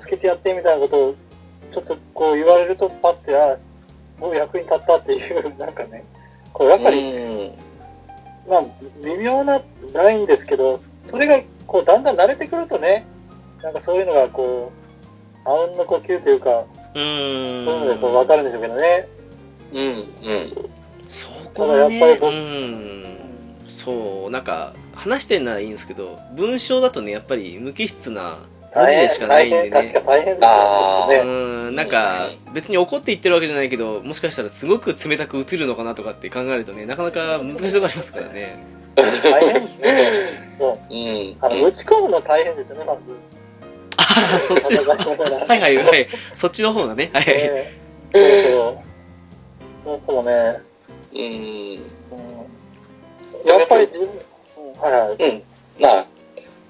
[SPEAKER 2] 助けてやってみたいなことを、ちょっとこう言われると、パッて、あもう役に立ったっていう、 なんかね、こうやっぱり、まあ、微妙なラインですけど、それがこうだんだん慣れてくるとね、なんかそういうのがこう、あうんの呼吸というか、
[SPEAKER 1] う
[SPEAKER 2] そういうのでこう
[SPEAKER 1] ー
[SPEAKER 2] 分
[SPEAKER 1] ん。
[SPEAKER 2] かるんでしょうけどね。
[SPEAKER 4] うん。うん。
[SPEAKER 1] そこがね、
[SPEAKER 2] ただやっぱ
[SPEAKER 1] う
[SPEAKER 2] り
[SPEAKER 1] ん。そう、なんか、話してんならいいんですけど、文章だとね、やっぱり無機質な文字でしかないんで
[SPEAKER 2] 大変、確か
[SPEAKER 1] ね。
[SPEAKER 2] 大変ですよ
[SPEAKER 1] う
[SPEAKER 2] ね。
[SPEAKER 1] ーん、なんか、別に怒って言ってるわけじゃないけど、もしかしたらすごく冷たく映るのかなとかって考えるとね、なかなか難しいとこありますからね。
[SPEAKER 2] 大変ですね。 そう
[SPEAKER 4] うん。
[SPEAKER 2] あの、打ち込むの大変ですよね、まず。
[SPEAKER 1] ああ、そっちの。はいはいはい。そっちの方がね。はいはい。
[SPEAKER 2] ねそうそう。僕もね、う
[SPEAKER 4] うん。
[SPEAKER 2] ん
[SPEAKER 4] やっぱり
[SPEAKER 2] 自分、うんはいはい。
[SPEAKER 4] うん。まあ、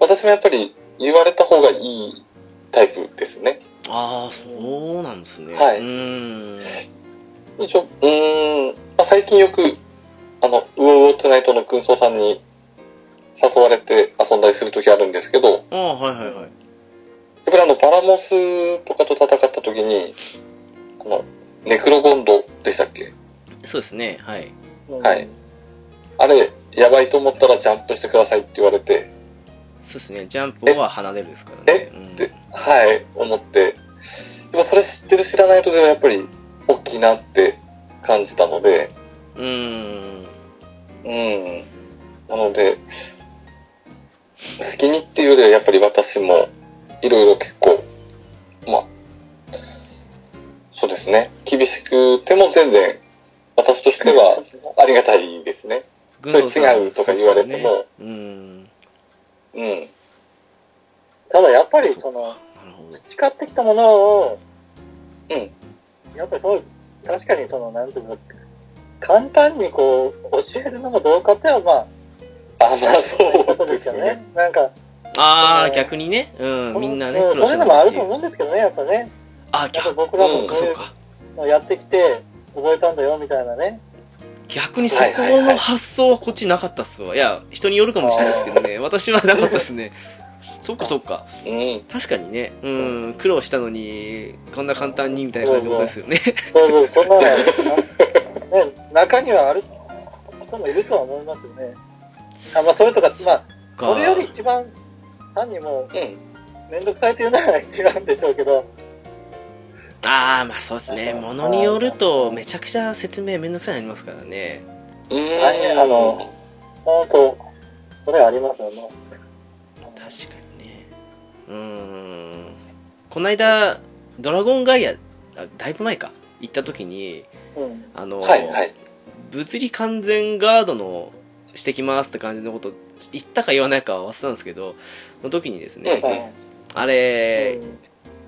[SPEAKER 4] 私もやっぱり言われた方がいいタイプですね。
[SPEAKER 1] ああ、そうなんですね。
[SPEAKER 4] はいう
[SPEAKER 1] ーん。
[SPEAKER 4] 一応、うーん、まあ、最近よく、あの、ウオウオトゥナイトの軍曹さんに誘われて遊んだりする時あるんですけど、やっ
[SPEAKER 1] ああ、はいはいはい。
[SPEAKER 4] ぱりあの、パラモスとかと戦った時に、あの、ネクロゴンドでしたっけ
[SPEAKER 1] そうですね。はい。
[SPEAKER 2] うん
[SPEAKER 4] はい。あれ、やばいと思ったらジャンプしてくださいって言われて、
[SPEAKER 1] そうですね、ジャンプは離れるですからね。
[SPEAKER 4] って、はい、思って、やっぱそれ知ってる知らないとではやっぱり大きいなって感じたので、
[SPEAKER 1] うん。うーん。
[SPEAKER 4] うん。なので、好きにっていうよりはやっぱり私もいろいろ結構、まあ、そうですね、厳しくても全然私としてはありがたいですね。
[SPEAKER 1] 軍曹さん
[SPEAKER 4] 違うとか言われても
[SPEAKER 1] そうっすよねうん。
[SPEAKER 4] うん。
[SPEAKER 2] ただやっぱり、その、
[SPEAKER 1] なるほど。
[SPEAKER 2] 培ってきたものを、
[SPEAKER 4] うん。
[SPEAKER 2] やっぱりそう、確かにその、なんていうの、簡単にこう、教えるのもどうかっては、まあ、
[SPEAKER 4] あ、まあ
[SPEAKER 2] そういうこ
[SPEAKER 4] そ
[SPEAKER 2] と
[SPEAKER 4] う
[SPEAKER 2] で
[SPEAKER 4] です
[SPEAKER 2] よ
[SPEAKER 4] す
[SPEAKER 2] ね
[SPEAKER 4] ね。。
[SPEAKER 2] なんか、
[SPEAKER 1] ああ、
[SPEAKER 2] その
[SPEAKER 1] 逆にね。うん、みんなね、
[SPEAKER 2] う
[SPEAKER 1] 苦労
[SPEAKER 2] そう
[SPEAKER 1] して
[SPEAKER 2] い
[SPEAKER 1] る
[SPEAKER 2] うの
[SPEAKER 1] って
[SPEAKER 2] もあ
[SPEAKER 1] い
[SPEAKER 2] る
[SPEAKER 1] う
[SPEAKER 2] と思うんですけどね、やっぱね。
[SPEAKER 1] あー
[SPEAKER 2] やっぱ
[SPEAKER 1] 逆
[SPEAKER 2] 僕ら
[SPEAKER 1] そ
[SPEAKER 2] も
[SPEAKER 1] うか、
[SPEAKER 2] そ
[SPEAKER 1] そう
[SPEAKER 2] いう
[SPEAKER 1] か。
[SPEAKER 2] うのやってきて、覚えたんだよ、みたいなね。
[SPEAKER 1] 逆にそこの発想はこっちなかったっすわ。いや、人によるかもしれないですけどね、私はなかったっすね。 そっかそっか。
[SPEAKER 4] うん。
[SPEAKER 1] 確かにね、うん、苦労したのに、こんな簡単にみたいな感じのことですよね。
[SPEAKER 2] そうそう、そんなの、あね、中にはある人もいるとは思いますよね。あまあ、それとか、まあ、 それより一番、単にも
[SPEAKER 4] うん。
[SPEAKER 2] う、めんどくさいというなら違うんでしょうけど、
[SPEAKER 1] ああ、まあそうですね。ものによると、めちゃくちゃ説明めんどくさいになりますからね。
[SPEAKER 4] うん。
[SPEAKER 2] はいあの本当、それありますよね。
[SPEAKER 1] 確かにねうーんこの間ドラゴンガイアあだいぶ前か行った時に
[SPEAKER 2] うん。
[SPEAKER 1] あの、
[SPEAKER 4] はいはい。
[SPEAKER 1] 物理完全ガードのしてきますって感じのこと言ったか言わないかは忘れたんですけどの時にですね、
[SPEAKER 4] うん
[SPEAKER 1] あれ、
[SPEAKER 2] うん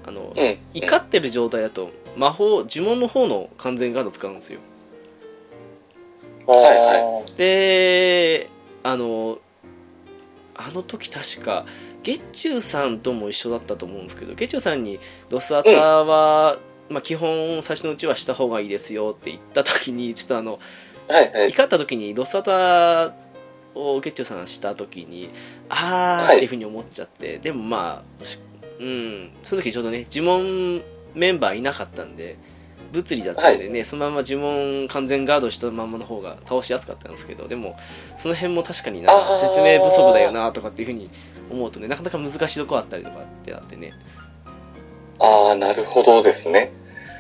[SPEAKER 1] あの
[SPEAKER 4] うん。
[SPEAKER 1] 怒ってる状態だと魔法呪文の方の完全ガード使うんですよ
[SPEAKER 4] はいはい
[SPEAKER 2] あ
[SPEAKER 1] であのあの時確か月中さんとも一緒だったと思うんですけど月中さんに「ドスアタは、まあ、基本最初のうちはした方がいいですよ」って言った時にちょっとあの
[SPEAKER 4] はいはい。
[SPEAKER 1] 怒った時に「ドスアタを月中さんした時にあーっていうふうに思っちゃって、でもまあしうんその時ちょうどね呪文メンバーいなかったんで物理だったんでね、そのまま呪文完全ガードしたまんまの方が倒しやすかったんですけどでもその辺も確かにな
[SPEAKER 4] あー
[SPEAKER 1] 説明不足だよなとかっていうふうに思うとねなかなか難しいとこあったりとかってなってね
[SPEAKER 4] ああ、なるほどですね。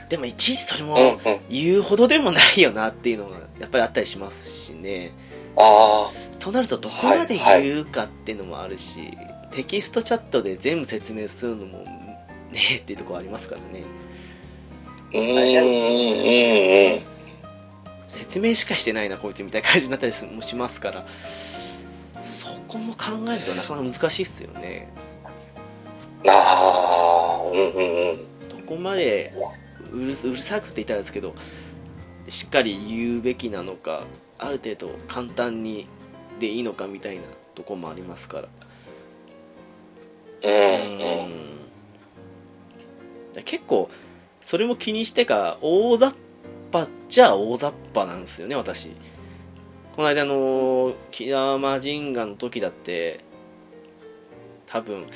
[SPEAKER 1] でもいちいちそれ
[SPEAKER 4] うんう
[SPEAKER 1] も
[SPEAKER 4] ん。
[SPEAKER 1] 言うほどでもないよなっていうのがやっぱりあったりしますしね
[SPEAKER 4] あ
[SPEAKER 1] そうなるとどこまで言うかっていうのもあるし、テキストチャットで全部説明するのもねっていうところありますからね
[SPEAKER 4] あ、うーんうんうん。
[SPEAKER 1] 説明しかしてないなこいつみたいな感じになったりもしますからそこも考えるとなかなか難しいっすよね
[SPEAKER 4] ああ、うんうんうん。
[SPEAKER 1] どこまでうるうるさくって言ったらですけどしっかり言うべきなのかある程度簡単にでいいのかみたいなとこもありますからう
[SPEAKER 4] う
[SPEAKER 1] ん
[SPEAKER 4] うん。
[SPEAKER 1] ん結構それも気にしてか大雑把っちゃ大雑把なんですよね私この間あの木山神河の時だって多分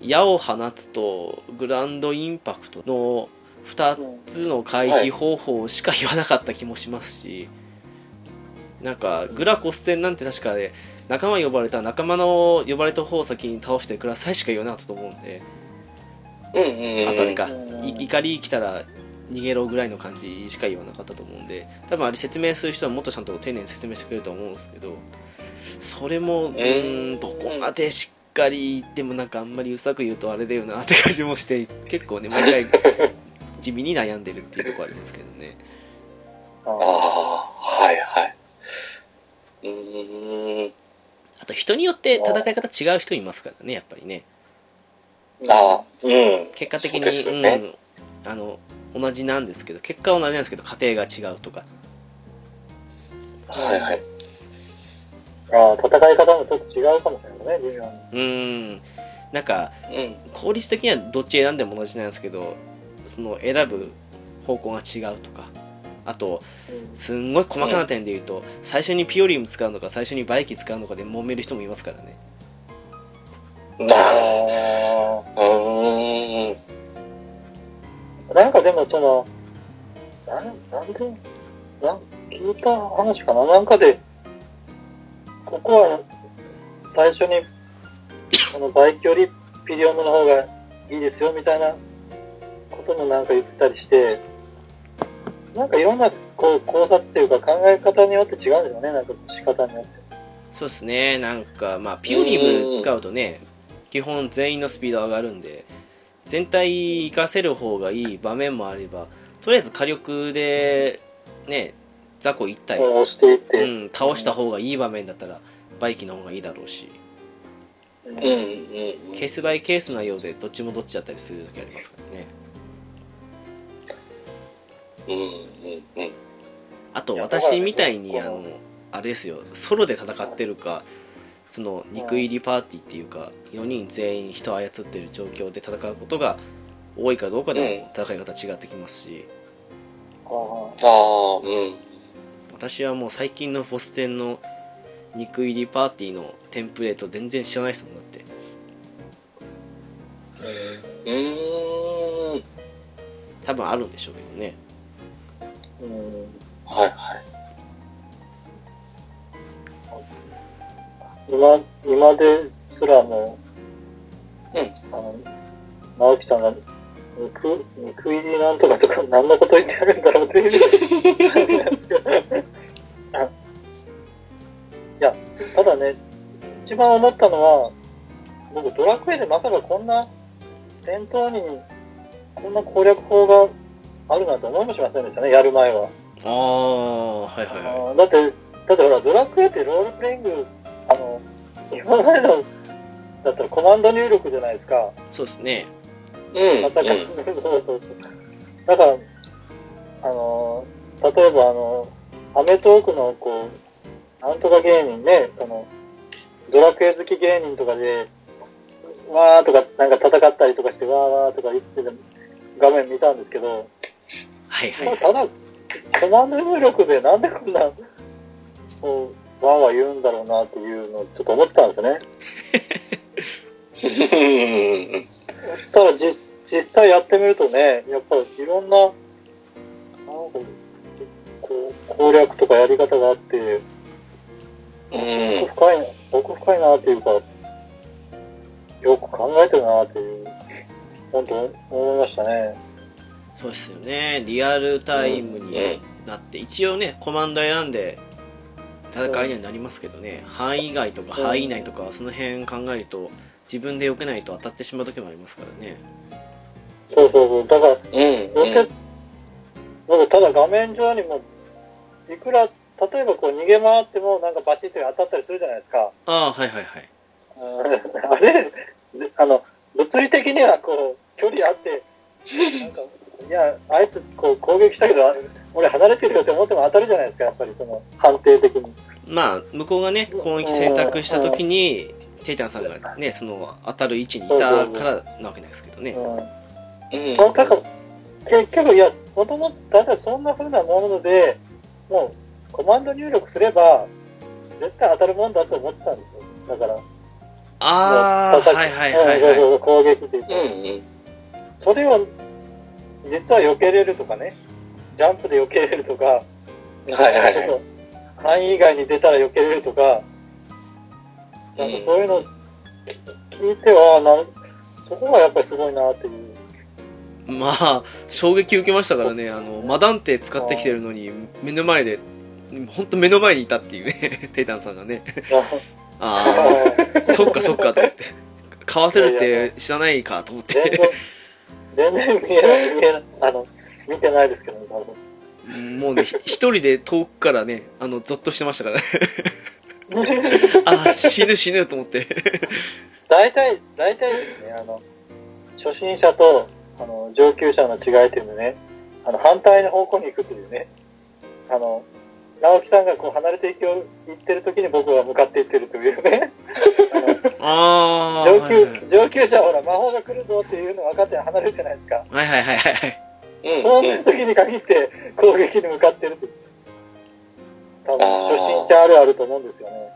[SPEAKER 1] 矢を放つとグランドインパクトの2つの回避方法しか言わなかった気もしますし、なんかグラコス戦なんて確かで、仲間呼ばれた仲間の呼ばれた方を先に倒してくださいしか言わなかったと思うんで、
[SPEAKER 4] うんうんうん。
[SPEAKER 1] あとあれか、
[SPEAKER 2] うん
[SPEAKER 1] い怒り来たら逃げろぐらいの感じしか言わなかったと思うんで多分あれ説明する人はもっとちゃんと丁寧に説明してくれると思うんですけどそれもうーんどこまでしっかり言ってもなんかあんまりうさく言うとあれだよなって感じもして結構ね毎回地味に悩んでるっていうところありますけどね
[SPEAKER 4] ああ、はいはい。うーん。
[SPEAKER 1] あと人によって戦い方違う人いますからねやっぱりね
[SPEAKER 4] ああ、うん。
[SPEAKER 1] 結果的
[SPEAKER 4] そう
[SPEAKER 1] に
[SPEAKER 4] ですよね
[SPEAKER 1] うん、あの同じなんですけど結果は同じなんですけど過程が違うとか
[SPEAKER 4] はいはい。
[SPEAKER 2] ああ、戦い方もちょっと違うかもしれないね、微妙に。
[SPEAKER 1] うーんなんか
[SPEAKER 4] うん。
[SPEAKER 1] 効率的にはどっち選んでも同じなんですけどその選ぶ方向が違うとかあとすんごい細かな点で言うと、最初にピオリウム使うのか最初にバイキ使うのかで揉める人もいますからね
[SPEAKER 4] あ
[SPEAKER 2] あ
[SPEAKER 4] あ、うーん。
[SPEAKER 2] あ。なんかでもその、なん、なんで、なん、聞いた話かななんかで、ここは、最初に、あの、バイキよりピリオムの方がいいですよ、みたいなこともなんか言ってたりして、なんかいろんな、こう、考察っていうか考え方によって違うんですよね、なんか仕方によって。
[SPEAKER 1] そうですねなんかまあピオリウム使うとね基本全員のスピード上がるんで全体活かせる方がいい場面もあればとりあえず火力でね雑魚1体、
[SPEAKER 2] こう押していっ
[SPEAKER 1] う
[SPEAKER 2] て。
[SPEAKER 1] ん、倒した方がいい場面だったらバイキの方がいいだろうし
[SPEAKER 2] うん
[SPEAKER 4] うんうん。
[SPEAKER 1] ケースバイケースなようでどっちもどっちだったりするだけありますからね
[SPEAKER 4] うんうんうん。
[SPEAKER 1] あと
[SPEAKER 2] いやだから
[SPEAKER 1] 私
[SPEAKER 2] ね
[SPEAKER 1] みたいに
[SPEAKER 2] こ
[SPEAKER 1] あ
[SPEAKER 2] の
[SPEAKER 1] のあれですよソロで戦ってるかその肉入りパーティーっていうか4人全員人操ってる状況で戦うことが多いかどうかでも戦い方違ってきますし
[SPEAKER 2] あ
[SPEAKER 4] ああ、うん。
[SPEAKER 1] 私はもう最近のボス戦の肉入りパーティーのテンプレート全然知らない人になって
[SPEAKER 4] うーん。
[SPEAKER 1] 多分あるんでしょうけどね
[SPEAKER 2] あうん
[SPEAKER 4] はいはい。
[SPEAKER 2] 今、今ですらも、
[SPEAKER 4] うん
[SPEAKER 2] あの、直樹さんが、肉、肉入りなんとかとか、何のこと言ってやるんだろうっていう あ。いや、ただね、一番思ったのは、僕ドラクエでまさかこんな戦闘にこんな攻略法があるなんて思いもしませんでしたねやる前は、
[SPEAKER 1] ああ、はいはいは
[SPEAKER 2] あーだってだってほらドラクエってロールプレイングあの今までのだったらコマンド入力じゃないですか
[SPEAKER 1] い。そうですね。
[SPEAKER 4] うん。
[SPEAKER 2] 戦い、
[SPEAKER 4] うん。
[SPEAKER 2] そうそうそうだからあの例えばあのアメトークのこうなんとか芸人ねそのドラクエ好き芸人とかでわーとかなんか戦ったりとかしてわーわーとか言ってる画面見たんですけど、
[SPEAKER 1] はいは
[SPEAKER 2] まあ
[SPEAKER 1] い。
[SPEAKER 2] ただコマンド入力でなんでこんなこうわーわー言うんだろうなっていうのをちょっと思ってたんですよね
[SPEAKER 4] うん
[SPEAKER 2] ただ実実際やってみるとね、やっぱいろんな、なんか、こう、攻略とかやり方があって、
[SPEAKER 4] うん。
[SPEAKER 2] 奥深いな、奥深いなっていうか、よく考えてるなっていう、本当思いましたね。
[SPEAKER 1] そうですよね。リアルタイムになって、一応ね、コマンド選んで、戦いにはなりますけどね、範囲外とか
[SPEAKER 2] うん
[SPEAKER 1] 範囲内とか、その辺考えると、自分で避けないと当たってしまう時もありますからね。
[SPEAKER 2] そうそうそう。だから、
[SPEAKER 4] うん。
[SPEAKER 2] ロケット、僕ただ画面上にも、いくら、例えばこう逃げ回ってもなんかバチッと当たったりするじゃないですか。
[SPEAKER 1] ああ、はいはいはい。
[SPEAKER 2] うんあれ、であの、物理的にはこう、距離あって、なんか、いや、あいつこう攻撃したけど、あ俺離れてるよって思っても当たるじゃないですか、やっぱりその、判定的に。
[SPEAKER 1] まあ、向こうがね、攻撃選択した時に、テイタンさんがね、その当たる位置にいたからなわけですけどね。
[SPEAKER 2] うん。
[SPEAKER 4] うん。
[SPEAKER 2] だから、結局、いや、もともと、だいたいそんな風なもので、もう、コマンド入力すれば、絶対当たるもんだと思ってたんですよ。だから、
[SPEAKER 1] ああ、
[SPEAKER 2] もう叩き
[SPEAKER 1] はいはいはい
[SPEAKER 2] うんそう
[SPEAKER 1] はい。
[SPEAKER 2] そう攻撃っていうか
[SPEAKER 4] うん。うん。
[SPEAKER 2] それを、実は避けれるとかね、ジャンプで避けれるとか、
[SPEAKER 4] はいはいはい。
[SPEAKER 2] 範囲以外に出たら避けれるとか、なんかそういうの聞いては、なんそこがやっぱりすごいなっていう。
[SPEAKER 1] まあ、衝撃受けましたからね、あの、マダンテ使ってきてるのに、目の前で、本当目の前にいたっていうね、 テイタンさんがね。ああ、そっかそっかと思って。買わせるって知らないかと思っ
[SPEAKER 2] 全
[SPEAKER 1] て。
[SPEAKER 2] 然、全然見えない、見えない、あの、見てないですけど、ね、多分。
[SPEAKER 1] もうね、ひ一人で遠くからね、あの、ゾッとしてましたからね。ああ、死ぬ死ぬと思って。
[SPEAKER 2] 大体、大体ですね、あの、初心者と、あの、上級者の違いっていうのはね、あの、反対の方向に行くというね、あの、直樹さんがこう離れていきよ行ってる時に僕は向かっていってるというね、
[SPEAKER 1] ああ、 はい
[SPEAKER 2] 上級、上級者はほら、魔法が来るぞっていうの分かって離れるじゃないですか。
[SPEAKER 1] はいはいはいはい。
[SPEAKER 4] うん。
[SPEAKER 2] そういう時に限って攻撃に向かってるって。多分、
[SPEAKER 4] あー
[SPEAKER 2] 初心者あるあると思うんですよね。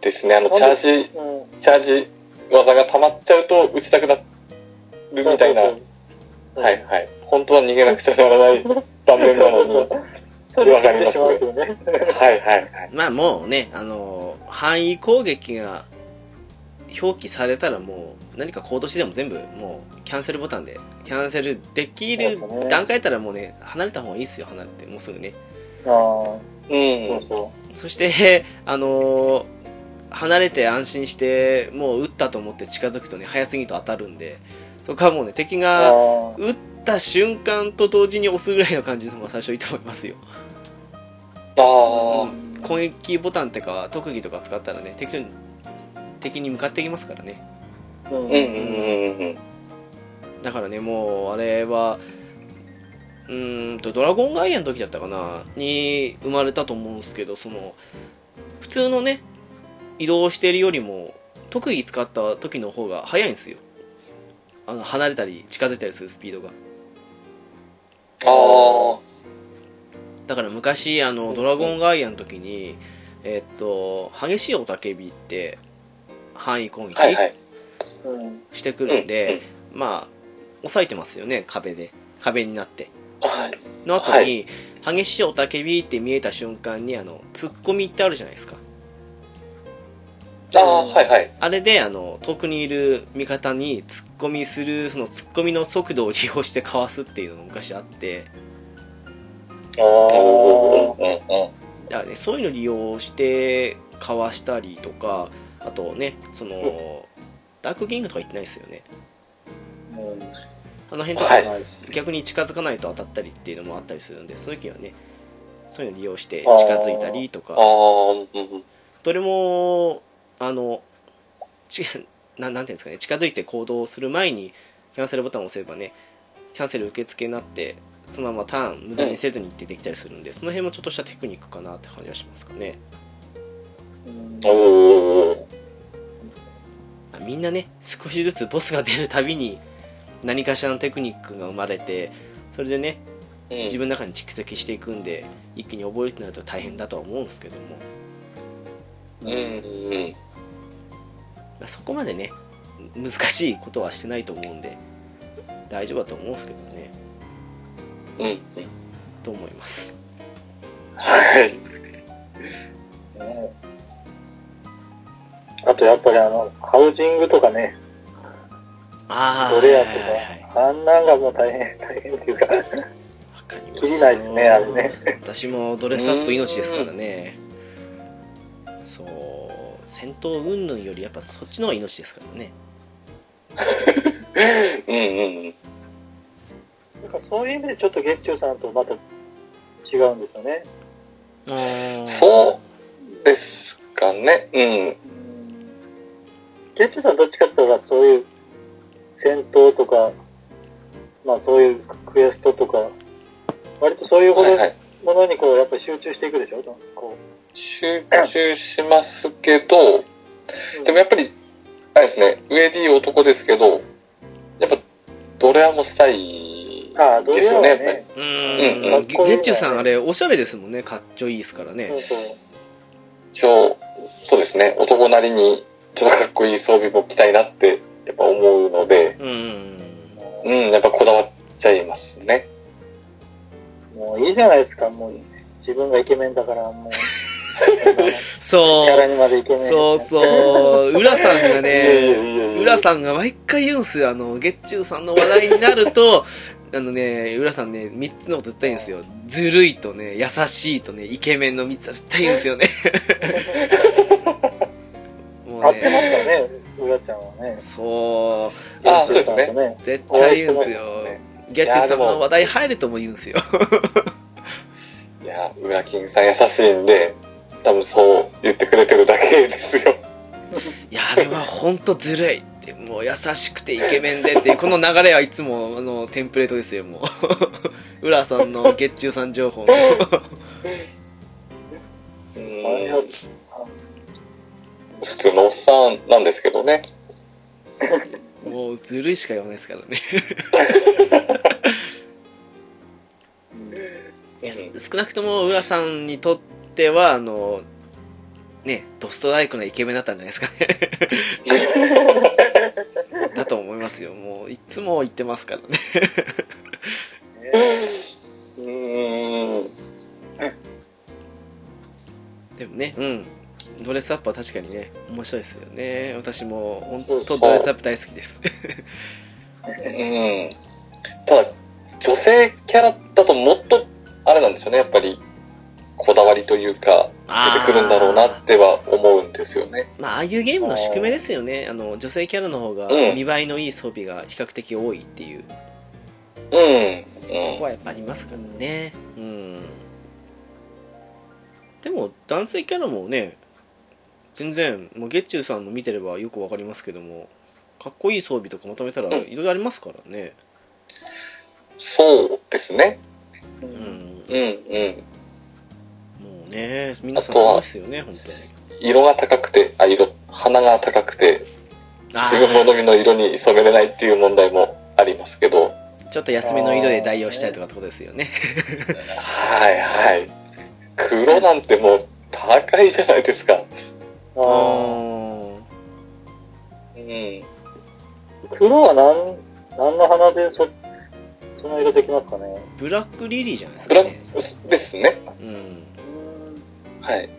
[SPEAKER 4] ですね。あの、チャージ、
[SPEAKER 2] うん。
[SPEAKER 4] チャージ技が溜まっちゃうと打ちたくなるみたいな。
[SPEAKER 2] そうそうそう
[SPEAKER 4] はい。はい。本当は逃げなくちゃならない場面なのに。はい
[SPEAKER 2] それを聞いてしまうんですよね。
[SPEAKER 4] はいはい。
[SPEAKER 1] まあもうね、あのー範囲攻撃が表記されたらもう何か行動してでも全部もうキャンセルボタンでキャンセルできる
[SPEAKER 2] そうですね
[SPEAKER 1] 段階やったらもうね、離れた方がいいですよ、離れて、もうすぐね。
[SPEAKER 2] ああ。
[SPEAKER 4] う。
[SPEAKER 2] そうんそ
[SPEAKER 1] そして、あのー離れて安心して、もう撃ったと思って近づくとね、早すぎると当たるんで、そこはもうね、敵
[SPEAKER 2] う。
[SPEAKER 1] が
[SPEAKER 2] あ
[SPEAKER 1] 撃った瞬間と同時に押すぐらいの感じの方が最初いいと思いますよ。
[SPEAKER 4] あ
[SPEAKER 1] 攻撃ボタンってか特技とか使ったらね敵に敵に向かってきますからね
[SPEAKER 2] あ。うん
[SPEAKER 4] あ。うんうんうん
[SPEAKER 1] だからねもうあれはうーんとドラゴンガイアの時だったかなに生まれたと思うんですけどその普通のね移動してるよりも特技使った時の方が早いんですよあの離れたり近づいたりするスピードが
[SPEAKER 4] ああ。
[SPEAKER 1] だから昔あのドラゴンガイアの時にえっと激しい雄たけびって範囲攻撃、
[SPEAKER 4] はいはい。
[SPEAKER 2] うん。
[SPEAKER 1] してくるんで、まあ、抑えてますよね、壁で。壁になって。
[SPEAKER 4] はい。
[SPEAKER 1] の後に、激しい雄たけびって見えた瞬間に、あの、突っ込みってあるじゃないですか。
[SPEAKER 4] ああ、はいはい。
[SPEAKER 1] あれで、あの、遠くにいる味方に突っ込みする、その突っ込みの速度を利用してかわすっていうのが昔あって、
[SPEAKER 2] あ
[SPEAKER 4] うん
[SPEAKER 2] あ。
[SPEAKER 4] うんうん。
[SPEAKER 1] だからね、そういうの利用してかわしたりとか、あとね、その、ダークゲームとか行ってないですよね。
[SPEAKER 2] うん
[SPEAKER 1] あの辺とか、
[SPEAKER 4] はい
[SPEAKER 2] はい
[SPEAKER 1] 逆に近づかないと当たったりっていうのもあったりするんで、そういう時はね、そういうの利用して近づいたりと
[SPEAKER 4] あ
[SPEAKER 1] か、
[SPEAKER 4] ー、うんうん。
[SPEAKER 1] どれも、あの、ち ななんていうんですかね、近づいて行動する前に、キャンセルボタンを押せばね、キャンセル受付になって、そのままターン、無駄にせずにってできたりするんで、その辺もちょっとしたテクニックかなって感じがしますかね。
[SPEAKER 2] うん
[SPEAKER 4] おー。
[SPEAKER 1] あみんなね、少しずつボスが出るたびに、何かしらのテクニックが生まれて、それでね、
[SPEAKER 4] うん
[SPEAKER 1] 自分の中に蓄積していくんで、一気に覚えるとなると大変だとは思うんですけども、
[SPEAKER 4] うんうん。
[SPEAKER 1] まあそこまでね、難しいことはしてないと思うんで、大丈夫だと思うんですけどね。
[SPEAKER 4] うんうん。
[SPEAKER 1] と思います
[SPEAKER 4] はい。
[SPEAKER 2] ねあとやっぱりあの、ハウジングとかね、
[SPEAKER 1] あ
[SPEAKER 2] ドレアとか
[SPEAKER 1] はいはい、
[SPEAKER 2] あんなんがもう大変、 大変っていうか、
[SPEAKER 1] わかります
[SPEAKER 2] 切りないですねあれね
[SPEAKER 1] 私もドレスアップ命ですからねそう戦闘云々よりやっぱそっちの方が命ですからね
[SPEAKER 4] うんうんうん。
[SPEAKER 2] なんかそういう意味でちょっと月中さんとまた違うんですよね。
[SPEAKER 4] そうですかね。うん。
[SPEAKER 2] うん月中さんどっちかって言ったらそういう戦闘とか、まあそういうクエストとか、割とそういうほ
[SPEAKER 4] は
[SPEAKER 2] ど
[SPEAKER 4] いはい。
[SPEAKER 2] ものにこうやっぱ集中していくでしょ、こ
[SPEAKER 4] 集中しますけど、
[SPEAKER 2] う。
[SPEAKER 4] でもやっぱり、あれですね、上 D 男ですけど、やっぱ、ドレアもしたい
[SPEAKER 2] ああ、どう
[SPEAKER 4] です
[SPEAKER 2] いう
[SPEAKER 4] よ
[SPEAKER 2] の
[SPEAKER 4] ね、やっぱり
[SPEAKER 2] ね。
[SPEAKER 1] う
[SPEAKER 4] うん
[SPEAKER 1] ー
[SPEAKER 2] うん
[SPEAKER 1] んゲゲッチュさんあれおしゃれですもんねかっちょいいですから
[SPEAKER 2] そう
[SPEAKER 1] ね
[SPEAKER 2] そう。
[SPEAKER 4] 一応、そうですね、男なりに、ちょっとかっこいい装備も着たいなって、やっぱ思うので、
[SPEAKER 1] うん
[SPEAKER 4] うん、やっぱこだわっちゃいますね。
[SPEAKER 2] もういいじゃないですか、もう自分がイケメンだから、もう。キ
[SPEAKER 1] そ
[SPEAKER 2] ャラにまでイケ
[SPEAKER 1] う
[SPEAKER 2] メン。
[SPEAKER 1] そうそう浦さんが
[SPEAKER 4] い
[SPEAKER 1] ね
[SPEAKER 4] いやい
[SPEAKER 1] 浦さんが毎回言うんすよ、あの、月中さんの話題になると、あのね、浦さんね、3つのこと絶対言うんですよ。ずるいとね、優しいとね、イケメンの3つは絶対言うんですよね。もうね、
[SPEAKER 2] 合ってますからね、うらちゃんはね。
[SPEAKER 1] そ
[SPEAKER 4] あそうです
[SPEAKER 2] 浦さ
[SPEAKER 4] ね
[SPEAKER 2] んとね。
[SPEAKER 1] う、絶対言うんですよ
[SPEAKER 4] お会いしてもね。
[SPEAKER 1] 月中さんの話題入るとも言うんですよ。
[SPEAKER 4] いや、ウラキンさん優しいんで、多分そう言ってくれてるだけですよ。
[SPEAKER 1] いや、あれはほんとずるいって。もう優しくてイケメンでっていう、この流れはいつも、あの、テンプレートですよ、もう。 浦さんの月中さん情報の。
[SPEAKER 4] うん
[SPEAKER 2] あれは
[SPEAKER 4] 普通のおっさんなんですけどね。
[SPEAKER 1] もうずるいしか言わないですからね。いや
[SPEAKER 4] うん
[SPEAKER 1] す少なくとも浦さんにとってはあのねドストライクなイケメンだったんじゃないですか ねだと思いますよもういつも言ってますからね
[SPEAKER 4] うーん。
[SPEAKER 1] でもねうんドレスアップは確かにね面白いですよね私も本
[SPEAKER 2] そうそ
[SPEAKER 1] 当
[SPEAKER 2] う
[SPEAKER 1] ドレスアップ大好きです
[SPEAKER 4] うん。ただ、女性キャラだともっと、あれなんですよね、やっぱり、こだわりというか、出てくるんだろうなっては思うんですよね。
[SPEAKER 1] まあ、ああいうゲームの宿命ですよねあの女性キャラの方が
[SPEAKER 4] うん
[SPEAKER 1] 見栄えのいい装備が比較的多いっていう
[SPEAKER 4] うん。
[SPEAKER 1] ここはやっぱありますからねうんでも男性キャラもね全然もう月中さんの見てればよくわかりますけどもかっこいい装備とかまとめたら
[SPEAKER 4] うん
[SPEAKER 1] いろいろありますからね
[SPEAKER 4] そうですね。
[SPEAKER 2] う
[SPEAKER 1] うん、
[SPEAKER 2] ん
[SPEAKER 4] うんう
[SPEAKER 1] も
[SPEAKER 4] ん。
[SPEAKER 1] うね皆さん
[SPEAKER 4] あとは
[SPEAKER 1] そうですよね本当に
[SPEAKER 4] 色が高くて、あ、色、鼻が高くて、
[SPEAKER 1] あ
[SPEAKER 4] 自分好みの色に染めれないっていう問題もありますけど、
[SPEAKER 1] ーちょっと安めの色で代用したりとかってことですよね
[SPEAKER 4] はいはい。黒なんてもう高いじゃないですか。
[SPEAKER 2] あ
[SPEAKER 1] あ
[SPEAKER 2] ー
[SPEAKER 1] ー
[SPEAKER 4] うん。
[SPEAKER 2] 黒は何、何の花でそ、その色できますかね。
[SPEAKER 1] ブラックリリーじゃないです
[SPEAKER 4] ブ
[SPEAKER 1] か
[SPEAKER 4] ラ
[SPEAKER 1] ね
[SPEAKER 4] ックですね。
[SPEAKER 1] うん
[SPEAKER 4] はい。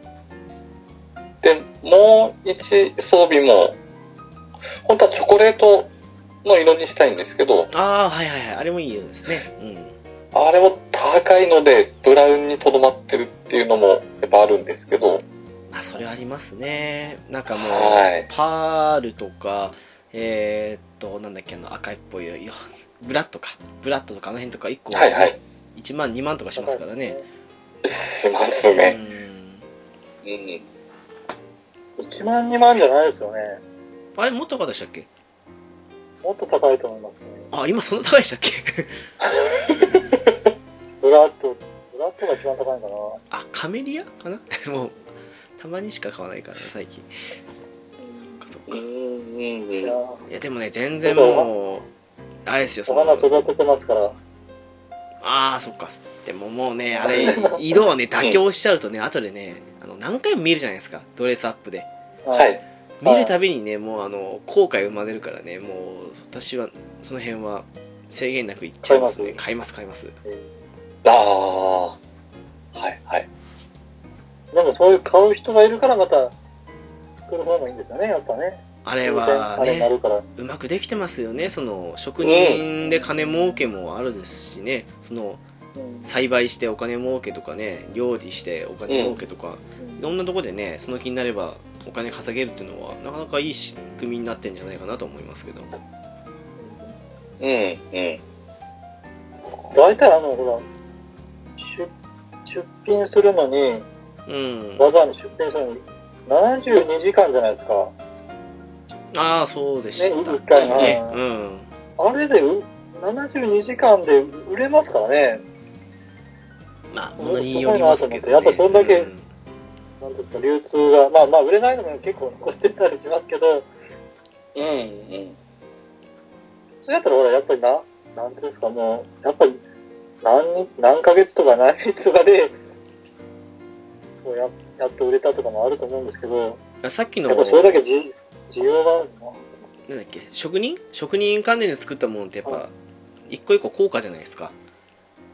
[SPEAKER 4] で、もう一装備も、本当はチョコレートの色にしたいんですけど、
[SPEAKER 1] ああはいはいはいあれもいい色ですねうん
[SPEAKER 4] あれも高いので、ブラウンにとどまってるっていうのもやっぱあるんですけど、
[SPEAKER 1] あそれありますねなんかもう
[SPEAKER 4] はい。
[SPEAKER 1] パールとか、えー、っと、なんだっけ、あの赤いっぽいよ、ブラッドか、ブラッドとかあの辺とか1個、
[SPEAKER 4] はいはい。
[SPEAKER 1] 1万、2万とかしますからね。
[SPEAKER 4] します
[SPEAKER 1] う
[SPEAKER 4] ね。
[SPEAKER 1] ん
[SPEAKER 4] うん。
[SPEAKER 2] 1万2万じゃないですよね。
[SPEAKER 1] あれ、もっと高でしたっけ
[SPEAKER 2] もっと高いと思いますね。
[SPEAKER 1] あ、今そんな高いでしたっけ
[SPEAKER 2] ブラッド、ブラッドが一番高いのか
[SPEAKER 1] あ、カメリアかな もう、たまにしか買わないからな、最近。そっかそっ
[SPEAKER 4] う
[SPEAKER 1] か。
[SPEAKER 4] んうん
[SPEAKER 2] な。いや
[SPEAKER 4] うん。
[SPEAKER 1] いや、でもね、全然もう、あれですよ、そ
[SPEAKER 2] お
[SPEAKER 1] の、
[SPEAKER 2] 花育ててますから。
[SPEAKER 1] ああ、そっか。でももうね、あ れ、色をね、妥協しちゃうとね、後でね、あの、何回も見るじゃないですか、ドレスアップで。
[SPEAKER 4] は。い。
[SPEAKER 1] 見るたびにね、もうあの、後悔生まれるからね、もう、私は、その辺は、制限なくいっちゃいますね。買います、買います。
[SPEAKER 4] ああ。はいはい。
[SPEAKER 2] でもそういう買う人がいるからまた作る方がいいんですよね、やっぱね。
[SPEAKER 1] あれ
[SPEAKER 2] 当然
[SPEAKER 1] は
[SPEAKER 2] あれにな
[SPEAKER 1] ね、
[SPEAKER 2] るから。
[SPEAKER 1] うまくできてますよね。その、職人で金儲けもあるですしね、その、
[SPEAKER 2] うん
[SPEAKER 1] 栽培してお金儲けとかね、料理してお金儲けとか、いろんなとこでね、その気になればお金稼げるっていうのは、なかなかいい仕組みになってんじゃないかなと思いますけど。
[SPEAKER 4] うんうん。
[SPEAKER 2] 大体あの、ほら、出出品するのに、
[SPEAKER 1] うん。
[SPEAKER 2] わざわざ出品するのに、72時間じゃないですか。
[SPEAKER 1] ああ、そうでした。
[SPEAKER 2] ね一回の
[SPEAKER 1] ね。うん。
[SPEAKER 2] あれでう、72時間で売れますからね。
[SPEAKER 1] まあ、ものによりますけど、ね。
[SPEAKER 2] やっぱそんだけ
[SPEAKER 1] うん
[SPEAKER 2] なんていうか、流通が、まあまあ、売れないのも結構残してたりしますけど、
[SPEAKER 4] うん
[SPEAKER 2] それやったらほら、やっぱりな、なんていうんですか、もう、やっぱり、何日、何ヶ月とか何日とかで、こうや、やっと売れたとかもあると思うんですけど、
[SPEAKER 1] さっきの、
[SPEAKER 2] やっぱそれだけじ需要があるの
[SPEAKER 1] なんだっけ職人職人関連で作ったものってやっぱ一個一個高価じゃないですか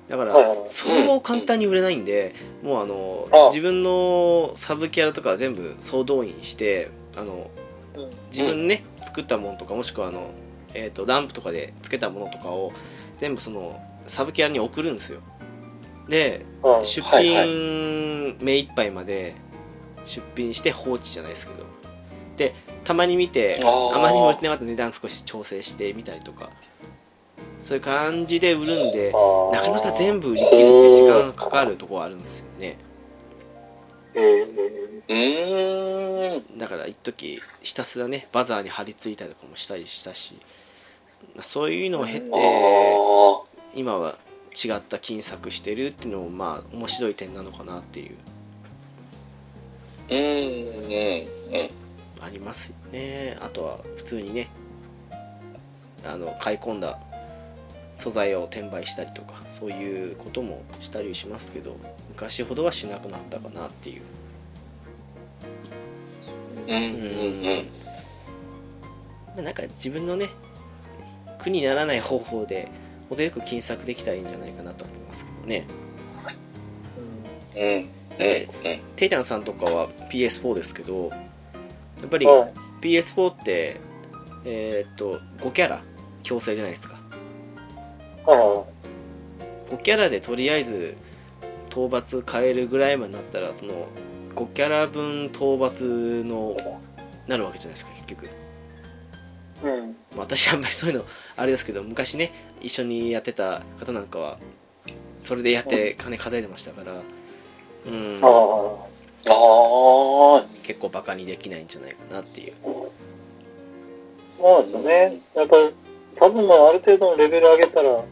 [SPEAKER 1] だから、
[SPEAKER 2] はいはい
[SPEAKER 1] そう簡単に売れないんで、もうあの
[SPEAKER 2] ああ
[SPEAKER 1] 自分のサブキャラとか全部総動員してあの
[SPEAKER 2] うん
[SPEAKER 1] 自分ね、作ったものとかもしくはあの、えー、とランプとかでつけたものとかを全部そのサブキャラに送るんですよで
[SPEAKER 2] はい。
[SPEAKER 1] 出
[SPEAKER 4] はいは
[SPEAKER 1] 品目いっぱいまで出品して放置じゃないですけどでたまに見て
[SPEAKER 4] あー
[SPEAKER 1] あまりにも売れてなかったら値段少し調整してみたりとかそういう感じで売るんでなかなか全部売り切るって時間がかかるところあるんですよね
[SPEAKER 2] えー
[SPEAKER 4] うん。うーん。
[SPEAKER 1] だから一時ひたすらねバザーに張り付いたりとかもしたりしたしそういうのを経て
[SPEAKER 4] あ
[SPEAKER 1] 今は違った金策してるっていうのもまあ面白い点なのかなっていう
[SPEAKER 4] あ。うんうんうん。
[SPEAKER 1] ありますよねあとは普通にねあの買い込んだ素材を転売したりとかそういうこともしたりしますけど昔ほどはしなくなったかなっていう
[SPEAKER 4] うんうんうん。
[SPEAKER 1] まあなんか自分のね苦にならない方法で程よく金策できたらいいんじゃないかなと思いますけどね
[SPEAKER 4] うんうんうん。
[SPEAKER 1] テイタンさんとかは PS4 ですけどやっぱり
[SPEAKER 2] うんはい。
[SPEAKER 1] PS4 ってえーっと5キャラ強制じゃないですか
[SPEAKER 2] はいは
[SPEAKER 1] 5キャラでとりあえず討伐変えるぐらいまでなったらその5キャラ分討伐のなるわけじゃないですか結局、
[SPEAKER 2] い。うん。
[SPEAKER 1] まあ私あんまりそういうのあれですけど昔ね一緒にやってた方なんかはそれでやって金稼いでましたからうん
[SPEAKER 2] はいは
[SPEAKER 4] ああ。
[SPEAKER 1] 結構バカにできないんじゃないかなっていう
[SPEAKER 2] いはい。そうですよね。やっぱり、サブもある程度のレベル上げたら、ね、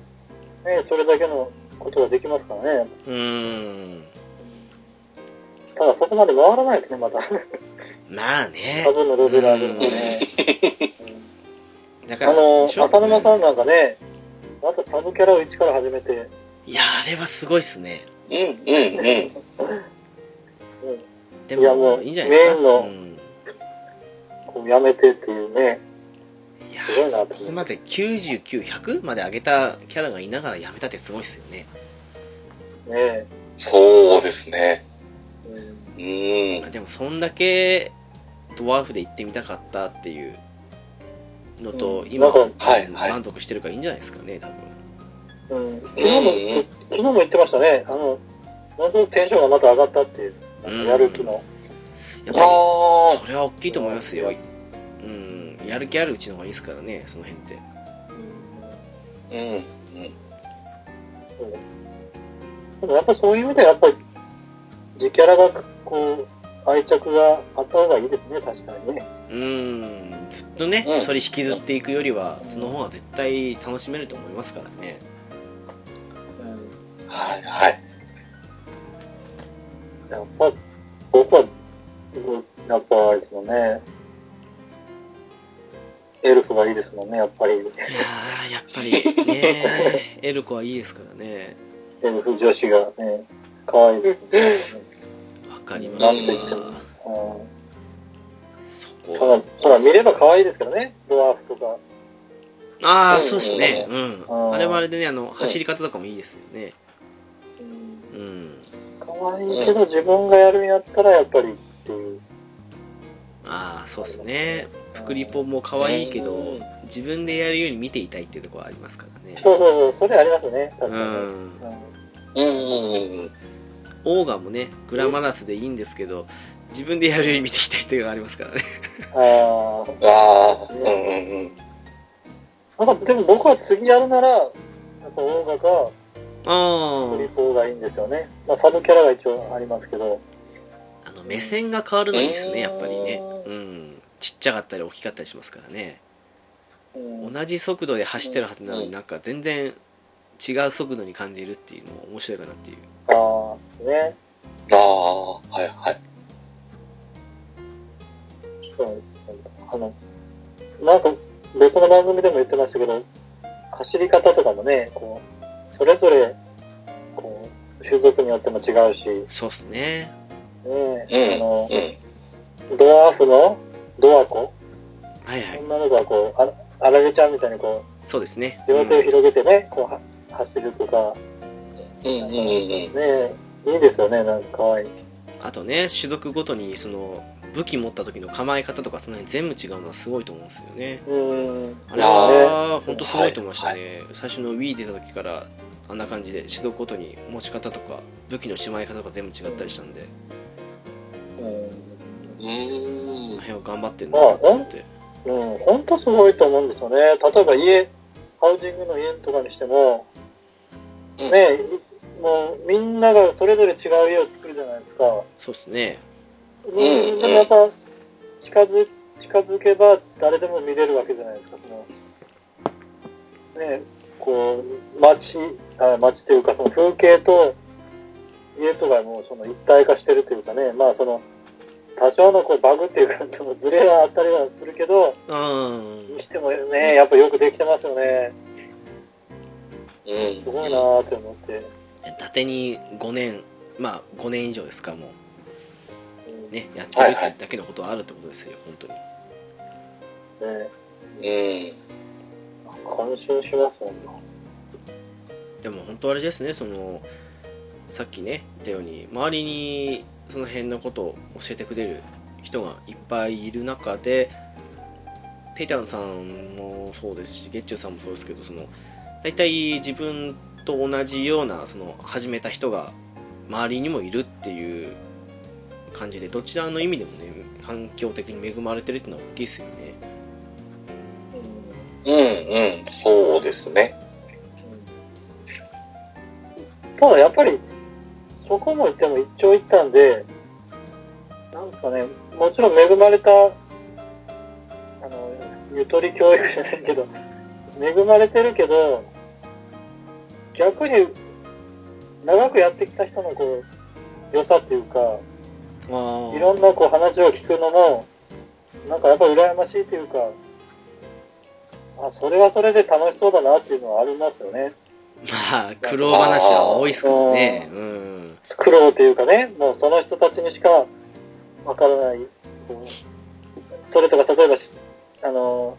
[SPEAKER 2] それだけのことができますからね。
[SPEAKER 1] うん
[SPEAKER 2] ただそこまで回らないですね、また。
[SPEAKER 1] まあね
[SPEAKER 2] サブのレベル上げるのね。
[SPEAKER 1] だか
[SPEAKER 2] あ
[SPEAKER 1] ら
[SPEAKER 2] の、
[SPEAKER 1] しょ
[SPEAKER 2] 浅沼さんなんかね、またサブキャラを一から始めて、
[SPEAKER 1] いやあれはすごいっすね
[SPEAKER 4] うんうんうん。
[SPEAKER 1] で
[SPEAKER 2] いやも
[SPEAKER 1] も
[SPEAKER 2] う
[SPEAKER 1] いいんじゃないですか
[SPEAKER 2] メインの
[SPEAKER 1] うん
[SPEAKER 2] こうやめてっていうね。
[SPEAKER 1] いや
[SPEAKER 2] すごいな
[SPEAKER 1] そこまで99100まで上げたキャラがいながらやめたってすごいですよね、
[SPEAKER 2] ね
[SPEAKER 4] そうですね。
[SPEAKER 2] うん
[SPEAKER 4] う
[SPEAKER 1] まあ、
[SPEAKER 4] ん。
[SPEAKER 1] でもそんだけドワーフで行ってみたかったっていうのと、
[SPEAKER 2] うん
[SPEAKER 1] 今、
[SPEAKER 2] なん
[SPEAKER 4] かはいはい
[SPEAKER 1] 満足してるからいいんじゃないですかね多分
[SPEAKER 2] うん、昨日も、
[SPEAKER 4] うん
[SPEAKER 2] 昨日も言ってましたね。あの、ものすごくテンションがまた上がったっていう、なんかやる気の。
[SPEAKER 1] やっ
[SPEAKER 4] ああ。
[SPEAKER 1] ぱりそれは大きいと思いますよ、ううんやる気あるうちの方がいいですからねその辺って
[SPEAKER 3] うん。うん。
[SPEAKER 2] でもやっぱそういう意味ではやっぱり、自キャラがこう、愛着があった方がいいですね、確かにね。
[SPEAKER 1] うんずっとね、
[SPEAKER 3] うん
[SPEAKER 1] それ引きずっていくよりはその方が絶対楽しめると思いますからね
[SPEAKER 2] うん。
[SPEAKER 3] はい、はい。
[SPEAKER 2] やっぱ、僕は、やっぱあれですもんね。エルフがいいですもんね、やっぱり。
[SPEAKER 1] いやーやっぱり ねエルコはいいですからね
[SPEAKER 2] エルフ女子がね、可愛いですもんね。
[SPEAKER 1] わかります
[SPEAKER 3] な
[SPEAKER 1] わ
[SPEAKER 3] んと言っても
[SPEAKER 2] うん
[SPEAKER 1] そ
[SPEAKER 2] た
[SPEAKER 1] こ
[SPEAKER 2] だ、ただ見れば可愛いですからね、ドワーフとか。
[SPEAKER 1] ああそうですねう
[SPEAKER 2] うんん
[SPEAKER 1] あれはあれでねあの走り方とかもいいですよねうん
[SPEAKER 2] 可愛いけど、自分がやるんやったらやっぱりっていう。
[SPEAKER 1] ああそうですねプクリポも可愛いけど
[SPEAKER 3] うん
[SPEAKER 1] 自分でやるより見ていたいっていうところはありますからね
[SPEAKER 2] そうそうそう、それありますね、確
[SPEAKER 1] う
[SPEAKER 2] かに。うん
[SPEAKER 3] う
[SPEAKER 1] ん
[SPEAKER 3] んうんうんうん。
[SPEAKER 1] オーガもねグラマラスでいいんですけど自分でやるより見ていきたいっていうのがありますからね
[SPEAKER 2] ああ。
[SPEAKER 3] ああ、うんうんうん。
[SPEAKER 2] なんかでも僕は次やるなら、やっぱオーガか
[SPEAKER 1] あ
[SPEAKER 2] クリポーがいいんですよね。まあサブキャラが一応ありますけど。
[SPEAKER 1] ああの目線が変わるのいいですねやっぱりね
[SPEAKER 3] う
[SPEAKER 1] うんちっちゃかったり大きかったりしますからね
[SPEAKER 2] うん
[SPEAKER 1] 同じ速度で走ってるはずなの
[SPEAKER 3] う
[SPEAKER 1] に
[SPEAKER 3] ん
[SPEAKER 1] なんか全然違う速度に感じるっていうのも面白いかなっていう
[SPEAKER 2] ああ、ね。
[SPEAKER 3] ああ、はいはい。
[SPEAKER 2] そうあの、なんか別の番組でも言ってましたけど、走り方とかもね、こう、それぞれ、こう、種族によっても違うし、ね
[SPEAKER 1] そうっすね
[SPEAKER 3] うん。
[SPEAKER 2] あの、
[SPEAKER 3] うん。
[SPEAKER 2] ドワーフのドアコ、
[SPEAKER 1] はいはい
[SPEAKER 2] 女の子はこう、ああられちゃんみたいにこう、
[SPEAKER 1] そうですね
[SPEAKER 2] 両手を広げてね、こうは、走るとか、
[SPEAKER 3] うんうんうん
[SPEAKER 2] ねいいですよね、なんか可愛い。
[SPEAKER 1] あとね種族ごとにその武器持った時の構え方とかその辺全部違うのはすごいと思うんですよね
[SPEAKER 2] うん。
[SPEAKER 1] あれは本当すごいと思いましたね、最初の Wii 出た時からあんな感じで指導ごとに持ち方とか武器のしまい方とか全部違ったりしたんで
[SPEAKER 3] うん。
[SPEAKER 1] この
[SPEAKER 3] うーん。
[SPEAKER 1] 辺は頑張ってるなと思って
[SPEAKER 2] うん、ほんとすごいと思うんですよね。例えば家、ハウジングの家とかにしても、
[SPEAKER 3] うん
[SPEAKER 2] ねいもうみんながそれぞれ違う家を作るじゃないですか。
[SPEAKER 1] そうですね
[SPEAKER 3] んうん
[SPEAKER 2] でもやっぱ近づ、近づけば誰でも見れるわけじゃないですか。そのねこう、街、あ街というかその風景と家とかもうその一体化してるというかね、まあその、多少のこうバグっていうか、そのズレはあったりはするけど、
[SPEAKER 1] うん
[SPEAKER 2] にしてもね、やっぱよくできてますよね。
[SPEAKER 3] うん。
[SPEAKER 2] すごいなーって思って。
[SPEAKER 1] 伊達に5年まあ5年以上ですかも
[SPEAKER 2] うん
[SPEAKER 1] うねやってるってだけのことはあるってことですよ本当に
[SPEAKER 2] ね
[SPEAKER 3] うん。
[SPEAKER 2] 感心しますもんね。
[SPEAKER 1] でも本当あれですねそのさっきね言ったように周りにその辺のことを教えてくれる人がいっぱいいる中でペイタンさんもそうですしゲッチュウさんもそうですけどその大体自分と同じようなその始めた人が周りにもいるっていう感じでどちらの意味でもね環境的に恵まれてるっていうのは大きいですよね
[SPEAKER 3] うんうん。そうですね。
[SPEAKER 2] ただやっぱり、そこも言っても一長一短で、なんですかね、もちろん恵まれた、あの、ゆとり教育じゃないけど、恵まれてるけど、逆に、長くやってきた人のこう、良さっていうか、
[SPEAKER 1] あ
[SPEAKER 2] いろんなこう話を聞くのも、なんかやっぱ羨ましいというか、あ、それはそれで楽しそうだなっていうのはありますよね。
[SPEAKER 1] まあ苦労話は多いですからねうん
[SPEAKER 2] 苦労というかね、もうその人たちにしかわからない。こうそれとか、例えばし、あの、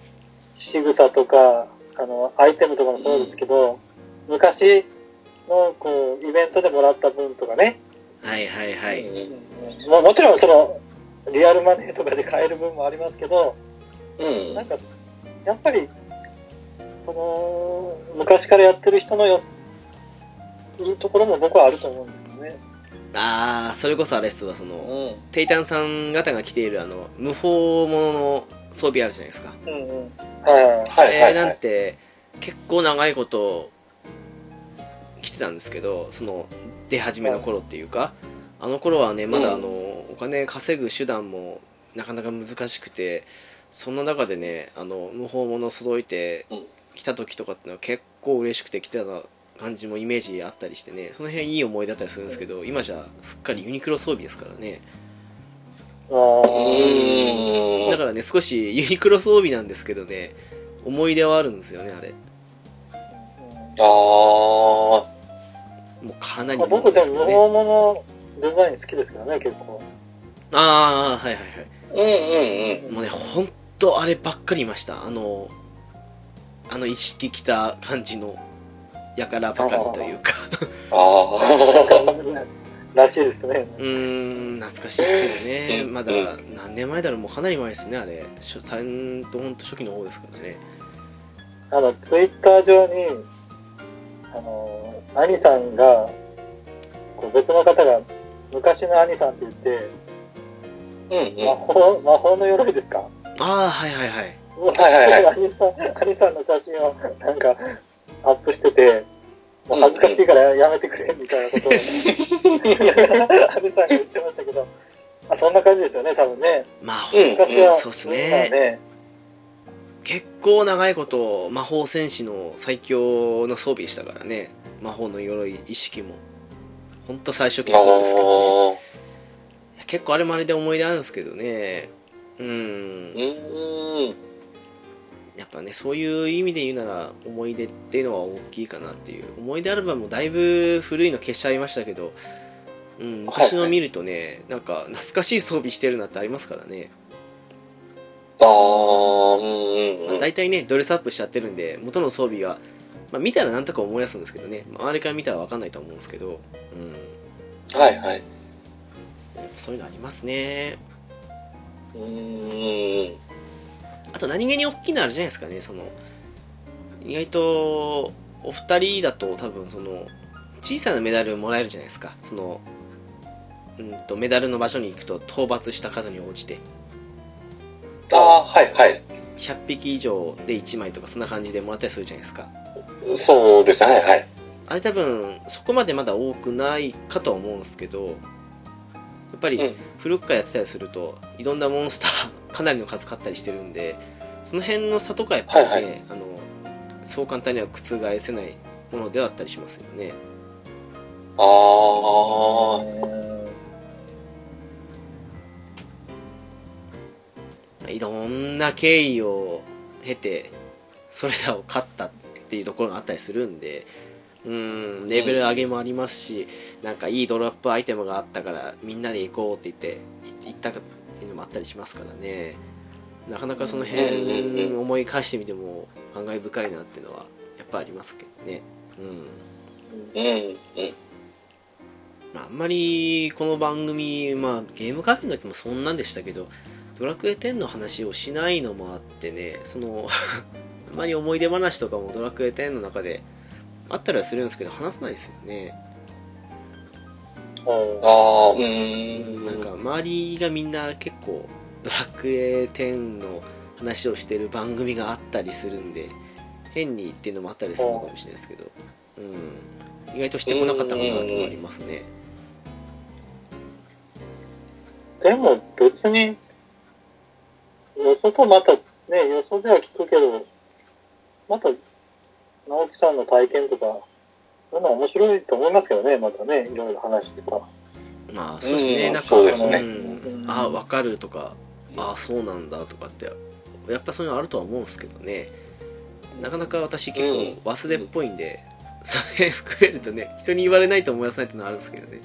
[SPEAKER 2] 仕草とか、あの、アイテムとかもそうですけど、昔のこう、イベントでもらった分とかね、
[SPEAKER 1] はいはいはい、
[SPEAKER 3] うん。
[SPEAKER 2] もうもちろんその、リアルマネーとかで買える分もありますけど、
[SPEAKER 3] うん
[SPEAKER 2] なんか、やっぱり、その、昔からやってる人のよ、いいところも僕はあると思うんですよね。
[SPEAKER 1] ああそれこそあれっすわその、
[SPEAKER 4] うん
[SPEAKER 1] テイタンさん方が着ているあの無法ものの装備あるじゃないですか、
[SPEAKER 2] うんう
[SPEAKER 3] は
[SPEAKER 2] ん。
[SPEAKER 3] い
[SPEAKER 1] あ
[SPEAKER 3] はいは
[SPEAKER 1] れ
[SPEAKER 3] い。
[SPEAKER 1] なんて結構長いこと着てたんですけどその出始めの頃っていうかあの頃はねまだあの、お金稼ぐ手段もなかなか難しくてそんな中でねあの無法物揃えて
[SPEAKER 4] うん
[SPEAKER 1] 来た時とかってのは結構嬉しくて来てた感じもイメージあったりしてねその辺いい思い出だったりするんですけど今じゃすっかりユニクロ装備ですからね
[SPEAKER 2] ああ。
[SPEAKER 3] うーん
[SPEAKER 1] だからね少しユニクロ装備なんですけどね思い出はあるんですよねあれ
[SPEAKER 3] あー
[SPEAKER 1] もうかなり
[SPEAKER 2] まあ、僕でも、無
[SPEAKER 1] ね、
[SPEAKER 2] 法物デザイン好きですからね、結構。
[SPEAKER 1] ああはいはい
[SPEAKER 3] うんうんうん。
[SPEAKER 1] はいもうね本当あればっかりいましたあのあの意識きた感じのやからばかりというか
[SPEAKER 3] あ
[SPEAKER 2] らしいですね。
[SPEAKER 1] うーん懐かしいですけどね
[SPEAKER 3] うん
[SPEAKER 1] まだ何年前だろうもうかなり前ですねあれ初三と本当初期の方ですからね
[SPEAKER 2] あの、ツイッター上に、あの、兄さんが、こう別の方が、昔の兄さんって言って、
[SPEAKER 3] ー。うんうん。
[SPEAKER 2] 魔法、魔法の鎧ですか
[SPEAKER 1] ああはいはいはい
[SPEAKER 3] はいはいは
[SPEAKER 2] 兄さん、兄さんの写真を、なんか、アップしてて、もう恥ずかしいからやめてくれ、みたいなことを、兄さんが言ってましたけど、あそんな感じですよね、多分ね。
[SPEAKER 1] 魔法、
[SPEAKER 3] うん
[SPEAKER 2] 昔は、
[SPEAKER 1] そうっすね結構長いこと魔法戦士の最強の装備でしたからね魔法の鎧意識も本当最初期
[SPEAKER 3] あ
[SPEAKER 1] の方ですけどね
[SPEAKER 3] ー。
[SPEAKER 1] 結構あれもあれで思い出あるんですけどねうん
[SPEAKER 3] うーん。
[SPEAKER 1] やっぱねそういう意味で言うなら思い出っていうのは大きいかなっていう思い出アルバムもだいぶ古いの消しちゃいましたけど、うん、昔の見るとね、なんか懐かしい装備してるなってありますからね、
[SPEAKER 3] あー。うんう
[SPEAKER 1] まあ、
[SPEAKER 3] んうん。
[SPEAKER 1] 大体ねドレスアップしちゃってるんで元の装備は、まあ、見たらなんとか思い出すんですけどね周りから見たら分かんないと思うんですけど、うん、
[SPEAKER 3] はいはい。
[SPEAKER 1] やっぱそういうのありますね
[SPEAKER 3] うーん。
[SPEAKER 1] あと何気に大きいのあるじゃないですかね、その、意外と、お二人だと多分その、小さなメダルもらえるじゃないですか、その、うんと、メダルの場所に行くと討伐した数に応じて、
[SPEAKER 3] ああ、はいはい。
[SPEAKER 1] 100匹以上で1枚とかそんな感じでもらったりするじゃないですか。
[SPEAKER 3] そうですね、はいはい。
[SPEAKER 1] あれ多分、そこまでまだ多くないかとは思うんですけど、やっぱり
[SPEAKER 3] うん
[SPEAKER 1] 古くからやってたりするといろんなモンスター かなりの数買ったりしてるんでその辺の差とかやっぱりね、
[SPEAKER 3] はい
[SPEAKER 1] あのそう簡単には覆せないものではあったりしますよね
[SPEAKER 3] ああ。
[SPEAKER 1] いろんな経緯を経てそれらを勝ったっていうところがあったりするんでうんレベル上げもありますし、なんかいいドロップアイテムがあったからみんなで行こうって言ってい行ったっていうのもあったりしますからねなかなかその
[SPEAKER 3] うんうんう
[SPEAKER 1] 辺
[SPEAKER 3] ん
[SPEAKER 1] 思い返してみても感慨深いなっていうのはやっぱありますけどねうん
[SPEAKER 3] うんうん。
[SPEAKER 1] まああんまりこの番組、まあ、ゲームカフェの時もそんなんでしたけどドラクエ10の話をしないのもあってねその あんまり思い出話とかもドラクエ10の中であったりはするんですけど話さないですよね、
[SPEAKER 3] ああ、うーん。
[SPEAKER 1] なんか周りがみんな結構ドラクエ10の話をしてる番組があったりするんで変にっていうのもあったりするのかもしれないですけど、うん、意外としてこなかったかなっていうのはありますね、
[SPEAKER 2] でも別に、よそとまた、ね、よそでは聞くけど、また、直樹さんの体験とか、そういうのは面白いと思いますけどね、またね、いろいろ話とか。
[SPEAKER 1] まあそうです
[SPEAKER 3] う
[SPEAKER 1] ね、
[SPEAKER 3] ん
[SPEAKER 1] なんか
[SPEAKER 3] そうですね
[SPEAKER 1] んあ分かるとかあそうなんだとかってやっぱそういうのあるとは思うんですけどねなかなか私結構忘れっぽいんで、それ含めるとね人に言われないと思い出せないっていうのはあるんですけどね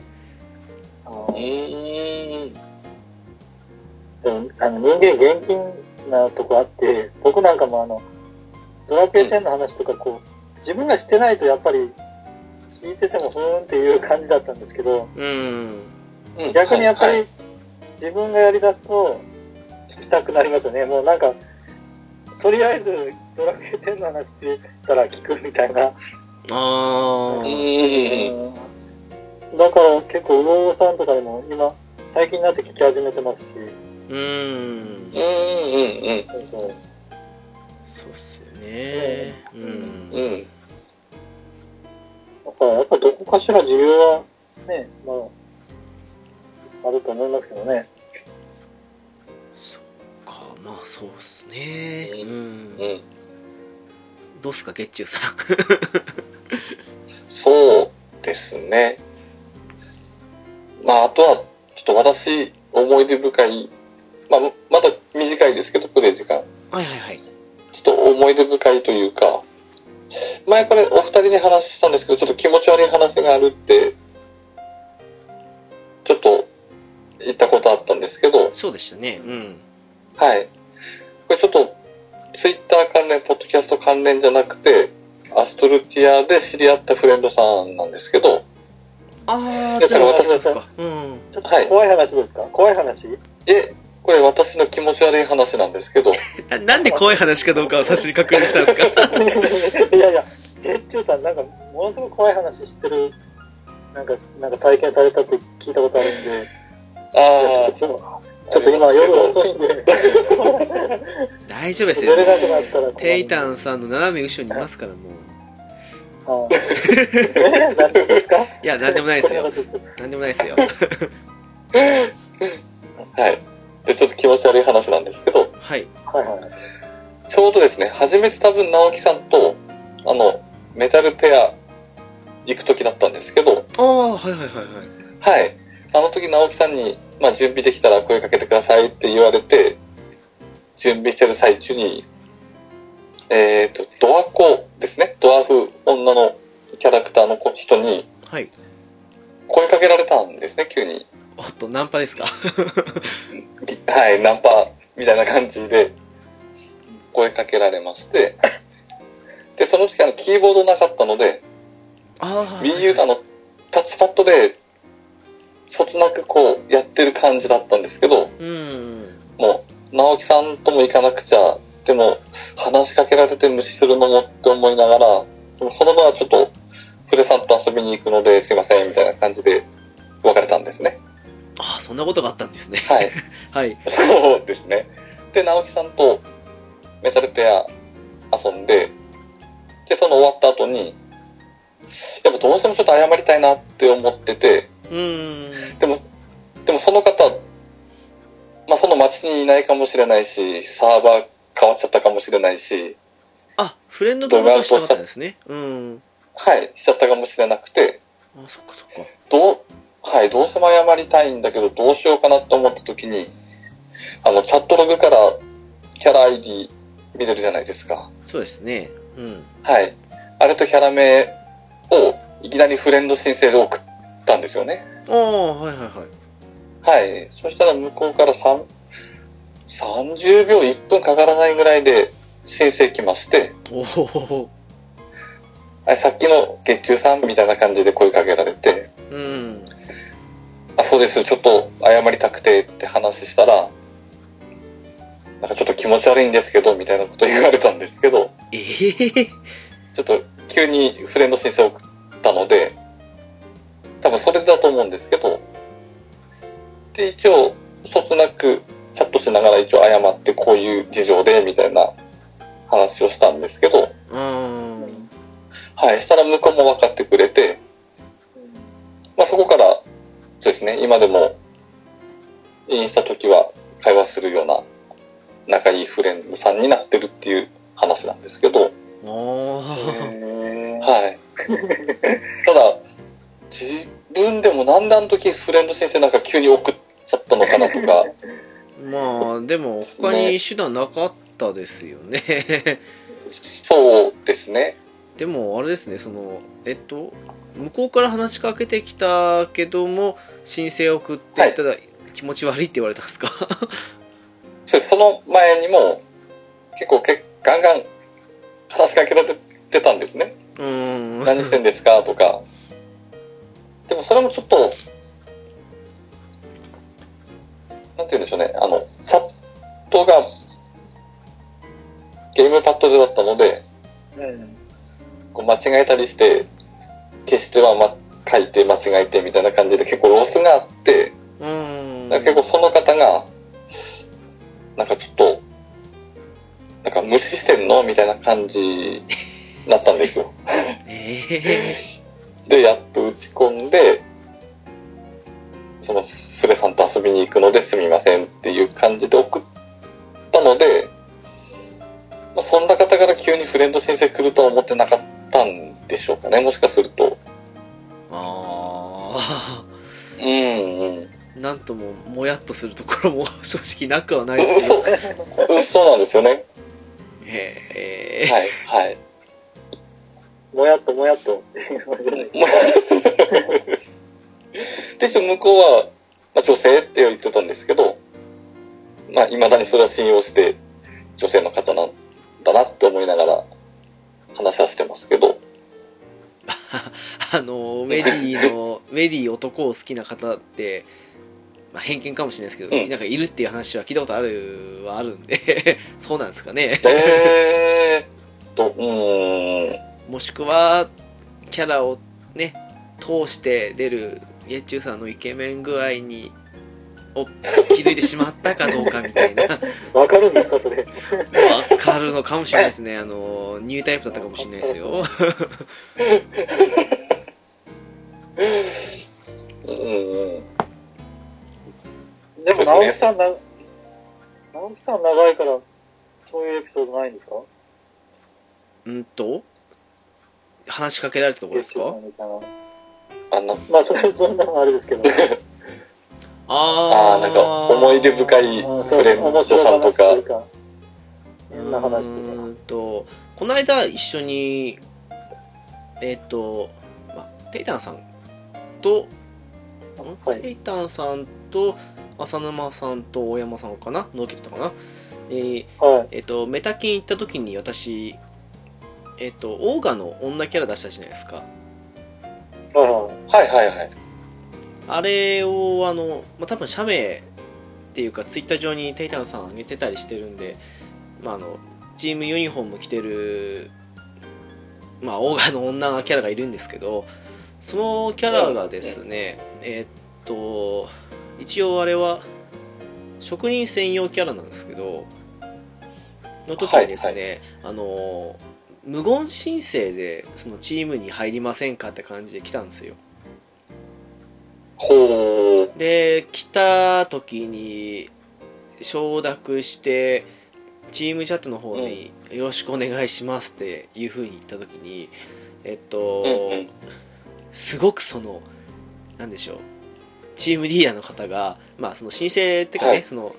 [SPEAKER 2] あ
[SPEAKER 3] う
[SPEAKER 2] の
[SPEAKER 3] ーん。
[SPEAKER 2] でもあの人間厳禁なとこあって、僕なんかもあの、ドラクエ10の話とかこう、自分がしてないとやっぱり、聞いててもふーんっていう感じだったんですけど、
[SPEAKER 1] うん
[SPEAKER 3] うん
[SPEAKER 2] 逆にやっぱ
[SPEAKER 3] はいはい
[SPEAKER 2] り自分がやりだすとしたくなりますよね。もうなんか、とりあえずドラクエ10の話って言ったら聞くみたいな。
[SPEAKER 1] ああ、
[SPEAKER 3] うんうんうん。
[SPEAKER 2] うんだから結構、うろうさんとかでも今、最近になって聞き始めてますし、
[SPEAKER 1] うーん
[SPEAKER 4] うんうん
[SPEAKER 2] そうそう
[SPEAKER 1] そうっすよねうん
[SPEAKER 4] うんうん
[SPEAKER 2] だからやっぱどこかしら需要はね、まあ、あると思いますけどね。
[SPEAKER 1] かまあそうっすね
[SPEAKER 4] うん
[SPEAKER 1] うん
[SPEAKER 4] うん
[SPEAKER 1] どうっすか月中さん
[SPEAKER 4] そうですね。まあ、あとは、ちょっと私、思い出深い、まあ、まだ短いですけど、プレイ時間。
[SPEAKER 1] はいはいはい
[SPEAKER 4] ちょっと思い出深いというか、前これお二人に話したんですけど、ちょっと気持ち悪い話があるって、ちょっと言ったことあったんですけど、
[SPEAKER 1] そうでしたねうん
[SPEAKER 4] はい。これちょっと、ツイッター関連、ポッドキャスト関連じゃなくて、アストルティアで知り合ったフレンドさんなんですけど、
[SPEAKER 1] ああ
[SPEAKER 4] だ
[SPEAKER 1] じゃ
[SPEAKER 4] か
[SPEAKER 1] あ
[SPEAKER 4] ら
[SPEAKER 1] 私
[SPEAKER 4] 私
[SPEAKER 1] で
[SPEAKER 4] は
[SPEAKER 1] すかうん
[SPEAKER 2] ちょっと
[SPEAKER 4] はい
[SPEAKER 2] 怖い話ですか、怖い話
[SPEAKER 4] え、これ私の気持ち悪い話なんですけど、
[SPEAKER 1] ななんで怖い話かどうかを最初に確認したんですか
[SPEAKER 2] いやいや、てっちゅうさん、なんか、ものすごい怖い話してる、なんか、なんか体験されたって聞いたことあるんで、
[SPEAKER 4] あ
[SPEAKER 2] ちょっと今、夜遅いんで、
[SPEAKER 1] 大丈夫です
[SPEAKER 2] 寝
[SPEAKER 1] よ
[SPEAKER 2] れなくなったら困るんで、
[SPEAKER 1] テイタンさんの斜め後ろにいますからもう
[SPEAKER 2] はいえ何ですか
[SPEAKER 1] いやなんでもないですよ
[SPEAKER 2] こんなこと
[SPEAKER 1] なんでもないです よ
[SPEAKER 4] あ、はい。で、ちょっと気持ち悪い話なんですけど、
[SPEAKER 1] はい
[SPEAKER 2] はいはい。
[SPEAKER 4] ちょうどですね、初めて多分直樹さんと、あの、メタルペア行く時だったんですけど、
[SPEAKER 1] ああはいはいはいはい
[SPEAKER 4] はい。あの時直樹さんに、まあ、準備できたら声かけてくださいって言われて、準備してる最中に、えっ、と、ドア子ですね、ドアフ女のキャラクターの子人に
[SPEAKER 1] はい
[SPEAKER 4] 声かけられたんですね、急に。
[SPEAKER 1] おっとナンパです か
[SPEAKER 4] はい、ナンパみたいな感じで声かけられまして、で、その時あのキーボードなかったので、
[SPEAKER 1] ああ
[SPEAKER 4] Wii U のあのタッチパッドで、そつなくこうやってる感じだったんですけど、
[SPEAKER 1] うん
[SPEAKER 4] もう、直樹さんとも行かなくちゃ、でも、話しかけられて無視するのもって思いながら、でもその場はちょっと、フレさんと遊びに行くので、すいません、みたいな感じで別れたんですね。
[SPEAKER 1] ああそんなことがあったんですね
[SPEAKER 4] はい。
[SPEAKER 1] はい
[SPEAKER 4] そうですね。で、直樹さんとメタルペア遊んで、で、その終わった後に、やっぱどうしてもちょっと謝りたいなって思ってて、
[SPEAKER 1] うん
[SPEAKER 4] でも、でもその方、まあその町にいないかもしれないし、サーバー変わっちゃったかもしれないし、
[SPEAKER 1] あフレンド登録はしたかったんですねうん
[SPEAKER 4] はい、しちゃったかもしれなくて、
[SPEAKER 1] あそっかそっか
[SPEAKER 4] どう、はい、どうしても謝りたいんだけど、どうしようかなと思った時に、あの、チャットログからキャラ ID 見れるじゃないですか。
[SPEAKER 1] そうですねうん
[SPEAKER 4] はい。あれとキャラ名をいきなりフレンド申請で送ったんですよね。
[SPEAKER 1] ああはいはいはい
[SPEAKER 4] はい。そしたら向こうから3 30秒1分かからないぐらいで申請来まして、
[SPEAKER 1] おお
[SPEAKER 4] あさっきの月中さんみたいな感じで声かけられて、
[SPEAKER 1] うん
[SPEAKER 4] あ、そうです、ちょっと謝りたくてって話したら、なんかちょっと気持ち悪いんですけど、みたいなこと言われたんですけど、
[SPEAKER 1] ええ
[SPEAKER 4] ちょっと急にフレンド申請を送ったので、多分それだと思うんですけど、で、一応、そつなくチャットしながら一応謝ってこういう事情で、みたいな話をしたんですけど、
[SPEAKER 1] うん
[SPEAKER 4] はい、したら向こうも分かってくれて、まあそこから、そうですね、今でも、インした時は会話するような仲いいフレンドさんになってるっていう話なんですけど、
[SPEAKER 1] ああ
[SPEAKER 4] はい。ただ、自分でもなんであの時フレンド先生なんか急に送っちゃったのかなとか、
[SPEAKER 1] まあでも他に手段なかったですよね
[SPEAKER 4] そうですね。
[SPEAKER 1] でもあれですねそのえっと向こうから話しかけてきたけども申請を送っていただ、気持ち悪いって言われたんですか
[SPEAKER 4] そその前にも、結構けガンガン話しかけられてたんですね。
[SPEAKER 1] うん
[SPEAKER 4] 何してんですかとか。でもそれもちょっと、なんて言うんでしょうね。あの、チャットがゲームパッドでだったので、
[SPEAKER 2] うん。
[SPEAKER 4] こう間違えたりして、決しては、ま、書いて間違えてみたいな感じで結構ロスがあって、
[SPEAKER 1] うん。
[SPEAKER 4] だ結構その方が、なんかちょっと、なんか無視してんのみたいな感じだったんで すよ。
[SPEAKER 1] え
[SPEAKER 4] ー、で、やっと打ち込んで、その、フレさんと遊びに行くのですみませんっていう感じで送ったので、まあ、そんな方から急にフレンド申請来るとは思ってなかったんでしょうかね、もしかすると。
[SPEAKER 1] あ。
[SPEAKER 4] あ。うんうん
[SPEAKER 1] なんとも、もやっとするところも 正直なくはない
[SPEAKER 4] ですけど。そうなんですよね。
[SPEAKER 1] へ
[SPEAKER 4] え。はい、はい。
[SPEAKER 2] もやっともやっと。
[SPEAKER 4] で、一応向こうは、まあ、女性って言ってたんですけど、まあ、未だにそれは信用して、女性の方なんだなって思いながら話はしてますけど。
[SPEAKER 1] あの、メディの、メディ男を好きな方って、まあ、偏見かもしれないですけど、うん、なんかいるっていう話は聞いたことあるはあるんで そうなんですかね。
[SPEAKER 4] えーと、うん
[SPEAKER 1] もしくは、キャラをね、通して出るゲッチュさんのイケメン具合にお気づいてしまったかどうかみたい な。
[SPEAKER 2] わかるんですか、そ
[SPEAKER 1] わ
[SPEAKER 2] れ。
[SPEAKER 1] かるのかもしれないですね。あの、ニュータイプだったかもしれないですよ。
[SPEAKER 4] うん。
[SPEAKER 2] でも、直木さんな、直木さん長いから、そういうエピソードないんですか
[SPEAKER 1] うんと話しかけられたところですか
[SPEAKER 4] あの、
[SPEAKER 2] まあ、それ、そんなのあれですけど。
[SPEAKER 1] あ
[SPEAKER 4] あなんか思い出深いフレンドさんとか。
[SPEAKER 2] 変な話と
[SPEAKER 1] うんと、この間一緒に、えっ、ー、と、まあ、テイタンさんと、はい、テイタンさんと、浅沼さんと大山さんかな農家とかなえー
[SPEAKER 2] はい、
[SPEAKER 1] えっ、ー、と、メタキン行った時に私、えっ、と、オーガの女キャラ出したじゃないですか。
[SPEAKER 4] はいはいはい。
[SPEAKER 1] あれを、あの、まあ、多分社名っていうか、ツイッター上にテイタンさん上げてたりしてるんで、まあ、あの、チームユニフォーム着てる、まあ、オーガの女キャラがいるんですけど、そのキャラがですね、えー、っと、一応あれは、職人専用キャラなんですけど、の時にですね、はいはい、あの、無言申請で、そのチームに入りませんかって感じで来たんですよ。
[SPEAKER 4] ほ
[SPEAKER 1] うで来た時に承諾してチームチャットの方に「よろしくお願いします」っていうふうに言った時にえっと、うんうん、すごくそのなんでしょうチームリーダーの方が、まあ、その申請っていうかね、はい、その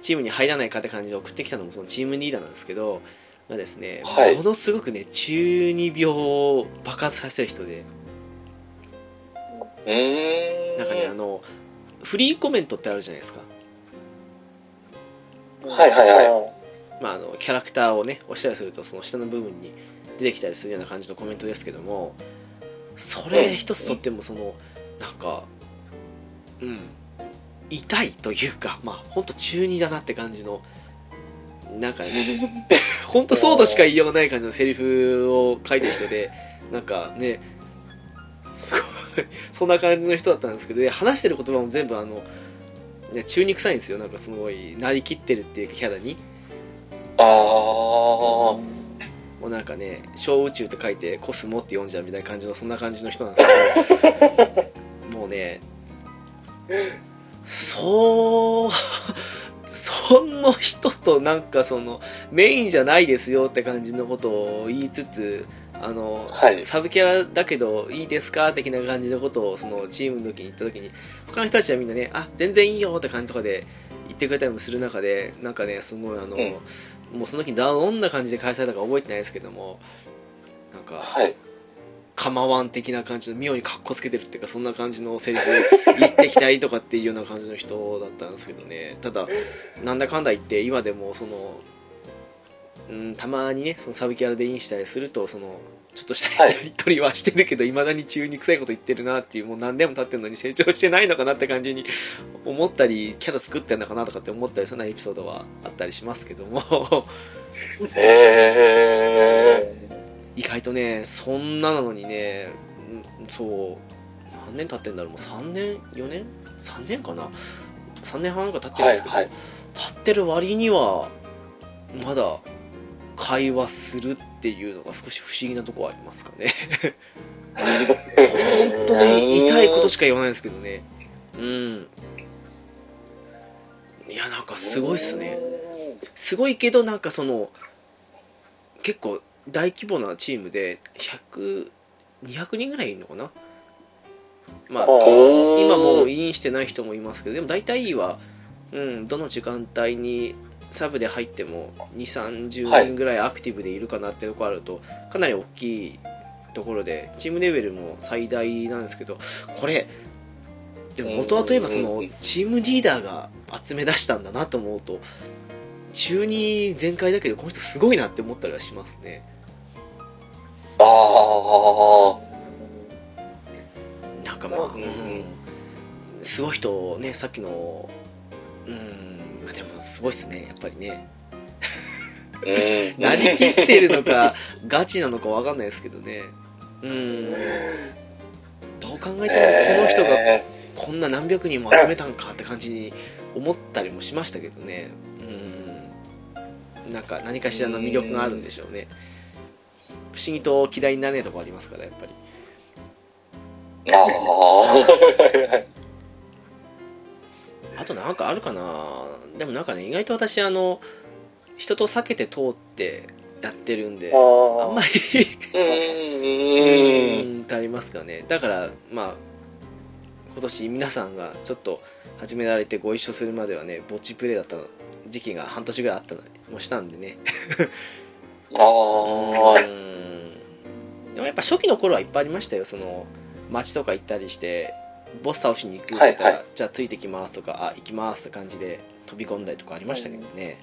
[SPEAKER 1] チームに入らないかって感じで送ってきたのもそのチームリーダーなんですけどがですね、
[SPEAKER 4] はい、
[SPEAKER 1] ものすごくね中二病を爆発させる人で。なんかね、あの、フリーコメントってあるじゃないですか。。
[SPEAKER 4] はいはいはい
[SPEAKER 1] まあ、あの、キャラクターをね、押したりすると、その下の部分に出てきたりするような感じのコメントですけども、それ一つとっても、その、なんか、うん、痛いというか、まあ、ほんと中二だなって感じの、なんか、ね、ほんとそうとしか言いようがない感じのセリフを書いてる人で、なんかね、すごい、そんな感じの人だったんですけど、話してる言葉も全部あの、ね、中に臭いんですよ。なんかすごい、なりきってるっていうキャラに。
[SPEAKER 4] ああ。
[SPEAKER 1] もうなんかね、小宇宙って書いてコスモって読んじゃうみたいな感じの、そんな感じの人なんですけど、もうね、そう、その人となんかその、メインじゃないですよって感じのことを言いつつ、あの、
[SPEAKER 4] はい、
[SPEAKER 1] サブキャラだけどいいですか的な感じのことをそのチームの時に言った時に他の人たちはみんなねあ全然いいよって感じとかで言ってくれたりもする中でなんかねすごいあの、うん、もうその時どんな感じで返されたか覚えてないですけどもなんか、
[SPEAKER 4] はい、
[SPEAKER 1] カマワン的な感じの妙にかっこつけてるっていうかそんな感じのセリフ言ってきたりとかっていうような感じの人だったんですけどねただなんだかんだ言って今でもそのうん、たまにねそのサブキャラでインしたりするとそのちょっとしたやり取りはしてるけど、はいまだに中に臭いこと言ってるなっていうもう何年も経ってるのに成長してないのかなって感じに思ったりキャラ作ってるのかなとかって思ったりそんなエピソードはあったりしますけども
[SPEAKER 4] へえ
[SPEAKER 1] 意外とねそんななのにねそう何年経ってんだろうもう3年4年3年かな3年半か経ってるんですけど、
[SPEAKER 3] はいはい
[SPEAKER 1] 経ってる割にはまだ会話するっていうのが少し不思議なとこはありますか ね本当に痛いことしか言わないですけどねうんいやなんかすごいっすねすごいけどなんかその結構大規模なチームで100200人ぐらいいるのかなまあ
[SPEAKER 3] おー
[SPEAKER 1] 今もうインしてない人もいますけどでも大体は、うん、どの時間帯にサブで入っても2 3 0人ぐらいアクティブでいるかなっていうところあるとかなり大きいところでチームレベルも最大なんですけどこれでも元はといえば
[SPEAKER 3] う
[SPEAKER 1] そ
[SPEAKER 3] んうん
[SPEAKER 1] の
[SPEAKER 3] うん
[SPEAKER 1] チームリーダーが集め出したんだなと思うと中2全開だけどこの人すごいなって思ったりはしますね
[SPEAKER 3] ああ、
[SPEAKER 1] なんかまあ、
[SPEAKER 3] うん
[SPEAKER 1] うんすごい人ねさっきのうんまあでもすごいっすねやっぱりね
[SPEAKER 3] うん。
[SPEAKER 1] なりきってるのかガチなのかわかんないですけどねうんどう考えてもこの人が
[SPEAKER 3] え
[SPEAKER 1] こんな何百人も集めたんかって感じに思ったりもしましたけどねうんなんか何かしらの魅力があるんでしょうね不思議と嫌いになれないとこありますからやっぱり
[SPEAKER 3] ーああ。
[SPEAKER 1] あとなんかあるかなでもなんかね意外と私あの人と避けて通ってやってるんであんま
[SPEAKER 2] あ
[SPEAKER 1] り
[SPEAKER 3] うんうん。
[SPEAKER 1] うん足りますかねだからまあ今年皆さんがちょっと始められてご一緒するまではねぼっちプレイだった時期が半年ぐらいあったのもしたんでね
[SPEAKER 3] ああ。
[SPEAKER 1] うんでもやっぱ初期の頃はいっぱいありましたよその街とか行ったりしてボス倒しに行くって言ったら、
[SPEAKER 3] はいは
[SPEAKER 1] じゃあついてきますとかあ行きますって感じで飛び込んだりとかありましたけどね、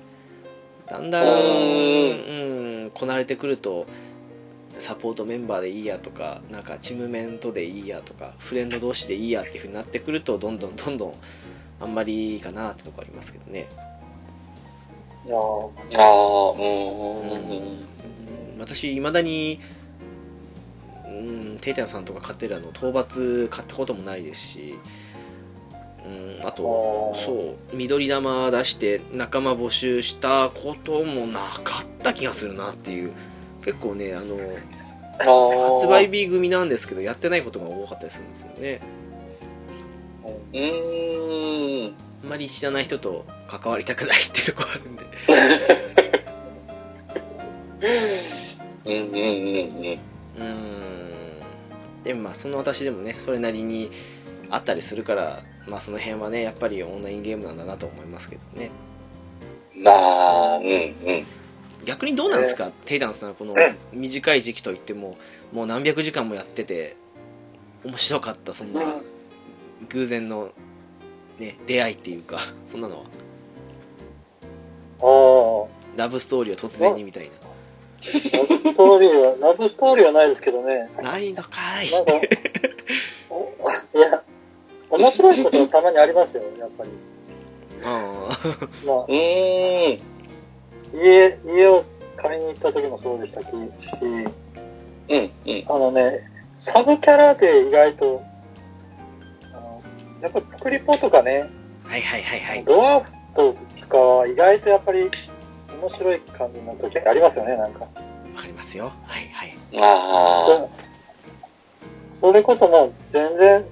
[SPEAKER 1] だんだん
[SPEAKER 3] う
[SPEAKER 1] うんこなれてくるとサポートメンバーでいいやとかなんかチームメントでいいやとかフレンド同士でいいやっていうふうになってくるとどんどんどんどんあんまりいいかなってとこありますけどね
[SPEAKER 2] あ。
[SPEAKER 3] ああ、うん。
[SPEAKER 1] うん私いまだに、うん、テイタンさんとか買ってるあの討伐買ったこともないですし、うん、あとそう緑玉出して仲間募集したこともなかった気がするなっていう結構ねあの発
[SPEAKER 3] 発
[SPEAKER 1] 売日組なんですけどやってないことが多かったりするんですよね
[SPEAKER 3] うん。
[SPEAKER 1] あんまり知らない人と関わりたくないっていうとこあるんで
[SPEAKER 3] うんうんうん
[SPEAKER 1] うーんでもまあその私でもねそれなりにあったりするからまあその辺はねやっぱりオンラインゲームなんだなと思いますけどね
[SPEAKER 3] うん。まあ、うんうん。
[SPEAKER 1] 逆にどうなんですか、テイダンさんこの短い時期といってももう何百時間もやってて面白かったそんな偶然のね出会いっていうかそんなのは
[SPEAKER 2] ああ。
[SPEAKER 1] ラブストーリーを突然にみたい
[SPEAKER 2] ラブストーリーは、ラブストーリーはないですけどね。
[SPEAKER 1] なないのかい
[SPEAKER 2] なんか、おいや、面白いことはたまにありますよ、やっぱり。
[SPEAKER 1] あー
[SPEAKER 2] まあ、
[SPEAKER 3] うん。
[SPEAKER 2] 家、家を借りに行った時もそうでしたし、
[SPEAKER 3] うんうん。
[SPEAKER 2] あのね、サブキャラで意外と、あのやっぱりプクリポとかね、
[SPEAKER 1] はいはいはいはい
[SPEAKER 2] ドワーフとかは意外とやっぱり面白い感じの時ありますよね、なんか。
[SPEAKER 1] わかりますよはいはい
[SPEAKER 3] あ
[SPEAKER 2] そそれこそもう全然、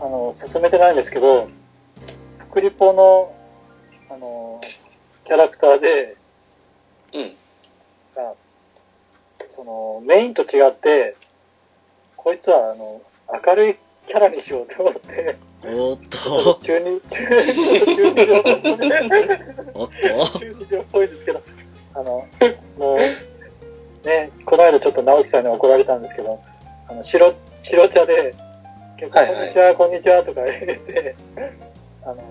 [SPEAKER 2] あの、進めてないんですけど、クリポの、あの、キャラクターで、
[SPEAKER 3] あ。うん。
[SPEAKER 2] あその、メインと違って、こいつは、あの、明るいキャラにしようと思って、
[SPEAKER 1] おーっと
[SPEAKER 2] 中二、中二、中二病、
[SPEAKER 1] おっと
[SPEAKER 2] 中二病っぽいですけど、あの、もう、ね、この間ちょっと直樹さんに怒られたんですけど、あの、白、白茶で、結構、
[SPEAKER 3] はい
[SPEAKER 2] こん
[SPEAKER 3] はい
[SPEAKER 2] にちは、こんにちはとか言って、あの、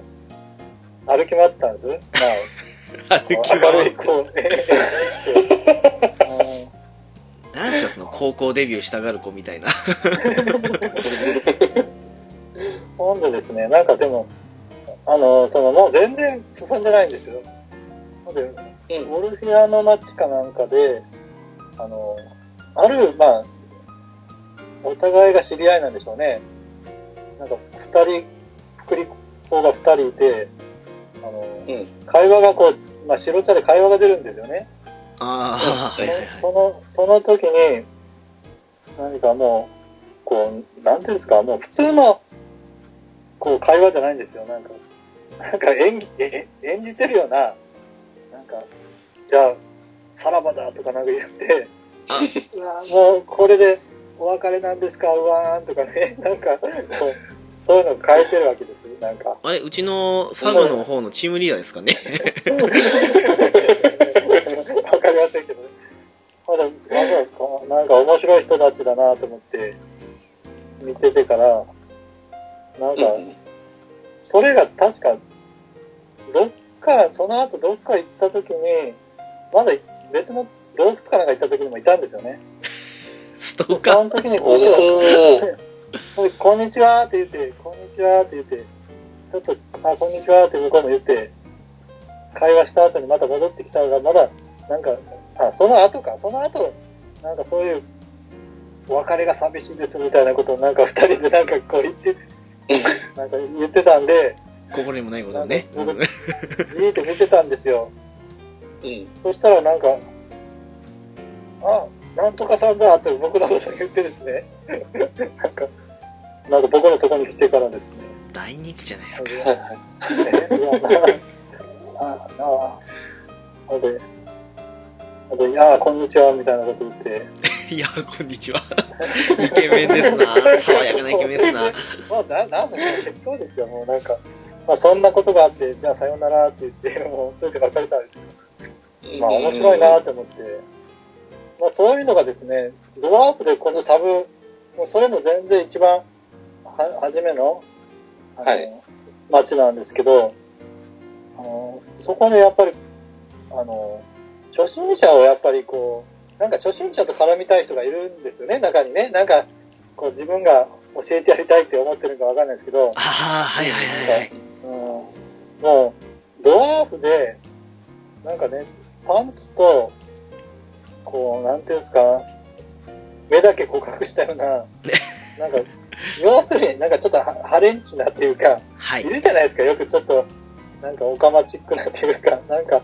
[SPEAKER 2] 歩き回ったん です。まあ、
[SPEAKER 1] 歩き
[SPEAKER 2] 明る
[SPEAKER 1] 回
[SPEAKER 2] い
[SPEAKER 1] る
[SPEAKER 2] 子で。うん
[SPEAKER 1] なんですかその高校デビューしたがる子みたいな
[SPEAKER 2] 今度ですね、なんかでも、あの、その、もう全然進んでないんですよ。なんで、
[SPEAKER 3] うん
[SPEAKER 2] モルフィアの街かなんかで、あの、ある、まあ、お互いが知り合いなんでしょうね。なんか、二人、福利子が二人いて、あの、
[SPEAKER 4] うん
[SPEAKER 2] 会話がこう、まあ、白茶で会話が出るんですよね。
[SPEAKER 1] ああ、はいはいはい。
[SPEAKER 2] その、その時に、何かもう、こう、なんていうんですか、もう普通の、こう、会話じゃないんですよ。なんか、なんか演技、え演じてるような、なんか、じゃあ、さらばだとかなんか言って、
[SPEAKER 1] あ
[SPEAKER 2] うわもうこれでお別れなんですか、うわーんとかね、なんか、こう、そういうの変えてるわけですよ、なんか。
[SPEAKER 1] あれ、うちのサグの方のチームリーダーですかね。
[SPEAKER 2] わかりませんけどね。まだ、まだ、なんか面白い人たちだなと思って、見ててから、なんか、それが確か、どっか、その後どっか行った時に、まだ別の洞窟かなんか行った時にもいたんですよね。
[SPEAKER 1] ストーカー。
[SPEAKER 2] その時に
[SPEAKER 4] お
[SPEAKER 2] こう、
[SPEAKER 4] ー
[SPEAKER 2] で こんにちはって言って、こんにちはって言って、ちょっと、あ、こんにちはって向こうも言って、会話した後にまた戻ってきたのが、まだ、なんか、あ、その後か、その後、なんかそういう、お別れが寂しいですみたいなことをなんか二人でなんかこう言って、なんか言ってたんで、
[SPEAKER 1] 心にもないことをね。
[SPEAKER 2] なんかじーっと見てたんですよ。
[SPEAKER 4] うん。
[SPEAKER 2] そしたらなんか、あ、なんとかさんだって僕のことを言ってですね、 なんか、なんか僕のところに来てからですね、
[SPEAKER 1] 大人気じゃないですか。
[SPEAKER 2] い
[SPEAKER 4] は
[SPEAKER 2] や
[SPEAKER 4] いはい
[SPEAKER 2] ああ、ほんで、ほんで、いやあ、こんにちは、みたいなこと言って、
[SPEAKER 1] いや、こんにちは。 イケメンですな。爽やかなイケメンですな。
[SPEAKER 2] まあ、な、なんで、適当ですよ、もうなんか、まあ、そんなことがあって、じゃあ、さようならって言って、もう、ついて別れたんですけど、まあ、面白いなと思って、まあ、そういうのがですね、ドワーフでこのサブ、もうそれも全然一番、は、初めの、あの
[SPEAKER 4] はい
[SPEAKER 2] 街なんですけど、あの、そこでやっぱり、あの、初心者をやっぱりこう、なんか初心者と絡みたい人がいるんですよね、中にね。なんか、こう自分が教えてやりたいって思ってるのかわかんないですけど、
[SPEAKER 1] ああ、はいはいはいはい。
[SPEAKER 2] うん、もう、ドワーフで、なんかね、パンツと、こう、なんていうんですか、目だけ告白し たような、なんか、要するになんかちょっとハハレンチなっていうか、
[SPEAKER 1] はい
[SPEAKER 2] いるじゃないですか、よくちょっと、なんかオカマチックなっていうか、なんか、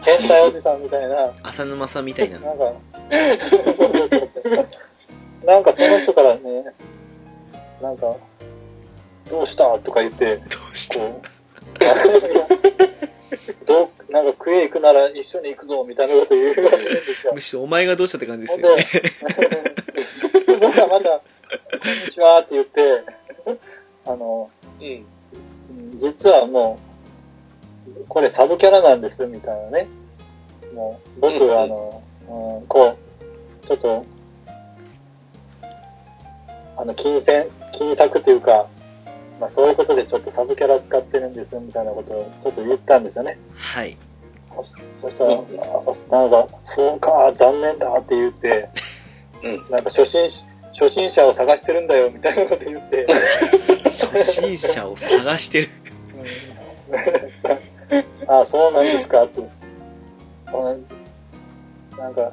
[SPEAKER 2] 変態おじさんみたいな、
[SPEAKER 1] 浅沼さんみたいな。
[SPEAKER 2] なんか、なんかその人からね、なんか、どうしたとか言って、
[SPEAKER 1] どうして
[SPEAKER 2] こう、どうなんかクエ行くなら一緒に行くぞみたいなこと言うわけです よ
[SPEAKER 1] む。しろお前がどうしたって感じで
[SPEAKER 2] ほ
[SPEAKER 1] す
[SPEAKER 2] ん
[SPEAKER 1] よね。
[SPEAKER 2] で、僕はまた、こんにちはって言って、あの、
[SPEAKER 4] うん。
[SPEAKER 2] うん実はもう、これサブキャラなんです、みたいなね。もう、僕、
[SPEAKER 4] うんうん
[SPEAKER 2] あの、うん、こう、ちょっと、あの、金銭、金策というか、まあそういうことでちょっとサブキャラ使ってるんです、みたいなことをちょっと言ったんですよね。
[SPEAKER 1] はい。
[SPEAKER 2] そそしたら、
[SPEAKER 4] うん
[SPEAKER 2] あなんか、そうか、残念だって言って、
[SPEAKER 4] うん
[SPEAKER 2] なんか初心、初心者を探してるんだよ、みたいなこと言って、
[SPEAKER 1] 初心者を探してる。
[SPEAKER 2] ああ、そうなんですかって。うんなんか、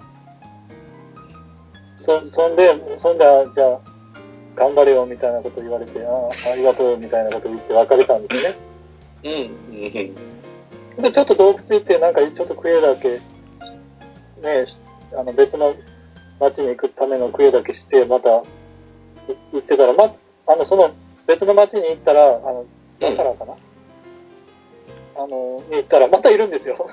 [SPEAKER 2] そ、そんで、そんで、あじゃあ、頑張れよみたいなこと言われて、ああ、ありがとうみたいなこと言って別れたんですよね。
[SPEAKER 4] うん。うん。
[SPEAKER 2] で、ちょっと洞窟行って、なんかちょっとクエだけ、ね、しあの別の町に行くためのクエだけして、またい行ってたら、ま、あの、その別の町に行ったら、あの、だからかな、あの、に行ったら、またいるんですよ。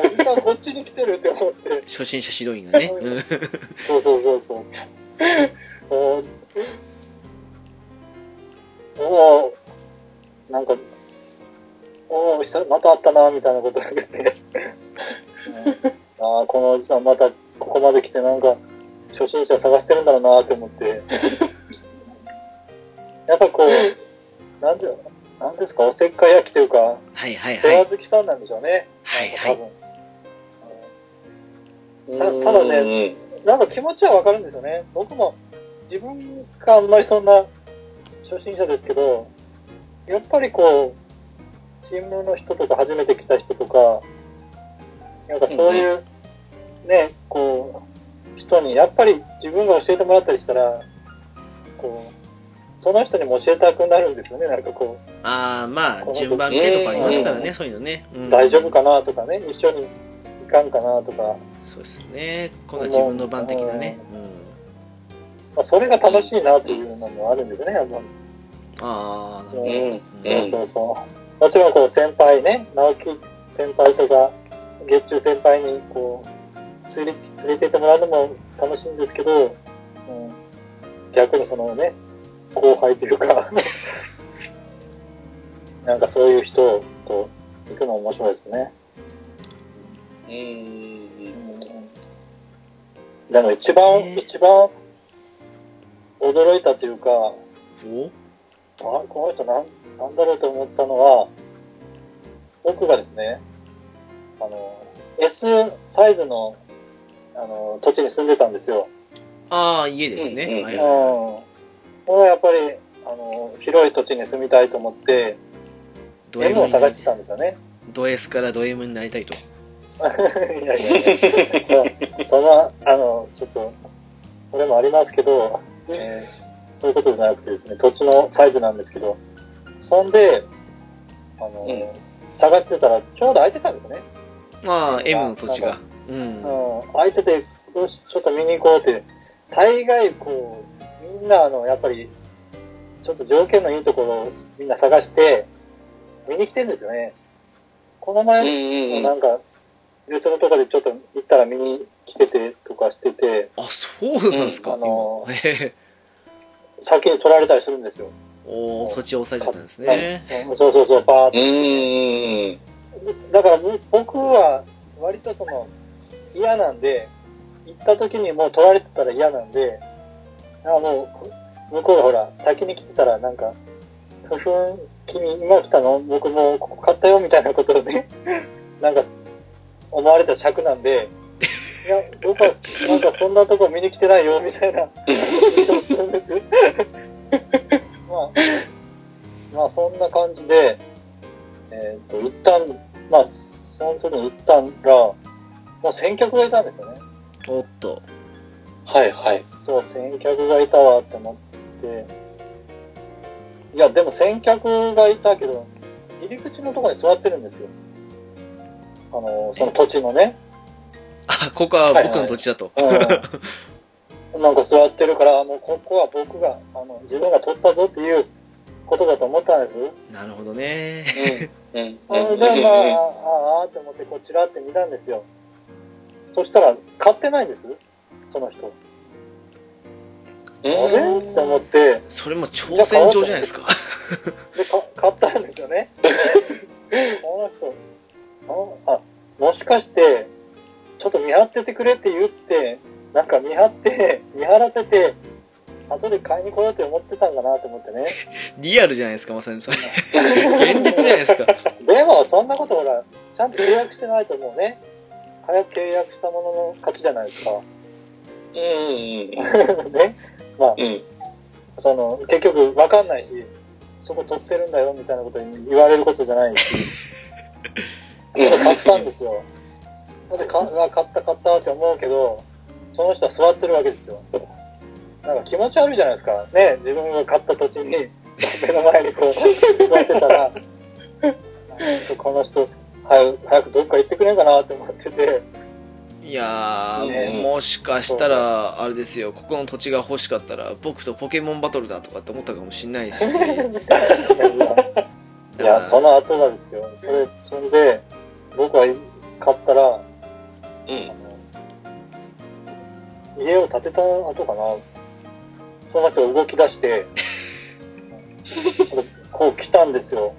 [SPEAKER 2] おじさんがおじさんこっちに来てるって思って。
[SPEAKER 1] 初心者指導員がね。うん
[SPEAKER 2] そうそうそうそう。おーおーなんか、おお、久々また会ったな、みたいなこと言って。ああ、このおじさんまたここまで来てなんか、初心者探してるんだろうなって思って。やっぱこう、なんていうのなんですか、おせっかい焼きというか、
[SPEAKER 1] はいはいは
[SPEAKER 2] 世話
[SPEAKER 1] い。
[SPEAKER 2] 好きさんなんでしょうね。
[SPEAKER 1] はいは
[SPEAKER 2] 多
[SPEAKER 1] い。
[SPEAKER 2] 分。ただね、なんか気持ちはわかるんですよね。僕も自分があんまりそんな初心者ですけど、やっぱりこう、チームの人とか初めて来た人とか、なんかそういう、ね、こう、人に、やっぱり自分が教えてもらったりしたら、こう、その人にも教えたくなるんですよね、なんかこう、
[SPEAKER 1] ああ、まあ、順番系とかありますからね、そういうのね。うん
[SPEAKER 2] 大丈夫かなとかね、一緒に行かんかなとか、
[SPEAKER 1] そうですね。今度は自分の番的なね。うん。
[SPEAKER 2] まあ、それが楽しいなというのもあるんですよね、やっぱり。
[SPEAKER 1] ああ、なるほど。
[SPEAKER 3] うんうん
[SPEAKER 1] うん
[SPEAKER 2] そうそうそう。もちろんこう先輩ね、直樹先輩とか、月中先輩にこう、連れて連れて行ってもらうのも楽しいんですけど、うん、逆にそのね、後輩というか、 なんかそういう人と行くのも面白いですね。
[SPEAKER 3] うん
[SPEAKER 2] でも一番、
[SPEAKER 1] ね
[SPEAKER 2] 一番驚いたというか、
[SPEAKER 1] お
[SPEAKER 2] あこの人なんなんだろうと思ったのは、僕がですね、あの、S サイズの、あの、土地に住んでたんですよ。
[SPEAKER 1] ああ、家ですね。
[SPEAKER 3] うんうん
[SPEAKER 1] は
[SPEAKER 2] う
[SPEAKER 1] いは
[SPEAKER 2] ん。
[SPEAKER 1] いは
[SPEAKER 2] これはやっぱり、あの、広い土地に住みたいと思って、
[SPEAKER 1] い。ド M
[SPEAKER 2] M を
[SPEAKER 1] にな
[SPEAKER 2] 探
[SPEAKER 1] り
[SPEAKER 2] してたんですよね。
[SPEAKER 1] ド S からド M になりたいと。
[SPEAKER 2] いやいやいやそうその、あの、ちょっと、それもありますけど、えーそういうことじゃなくてですね、土地のサイズなんですけど、そんで、あの、
[SPEAKER 3] うん
[SPEAKER 2] 探してたら、ちょうど空いてたんですね。
[SPEAKER 1] ああ、M の土地が。うん。
[SPEAKER 2] うん、空いてて、どうし、ちょっと見に行こうって、大概こう、みんなあの、やっぱり、ちょっと条件のいいところをみんな探して、見に来てるんですよね。この前、
[SPEAKER 3] うん
[SPEAKER 2] なんか、別のとこでちょっと行ったら見に来ててとかしてて、
[SPEAKER 1] あ、そうなんですか、
[SPEAKER 2] うんあの
[SPEAKER 1] 今。へへ
[SPEAKER 2] 先に取られたりするんですよ。
[SPEAKER 1] おお、土地を抑えちゃったんですね。
[SPEAKER 2] うんそうそうそう、バーっ
[SPEAKER 3] うんうん
[SPEAKER 2] と。だからぼ僕は、割とその、嫌なんで、行った時にもう取られてたら嫌なんで、あもう、向こうがほら、先に来てたらなんか、ふふん、君今来たの僕もうここ買ったよみたいなことをね、 なんか、思われた尺なんで、いや、僕はなんかそんなとこ見に来てないよみたいな、まあ、まあそんな感じで、えっ、と、一旦、まあ、その時に行ったら、もう先客がいたんですよね。
[SPEAKER 1] おっと。
[SPEAKER 3] はいはい。
[SPEAKER 2] そう、先客がいたわって思って、いや、でも先客がいたけど、入り口のところに座ってるんですよ。あの、その土地のね。
[SPEAKER 1] あ、ここは僕の土地だと。
[SPEAKER 2] うんなんか座ってるから、もうここは僕が、あの、自分が取ったぞっていうことだと思ったんです。
[SPEAKER 1] なるほどね。
[SPEAKER 3] うん
[SPEAKER 2] あーで、まあ、あーあーって思って、こちらって見たんですよ。そしたら、買ってないんですその人。あれって思って、
[SPEAKER 1] それも挑戦状じゃないですか。
[SPEAKER 2] で、か買ったんですよね。この人、ああ、もしかして、ちょっと見張っててくれって言って、なんか見張って、見張らせて、後で買いに来ようと思ってたんだなと思ってね。
[SPEAKER 1] リアルじゃないですか、まさにそれ。現実じゃないですか。
[SPEAKER 2] でも、そんなことほら、ちゃんと契約してないともうね、早く契約したものの勝ちじゃないですか。
[SPEAKER 3] う
[SPEAKER 2] ね。まあ、
[SPEAKER 3] ん。
[SPEAKER 2] その、結局わかんないし、そこ取ってるんだよみたいなことに言われることじゃないし、買ったんです よ。で、かうわ買った買ったって思うけど、その人は座ってるわけですよ。なんか気持ち悪いじゃないですか。ね、自分が買った土地に、目の前にこう、座ってたら、 この人、早く早くどっか行ってくれんかなって思って て、
[SPEAKER 1] いやー、
[SPEAKER 3] ね
[SPEAKER 1] もしかしたら、あれですよ、ここの土地が欲しかったら、僕とポケモンバトルだとかって思ったかもしれないし。
[SPEAKER 2] いや、その後がですよ。それ、それで、僕は買ったら、あの家を建てた後かな、その人が動き出して、こう来たんですよ。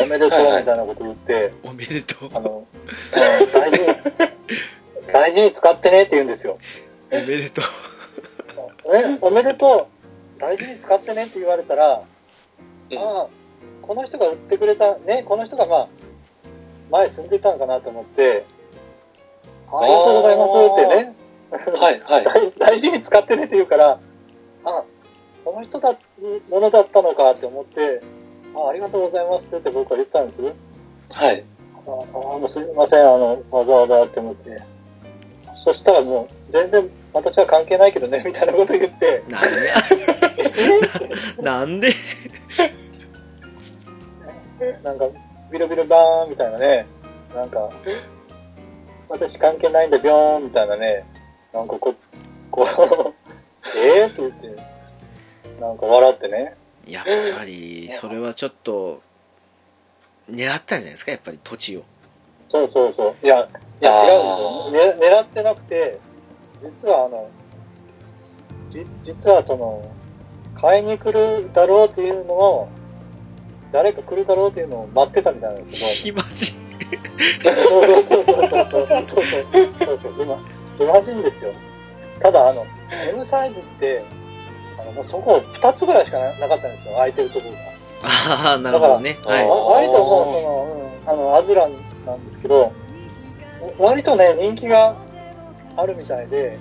[SPEAKER 2] おめでとうみたいなこと言って、
[SPEAKER 1] おめでとう。
[SPEAKER 2] あの、大事に、大事に使ってねって言うんですよ。
[SPEAKER 1] おめでとう。
[SPEAKER 2] え、おめでとう、大事に使ってねって言われたら、
[SPEAKER 3] うん
[SPEAKER 2] ああ、この人が売ってくれた、ね、この人がまあ、前住んでたのかなと思って、ありがとうございますってね、
[SPEAKER 3] はいはい。
[SPEAKER 2] 大大事に使ってねって言うから、あ、この人だ、ものだったのかって思って、あありがとうございますって僕は言ったんですよ。
[SPEAKER 3] はい。
[SPEAKER 2] ああ、もうすいません、あの、わざわざって思って。そしたらもう、全然私は関係ないけどね、 みたいなこと言って、
[SPEAKER 1] なんでやなんで
[SPEAKER 2] なんか、ビルビルバーンみたいなね、なんか、私関係ないんでビョーンみたいなね、なんかこ、こう、 えーって言って、なんか笑ってね、
[SPEAKER 1] やっぱりそれはちょっと狙ったんじゃないですかやっぱり土地を
[SPEAKER 2] そうそうそう、いや、いや
[SPEAKER 3] あー
[SPEAKER 2] 違うんですよ、ね、狙ってなくて、実はあの、じ、実はその、買いに来るだろうっていうのを、誰か来るだろうっていうのを待ってたみたいなんですよ、
[SPEAKER 1] 暇人
[SPEAKER 2] そうそうそうそうそうそうそうそうそう今暇人ですよただあの M サイズってあのもうそこ2つぐらいしかななかったんですよ空いてるところが
[SPEAKER 1] ああなるほどね
[SPEAKER 3] だから
[SPEAKER 1] はい
[SPEAKER 3] あー
[SPEAKER 2] わ割ともうその、うん、あのアズランなんですけどわ割とね人気があるみたいで、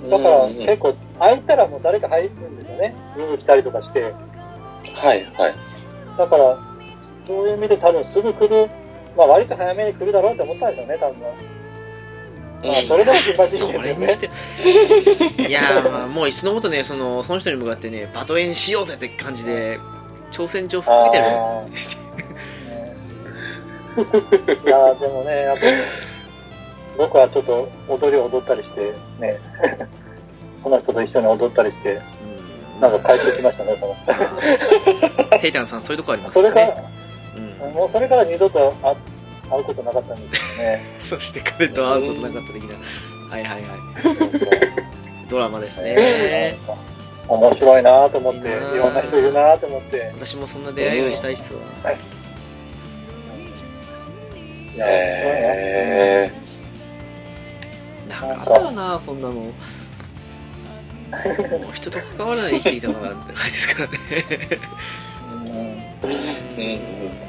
[SPEAKER 2] うん、だから
[SPEAKER 3] うんうん
[SPEAKER 2] 結構空いたらもう誰か入るんですよね見に来たりとかして
[SPEAKER 3] はいはい。
[SPEAKER 2] だから、そういう意味で多分すぐ来る、まあ割と早めに来るだろうって思ったんですよね、多分。まあそれでも暇人
[SPEAKER 1] そ
[SPEAKER 2] です
[SPEAKER 1] れ
[SPEAKER 2] よ
[SPEAKER 1] に
[SPEAKER 2] ね
[SPEAKER 1] し。ていやーまあもういっそのことねそのその人に向かってねバトエンしようぜって感じで挑戦状吹っかけてる
[SPEAKER 2] あーいやーでもね、やっぱり、僕はちょっと踊りを踊ったりして、ね、その人と一緒に踊ったりして、なんか帰ってきましたね、その人
[SPEAKER 1] うんテイタンさんそういうとこあります
[SPEAKER 2] そ
[SPEAKER 1] よ
[SPEAKER 2] れ
[SPEAKER 1] ね
[SPEAKER 2] が、
[SPEAKER 1] うん
[SPEAKER 2] もうそれから二度と会会うことなかったんですよね。
[SPEAKER 1] そして彼と会うことなかった的なはいはいは
[SPEAKER 2] そうそう
[SPEAKER 1] いドラマです
[SPEAKER 2] え
[SPEAKER 1] ね
[SPEAKER 2] ー面白いなぁと思って、
[SPEAKER 1] いいなぁ
[SPEAKER 2] いろんな人いるなぁと思って、
[SPEAKER 1] 私もそんな出会いをしたいっすわ
[SPEAKER 2] いや面
[SPEAKER 3] へ
[SPEAKER 1] なかったよなそんなのもう人と関わらないで生きていたのがって感じですからね
[SPEAKER 2] 白いね
[SPEAKER 3] え。うんうん。
[SPEAKER 2] うん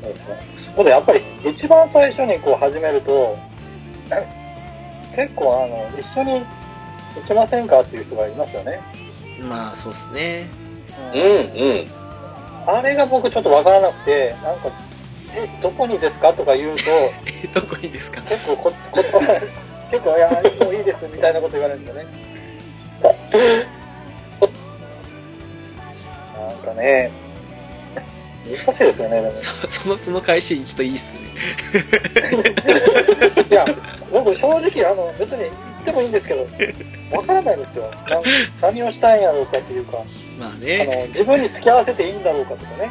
[SPEAKER 2] そうですねただやっぱり一番最初にこう始めると、結構あの、一緒に行きませんかっていう人がいますよね。
[SPEAKER 1] まあそうっすね
[SPEAKER 3] うんうん。
[SPEAKER 2] あれが僕ちょっとわからなくて、なんか、え、どこにですかとか言うと、
[SPEAKER 1] え どこにですか
[SPEAKER 2] 結構こ、こ結構、いや、もういいですみたいなこと言われるんですよね。なんかね、難しいですよね、でも。
[SPEAKER 1] そそのその返しちょっといいっすね
[SPEAKER 2] いや、僕正直、あの、別に言ってもいいんですけど、わからないんですよ。なん何をしたいんやろうかっていうか、あ
[SPEAKER 1] まあ
[SPEAKER 2] の、
[SPEAKER 1] ね
[SPEAKER 2] 自分に付き合わせていいんだろうかとかね。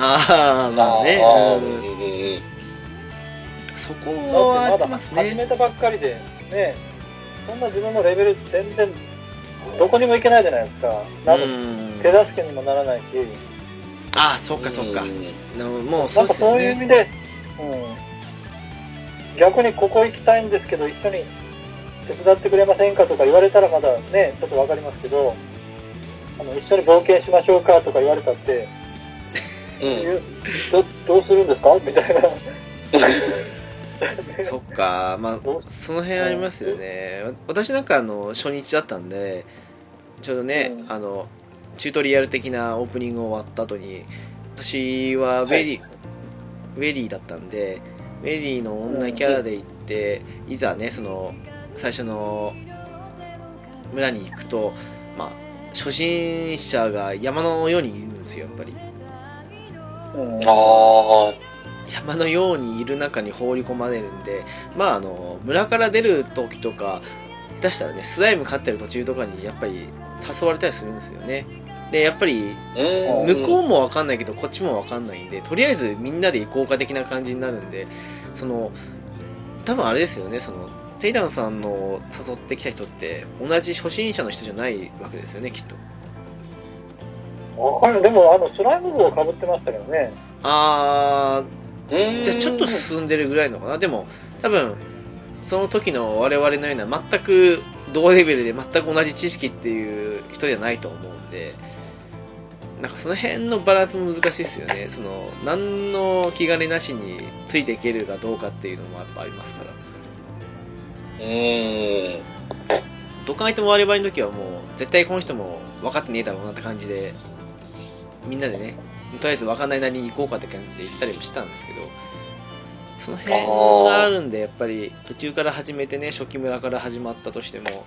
[SPEAKER 1] ああまあね
[SPEAKER 3] あー
[SPEAKER 1] うんそこ
[SPEAKER 2] だ
[SPEAKER 1] はあ
[SPEAKER 2] って
[SPEAKER 1] り
[SPEAKER 2] まだ
[SPEAKER 1] ます
[SPEAKER 2] 始
[SPEAKER 1] ね
[SPEAKER 2] めたばっかりで、ね、そんな自分のレベル全然、どこにも行けないじゃないですか。
[SPEAKER 1] う
[SPEAKER 2] なんか
[SPEAKER 1] ん
[SPEAKER 2] 手助けにもならないし、
[SPEAKER 1] ああそっかそっか
[SPEAKER 3] うん
[SPEAKER 1] でももう
[SPEAKER 2] な
[SPEAKER 1] そうんで
[SPEAKER 2] か
[SPEAKER 1] す
[SPEAKER 2] そ
[SPEAKER 1] よ
[SPEAKER 2] ういう意
[SPEAKER 1] ね
[SPEAKER 2] 味で、うん、逆にここ行きたいんですけど、一緒に手伝ってくれませんかとか言われたらまだね、ちょっとわかりますけど、あの一緒に冒険しましょうかとか言われたって、
[SPEAKER 3] うん。
[SPEAKER 2] ゆどどうするんですかみたいな。
[SPEAKER 1] そっかまあ
[SPEAKER 2] どうし
[SPEAKER 1] その辺ありますよね、わ私なんかあの初日だったんでちょうどね、
[SPEAKER 2] うん
[SPEAKER 1] あのチュートリアル的なオープニング終わった後に私はウェディ、ウェディだったんでウェディの女キャラで行って、いざねその最初の村に行くとまあ初心者が山のようにいるんですよやっぱり
[SPEAKER 2] うん
[SPEAKER 3] ああ。
[SPEAKER 1] 山のようにいる中に放り込まれるんで、まあ、あの村から出る時とか下手したらねスライム飼ってる途中とかにやっぱり誘われたりするんですよねでやっぱり
[SPEAKER 3] うん。
[SPEAKER 1] 向こうも分かんないけどこっちも分かんないんでとりあえずみんなで行こうか的な感じになるんでその多分あれですよねそのテイダンさんの誘ってきた人って同じ初心者の人じゃないわけですよねきっと
[SPEAKER 2] わかるでも、あの、スライム帽をかぶってましたけどね。
[SPEAKER 1] あー
[SPEAKER 3] うん。
[SPEAKER 1] じゃあちょっと進んでるぐらいのかな、でも多分その時の我々のような全く同レベルで全く同じ知識っていう人じゃないと思うんで、なんかその辺のバランスも難しいですよね、その何の気兼ねなしについていけるかどうかっていうのもやっぱありますから、
[SPEAKER 3] うん。
[SPEAKER 1] どかいても我々の時はもう絶対この人も分かってねえだろうなって感じで、みんなでね、とりあえず分かんないなりに行こうかって感じで行ったりもしたんですけど、その辺があるんで、やっぱり途中から始めてね、初期村から始まったとしても、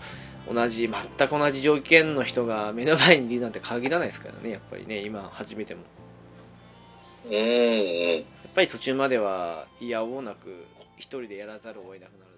[SPEAKER 1] 同じ、全く同じ条件の人が目の前にいるなんて限らないですからね、やっぱりね、今始めても。
[SPEAKER 3] うん。
[SPEAKER 1] やっぱり途中までは、いやおうなく、一人でやらざるを得なくなる。